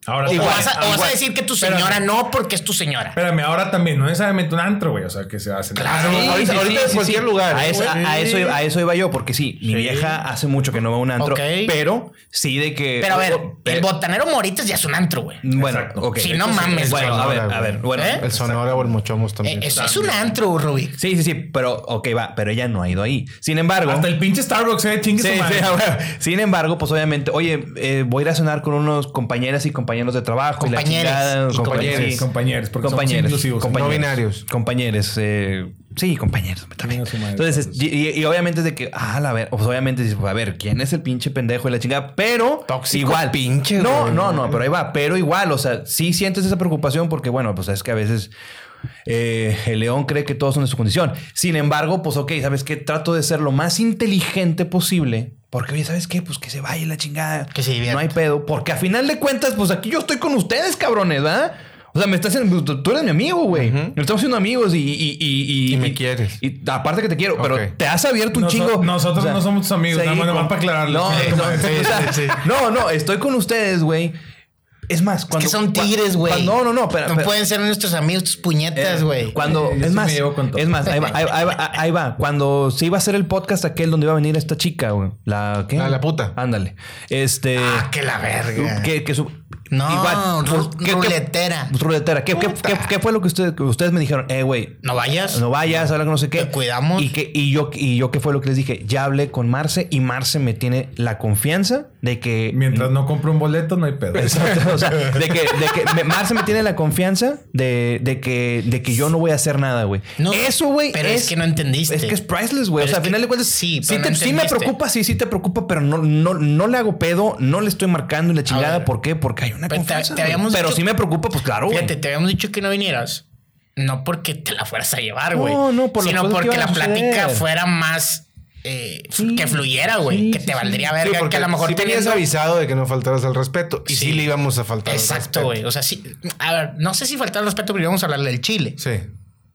[SPEAKER 4] Ahora,
[SPEAKER 2] O
[SPEAKER 4] igual,
[SPEAKER 2] vas, a, o vas a decir que tu
[SPEAKER 4] Espérame.
[SPEAKER 2] señora no porque es tu señora.
[SPEAKER 4] Espérame, ahora también, no necesariamente un antro, güey. O sea, que se hacen.
[SPEAKER 2] Claro.
[SPEAKER 4] Ah,
[SPEAKER 1] Sí,
[SPEAKER 3] ahorita-
[SPEAKER 1] sí,
[SPEAKER 3] ahorita
[SPEAKER 1] sí,
[SPEAKER 3] en
[SPEAKER 1] sí,
[SPEAKER 3] cualquier
[SPEAKER 1] sí.
[SPEAKER 3] lugar,
[SPEAKER 1] A, eso,
[SPEAKER 3] güey.
[SPEAKER 1] a eso, iba- a eso iba yo, porque sí, mi
[SPEAKER 4] Sí.
[SPEAKER 1] vieja hace mucho que no va a un antro,
[SPEAKER 2] Ok.
[SPEAKER 1] pero sí de que.
[SPEAKER 2] Pero a ver,
[SPEAKER 1] Pero-
[SPEAKER 2] el botanero Moritas ya es un antro, güey.
[SPEAKER 1] Bueno,
[SPEAKER 4] Exacto.
[SPEAKER 1] ok.
[SPEAKER 2] Si no mames,
[SPEAKER 1] Bueno,
[SPEAKER 2] güey.
[SPEAKER 1] a ver,
[SPEAKER 3] Ahora,
[SPEAKER 1] a ver.
[SPEAKER 3] güey.
[SPEAKER 1] Bueno,
[SPEAKER 2] ¿Eh?
[SPEAKER 3] El Sonora o el Mochomos
[SPEAKER 2] Eh,
[SPEAKER 3] también.
[SPEAKER 2] eso es un antro, Rubik.
[SPEAKER 1] sí, sí, sí, pero ok, va, pero ella no ha ido ahí. Sin embargo.
[SPEAKER 4] Hasta el pinche Starbucks, eh, chingue
[SPEAKER 1] Sí,
[SPEAKER 4] su madre.
[SPEAKER 1] sí, a huevo. Sin embargo, pues obviamente, oye, eh, voy a ir a cenar con unos compañeras y compañeros de trabajo. y la
[SPEAKER 2] Compañeres
[SPEAKER 1] chingada,
[SPEAKER 2] y
[SPEAKER 4] compañeres.
[SPEAKER 1] sí.
[SPEAKER 4] Compañeros, porque somos inclusivos.
[SPEAKER 1] compañeros,
[SPEAKER 3] No binarios.
[SPEAKER 1] Compañeros. eh, sí, compañeros. también.
[SPEAKER 4] Chinga su madre,
[SPEAKER 1] Entonces,
[SPEAKER 4] entonces.
[SPEAKER 1] y, y- y obviamente es de que, ah, la ver, pues obviamente dices, a ver, ¿quién es el pinche pendejo de la chingada? Pero
[SPEAKER 3] Tóxico,
[SPEAKER 1] igual.
[SPEAKER 3] pinche,
[SPEAKER 1] No,
[SPEAKER 3] güey.
[SPEAKER 1] no, no, pero ahí va. Pero igual, o sea, sí sientes esa preocupación porque, bueno, pues es que a veces eh, el león cree que todos son de su condición. Sin embargo, pues ok, ¿sabes qué? Trato de ser lo más inteligente posible. Porque, oye, ¿sabes qué? Pues que se vaya la chingada.
[SPEAKER 2] Que se divierta.
[SPEAKER 1] No hay pedo. Porque a final de cuentas, pues aquí yo estoy con ustedes, cabrones, ¿verdad? O sea, me estás... En, pues, tú tú eres mi amigo, güey. Estamos siendo amigos y... Y, y,
[SPEAKER 3] Y me quieres.
[SPEAKER 1] Y aparte que te quiero, pero
[SPEAKER 3] Ok.
[SPEAKER 1] te has abierto un
[SPEAKER 4] Noso-
[SPEAKER 1] chingo...
[SPEAKER 4] nosotros no somos tus amigos, nada más-
[SPEAKER 1] como-
[SPEAKER 4] nada más para aclararlo.
[SPEAKER 1] No,
[SPEAKER 4] Sí,
[SPEAKER 1] no,
[SPEAKER 4] sí,
[SPEAKER 1] o sea, no, no, estoy con ustedes, güey. Es más,
[SPEAKER 2] Es
[SPEAKER 1] cuando.
[SPEAKER 2] que son tigres,
[SPEAKER 1] cua-
[SPEAKER 2] güey.
[SPEAKER 1] No, no, no, espera,
[SPEAKER 2] No
[SPEAKER 1] espera.
[SPEAKER 2] pueden ser nuestros amigos, tus puñetas,
[SPEAKER 4] Eh,
[SPEAKER 2] güey.
[SPEAKER 1] Cuando,
[SPEAKER 4] Eh, yo
[SPEAKER 1] es
[SPEAKER 4] sí
[SPEAKER 1] más,
[SPEAKER 4] me llevo con todo.
[SPEAKER 1] es más, ahí va, ahí, va, ahí va, ahí va. Cuando se iba a hacer el podcast aquel donde iba a venir esta chica, güey. La, ¿qué?
[SPEAKER 3] La- la puta.
[SPEAKER 1] Ándale. Este.
[SPEAKER 2] Ah, que la verga.
[SPEAKER 1] Que, que su-
[SPEAKER 2] No,
[SPEAKER 1] pues,
[SPEAKER 2] ru- ruletera.
[SPEAKER 1] ruletera. ¿Qué, qué- qué- qué fue lo que, usted- que ustedes me dijeron? Eh, güey,
[SPEAKER 2] No vayas.
[SPEAKER 1] no vayas, habla con no sé qué.
[SPEAKER 2] Te cuidamos.
[SPEAKER 1] Y, que, y, yo, y yo, ¿qué fue lo que les dije? Ya hablé con Marce y Marce me tiene la confianza de que.
[SPEAKER 4] Mientras no compro un boleto, no hay pedo.
[SPEAKER 1] Exacto, o sea, de que, de que me- Marce me tiene la confianza de, de que, de que yo no voy a hacer nada, güey.
[SPEAKER 2] No,
[SPEAKER 1] Eso, güey.
[SPEAKER 2] pero es que no entendiste.
[SPEAKER 1] Es que es priceless, güey. O
[SPEAKER 2] Pero
[SPEAKER 1] sea,
[SPEAKER 2] es
[SPEAKER 1] al final
[SPEAKER 2] que-
[SPEAKER 1] de cuentas,
[SPEAKER 2] sí,
[SPEAKER 1] sí,
[SPEAKER 2] pero
[SPEAKER 1] te-
[SPEAKER 2] no
[SPEAKER 1] sí me
[SPEAKER 2] entendiste.
[SPEAKER 1] preocupa, sí, sí te preocupa, pero no, no, no le hago pedo, no le estoy marcando y la chingada.
[SPEAKER 2] ver.
[SPEAKER 1] ¿Por qué? Porque hay una
[SPEAKER 2] Pero te-
[SPEAKER 1] confianza.
[SPEAKER 2] te
[SPEAKER 1] güey.
[SPEAKER 2] habíamos
[SPEAKER 1] pero
[SPEAKER 2] dicho-
[SPEAKER 1] sí me preocupa, pues claro, güey.
[SPEAKER 2] Fíjate, te habíamos dicho que no vinieras. No porque te la fueras a llevar,
[SPEAKER 1] No,
[SPEAKER 2] güey.
[SPEAKER 1] no, por las
[SPEAKER 2] Sino
[SPEAKER 1] cosas que
[SPEAKER 2] porque
[SPEAKER 1] iban a
[SPEAKER 2] la plática
[SPEAKER 1] suceder.
[SPEAKER 2] fuera más. eh,
[SPEAKER 1] Sí,
[SPEAKER 2] que fluyera, güey.
[SPEAKER 1] sí,
[SPEAKER 2] que
[SPEAKER 1] sí,
[SPEAKER 2] te
[SPEAKER 1] sí.
[SPEAKER 2] valdría
[SPEAKER 3] Sí,
[SPEAKER 2] verga. que
[SPEAKER 3] porque
[SPEAKER 2] a lo mejor
[SPEAKER 3] sí tenías
[SPEAKER 2] teniendo-
[SPEAKER 3] avisado de que no faltaras al respeto. Y sí,
[SPEAKER 2] Sí.
[SPEAKER 3] le íbamos a faltar
[SPEAKER 1] pues,
[SPEAKER 3] al respeto.
[SPEAKER 2] Exacto, güey. O sea, sí. A ver, no sé si faltar al respeto, pero íbamos a hablarle del chile.
[SPEAKER 3] Sí.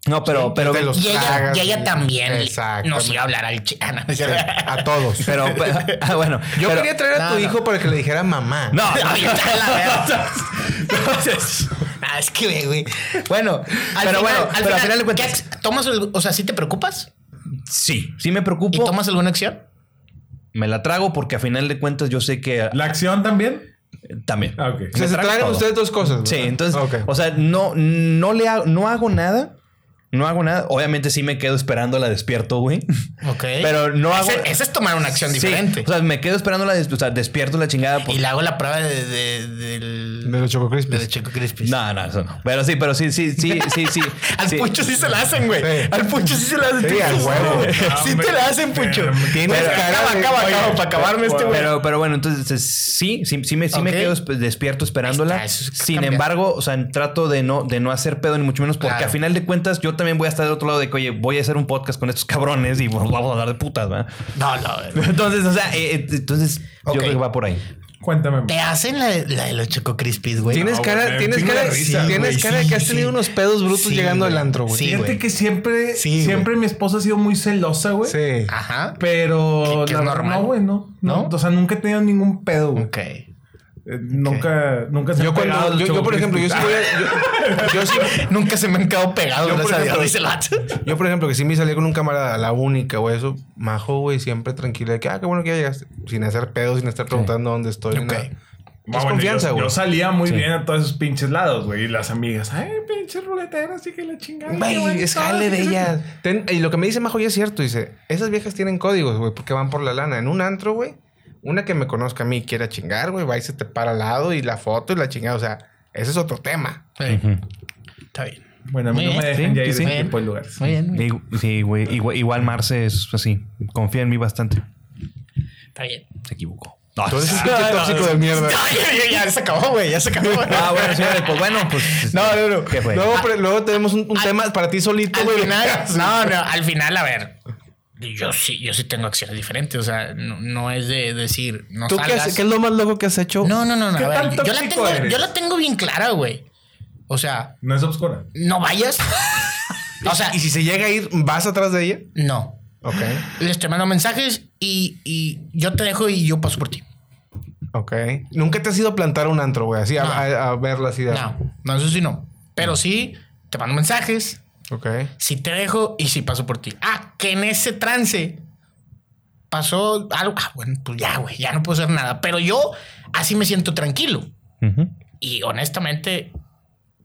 [SPEAKER 1] no, pero, pero,
[SPEAKER 3] te los
[SPEAKER 2] Y ella,
[SPEAKER 3] tragas,
[SPEAKER 2] y ella
[SPEAKER 3] güey.
[SPEAKER 2] también
[SPEAKER 3] Exacto.
[SPEAKER 2] nos iba a hablar al chile. [laughs] Ah, no, es
[SPEAKER 3] Sí,
[SPEAKER 2] cierto. [laughs]
[SPEAKER 3] A todos. [laughs]
[SPEAKER 1] pero, [laughs] pero- ah, bueno.
[SPEAKER 3] Yo
[SPEAKER 1] pero-
[SPEAKER 3] quería traer a
[SPEAKER 2] No, no.
[SPEAKER 3] tu hijo para que le dijera mamá.
[SPEAKER 2] [laughs]
[SPEAKER 1] No,
[SPEAKER 2] Ay,
[SPEAKER 1] no,
[SPEAKER 2] está la
[SPEAKER 1] [laughs]
[SPEAKER 2] verga. Ah, es que, güey, güey. Bueno, al
[SPEAKER 1] Pero
[SPEAKER 2] final,
[SPEAKER 1] bueno,
[SPEAKER 2] al
[SPEAKER 1] pero al final de
[SPEAKER 2] ¿qué
[SPEAKER 1] cuentas-
[SPEAKER 2] ac- tomas el- o sea, ¿sí te preocupas?
[SPEAKER 1] sí, sí me
[SPEAKER 2] ¿Y
[SPEAKER 1] preocupo.
[SPEAKER 2] tomas alguna acción?
[SPEAKER 1] Me la trago porque a final de cuentas yo sé que
[SPEAKER 4] ¿La acción también?
[SPEAKER 1] eh, también.
[SPEAKER 4] Ah, ok.
[SPEAKER 3] O sea,
[SPEAKER 1] Me
[SPEAKER 3] se
[SPEAKER 1] trago
[SPEAKER 3] tragan
[SPEAKER 1] todo.
[SPEAKER 3] ustedes dos cosas.
[SPEAKER 1] Sí,
[SPEAKER 3] ¿verdad?
[SPEAKER 1] entonces,
[SPEAKER 3] Ok.
[SPEAKER 1] o sea, no, no le hago, no hago nada. No hago nada. Obviamente sí me quedo esperando la despierto, güey.
[SPEAKER 2] Ok.
[SPEAKER 1] Pero no hago-
[SPEAKER 2] Ese- Esa es tomar una [laughs] acción
[SPEAKER 1] Sí,
[SPEAKER 2] diferente.
[SPEAKER 1] O sea, me quedo esperando la des- o sea, despierto la chingada.
[SPEAKER 2] y
[SPEAKER 1] Pues,
[SPEAKER 2] le hago la prueba de, de- del.
[SPEAKER 3] De los Choco Crispies.
[SPEAKER 2] de Choco Crispis.
[SPEAKER 1] No, no, eso no. Pero sí, pero sí, sí, sí, sí, sí.
[SPEAKER 2] [laughs] Al
[SPEAKER 1] sí.
[SPEAKER 2] Pucho sí se la hacen, güey.
[SPEAKER 3] Sí.
[SPEAKER 2] Al Pucho sí se la hacen.
[SPEAKER 3] Sí, al huevo.
[SPEAKER 2] Sí te la hacen, Pucho.
[SPEAKER 3] Tienes
[SPEAKER 2] Pero-
[SPEAKER 3] cara
[SPEAKER 2] acaba,
[SPEAKER 3] de-
[SPEAKER 2] acaba,
[SPEAKER 3] Oye,
[SPEAKER 2] acaba, para acabarme este, güey.
[SPEAKER 1] Pero, pero bueno, entonces sí, sí, sí me, sí me
[SPEAKER 2] Ok.
[SPEAKER 1] quedo esp- despierto esperándola.
[SPEAKER 2] Ahí está, eso es que
[SPEAKER 1] Sin
[SPEAKER 2] cambia.
[SPEAKER 1] embargo, o sea, trato de no, de no hacer pedo ni mucho menos, porque
[SPEAKER 2] Claro.
[SPEAKER 1] a final de cuentas yo también voy a estar del otro lado de que, oye, voy a hacer un podcast con estos cabrones y vamos a hablar de putas, ¿verdad?
[SPEAKER 2] No, no.
[SPEAKER 1] [laughs] Entonces, o sea, eh, eh, entonces
[SPEAKER 2] Ok.
[SPEAKER 1] yo creo que va por ahí.
[SPEAKER 4] Cuéntame.
[SPEAKER 2] Te hacen la, de- la de los Choco Crispis, güey.
[SPEAKER 3] Tienes
[SPEAKER 4] No,
[SPEAKER 3] cara,
[SPEAKER 4] güey,
[SPEAKER 3] tienes
[SPEAKER 4] tengo
[SPEAKER 3] cara,
[SPEAKER 4] una risa,
[SPEAKER 3] sí,
[SPEAKER 4] güey,
[SPEAKER 3] tienes
[SPEAKER 2] sí,
[SPEAKER 3] cara de que has
[SPEAKER 2] sí.
[SPEAKER 3] tenido unos pedos brutos
[SPEAKER 2] Sí,
[SPEAKER 3] llegando al
[SPEAKER 2] güey.
[SPEAKER 3] antro, güey.
[SPEAKER 2] Sí,
[SPEAKER 4] Fíjate
[SPEAKER 2] güey.
[SPEAKER 4] que siempre,
[SPEAKER 2] Sí,
[SPEAKER 4] siempre
[SPEAKER 2] güey.
[SPEAKER 4] mi esposa ha sido muy celosa, güey.
[SPEAKER 3] Sí.
[SPEAKER 2] Ajá.
[SPEAKER 4] Pero
[SPEAKER 2] Que- que
[SPEAKER 4] la
[SPEAKER 2] es
[SPEAKER 4] verdad,
[SPEAKER 2] normal.
[SPEAKER 4] no, güey, no, no.
[SPEAKER 2] ¿No?
[SPEAKER 4] O sea, nunca he tenido ningún pedo, güey.
[SPEAKER 2] Ok.
[SPEAKER 4] Eh, Nunca, nunca se
[SPEAKER 3] Yo
[SPEAKER 4] han pegado
[SPEAKER 3] cuando,
[SPEAKER 4] los
[SPEAKER 3] yo, yo, por ejemplo, yo sí
[SPEAKER 4] Choco
[SPEAKER 3] voy
[SPEAKER 4] Crispies.
[SPEAKER 3] a, yo,
[SPEAKER 2] [laughs]
[SPEAKER 3] yo sí,
[SPEAKER 2] Nunca se me han quedado pegados,
[SPEAKER 3] Yo, por
[SPEAKER 2] gracias a Dios,
[SPEAKER 3] ejemplo-
[SPEAKER 2] dice el vato.
[SPEAKER 3] yo por ejemplo, que sí me salía con un camarada, la única, güey, eso, majo, güey, siempre tranquila, de que, ah, qué bueno que ya llegaste, sin hacer pedos, sin estar preguntando dónde estoy, ni
[SPEAKER 2] Ok.
[SPEAKER 3] nada.
[SPEAKER 4] Ah,
[SPEAKER 3] Es
[SPEAKER 4] bueno,
[SPEAKER 3] confianza,
[SPEAKER 4] yo-
[SPEAKER 3] güey.
[SPEAKER 4] Yo salía muy
[SPEAKER 1] Sí.
[SPEAKER 4] bien a todos esos pinches lados, güey. Y las amigas, ay, pinche ruletera, así que la chingada. qué
[SPEAKER 3] Güey,
[SPEAKER 4] bueno,
[SPEAKER 3] es
[SPEAKER 4] todo,
[SPEAKER 3] jale de
[SPEAKER 4] así que-
[SPEAKER 3] ellas.
[SPEAKER 2] [laughs]
[SPEAKER 3] Ten- y lo que me dice Majo ya es cierto. Dice, esas viejas tienen códigos, güey, porque van por la lana. En un antro, güey, una que me conozca a mí y quiera chingar, güey, va y se te para al lado y la foto y la chingada. O sea, ese es otro tema.
[SPEAKER 2] Sí. Está bien.
[SPEAKER 4] Bueno, a mí
[SPEAKER 2] Muy
[SPEAKER 4] no me
[SPEAKER 2] bien,
[SPEAKER 4] dejan
[SPEAKER 1] sí,
[SPEAKER 4] ya ir
[SPEAKER 1] sí,
[SPEAKER 4] a
[SPEAKER 2] sí.
[SPEAKER 4] ese tipo de lugares.
[SPEAKER 2] Muy bien.
[SPEAKER 1] Digo, Sí, güey. Igual, igual Marce es así. Confía en mí bastante.
[SPEAKER 2] Está bien.
[SPEAKER 1] Se equivocó. No,
[SPEAKER 3] Tú eres un
[SPEAKER 1] ah,
[SPEAKER 3] pinche tóxico de mierda.
[SPEAKER 2] ya, ya, ya se acabó, güey. Ya se acabó.
[SPEAKER 1] [laughs] ah, bueno, señores, pues bueno, pues.
[SPEAKER 3] No, no, no.
[SPEAKER 1] ¿Qué fue?
[SPEAKER 3] Luego, pre- luego tenemos un, un
[SPEAKER 2] Ah. al-
[SPEAKER 3] tema para ti solito,
[SPEAKER 2] al
[SPEAKER 3] güey. [laughs]
[SPEAKER 2] final, no, no, al final, a ver. Yo sí, yo sí tengo acciones diferentes. O sea, no, no es de decir, no
[SPEAKER 3] ¿Tú qué,
[SPEAKER 2] salgas.
[SPEAKER 3] has- qué es lo más loco que has hecho?
[SPEAKER 2] No, no, no, no.
[SPEAKER 4] ¿Qué
[SPEAKER 2] a ver,
[SPEAKER 4] tan
[SPEAKER 2] yo la
[SPEAKER 4] tóxico
[SPEAKER 2] tengo,
[SPEAKER 4] eres?
[SPEAKER 2] yo la tengo bien clara, güey. O sea,
[SPEAKER 4] No es obscura.
[SPEAKER 2] no
[SPEAKER 3] [laughs]
[SPEAKER 2] vayas. o sea,
[SPEAKER 3] Y si se llega a ir, ¿vas atrás de ella?
[SPEAKER 2] no.
[SPEAKER 3] Ok.
[SPEAKER 2] Les te mando mensajes y, y yo te dejo y yo paso por ti.
[SPEAKER 3] Ok. Nunca te has ido a plantar un antro, güey, así a,
[SPEAKER 2] No.
[SPEAKER 3] a- a verla así de.
[SPEAKER 2] No, no, eso sí no. Pero sí, te mando mensajes,
[SPEAKER 3] Ok.
[SPEAKER 2] si te dejo y si paso por ti. Ah, que en ese trance pasó algo. Ah, bueno, pues ya, güey, ya no puedo hacer nada. Pero yo así me siento tranquilo.
[SPEAKER 1] Ujú.
[SPEAKER 2] Y honestamente,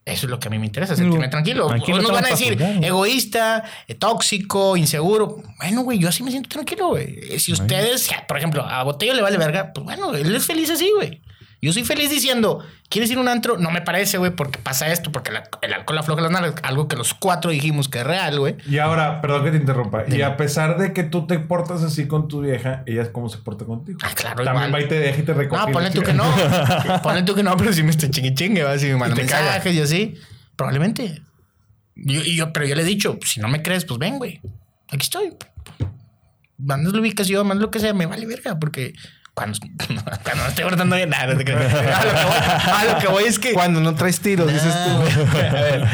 [SPEAKER 2] eso es lo que a mí me interesa, sentirme
[SPEAKER 1] Digo,
[SPEAKER 2] tranquilo.
[SPEAKER 1] aquí
[SPEAKER 2] Unos
[SPEAKER 1] no
[SPEAKER 2] van a
[SPEAKER 1] estamos
[SPEAKER 2] decir
[SPEAKER 1] para juzgar, ¿no?
[SPEAKER 2] egoísta, eh, tóxico, inseguro. Bueno, güey, yo así me siento tranquilo, güey. Eh, Si ustedes, por ejemplo, a Botello le vale verga, pues bueno, él es feliz así, güey. Yo soy feliz diciendo, ¿quieres ir a un antro? No me parece, güey, porque pasa esto, porque la- el alcohol afloja las nalgas, algo que los cuatro dijimos que es real, güey.
[SPEAKER 4] Y ahora, perdón que te interrumpa. Y a pesar de que tú te portas así con tu vieja, ella es como se porta contigo.
[SPEAKER 2] Ah, claro,
[SPEAKER 4] También
[SPEAKER 2] igual.
[SPEAKER 4] va y te deja y te recoge.
[SPEAKER 2] No, ponle tú que no. [laughs] ponle tú que no, pero si me está chingue chingue, va, si me manda
[SPEAKER 3] te caga.
[SPEAKER 2] mensajes y así. Probablemente. Yo, y yo, pero yo le he dicho, si no me crees, pues ven, güey. Aquí estoy. Mandas la ubicación, mandas lo que sea, me vale verga, porque cuando, [laughs] cuando no estoy cortando bien, nada, no te creas. [laughs] A lo que voy- a lo que voy es que. Ah.
[SPEAKER 3] Cuando no traes tiros, dices tú.
[SPEAKER 2] A ver,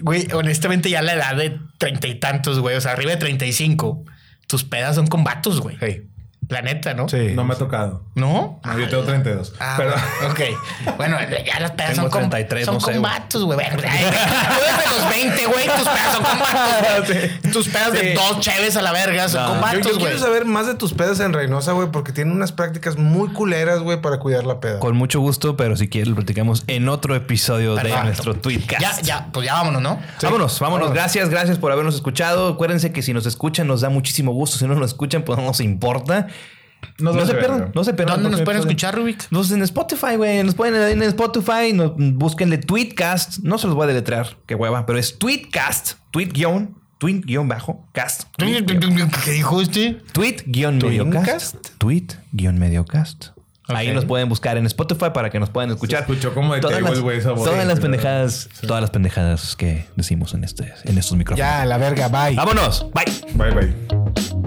[SPEAKER 2] güey, honestamente, ya la edad de treinta y tantos, güey, o sea, arriba de treinta y cinco, tus pedas son con vatos, güey.
[SPEAKER 3] Hey.
[SPEAKER 2] La neta, ¿no?
[SPEAKER 3] Sí.
[SPEAKER 4] No me ha tocado.
[SPEAKER 2] ¿No?
[SPEAKER 4] No, yo tengo 32.
[SPEAKER 2] Ah,
[SPEAKER 4] pero
[SPEAKER 2] [laughs] ok. Bueno, ya las pedas
[SPEAKER 1] Tengo
[SPEAKER 2] son, con,
[SPEAKER 1] 33,
[SPEAKER 2] son
[SPEAKER 1] no sé,
[SPEAKER 2] con
[SPEAKER 1] güey.
[SPEAKER 2] vatos, güey.
[SPEAKER 1] [laughs]
[SPEAKER 2] Bueno, ay, güey, Tú desde los 20, güey, tus pedas son con vatos. güey. Tus pedas de
[SPEAKER 1] [laughs] Sí.
[SPEAKER 2] dos cheves a la verga son
[SPEAKER 1] No, yo-
[SPEAKER 2] con
[SPEAKER 3] Yo, yo
[SPEAKER 2] vatos, güey.
[SPEAKER 3] quiero saber más de tus pedas en Reynosa, güey, porque tienen unas prácticas muy culeras, güey, para cuidar la peda.
[SPEAKER 1] Con mucho gusto, pero si quieres lo platicamos en otro episodio
[SPEAKER 2] Perfecto.
[SPEAKER 1] de nuestro Tweetcast.
[SPEAKER 2] Ya, ya, pues ya vámonos, ¿no?
[SPEAKER 1] Sí. Vámonos, vámonos. Gracias, gracias por habernos escuchado. Acuérdense que si nos escuchan nos da muchísimo gusto. Si no nos escuchan, pues no nos importa.
[SPEAKER 4] Nos
[SPEAKER 1] no
[SPEAKER 4] vale
[SPEAKER 1] se
[SPEAKER 4] verga.
[SPEAKER 1] pierdan, no se pierdan.
[SPEAKER 2] ¿Dónde nos
[SPEAKER 1] porque-
[SPEAKER 2] pueden escuchar, Rubik?
[SPEAKER 1] Pues en Spotify, güey. Nos pueden en Spotify. No, búsquenle Tweetcast. No se los voy a deletrear. Qué hueva. Pero es Tweetcast. Tweet guión. Tweet guión bajo. Cast. Tweet guión-
[SPEAKER 2] ¿Qué dijo este?
[SPEAKER 1] tweet guión medio cast.
[SPEAKER 3] ¿Tweetcast?
[SPEAKER 1] Tweet guión medio cast. Ahí
[SPEAKER 2] Ok.
[SPEAKER 1] nos pueden buscar en Spotify para que nos puedan escuchar.
[SPEAKER 4] Se escuchó como de
[SPEAKER 1] todas
[SPEAKER 4] table,
[SPEAKER 1] las,
[SPEAKER 4] güey, esa voz.
[SPEAKER 1] todas las
[SPEAKER 4] Sí, claro.
[SPEAKER 1] pendejadas, todas las pendejadas que decimos en este, en estos micrófonos.
[SPEAKER 3] la verga, bye.
[SPEAKER 1] Vámonos. Bye.
[SPEAKER 4] bye bye.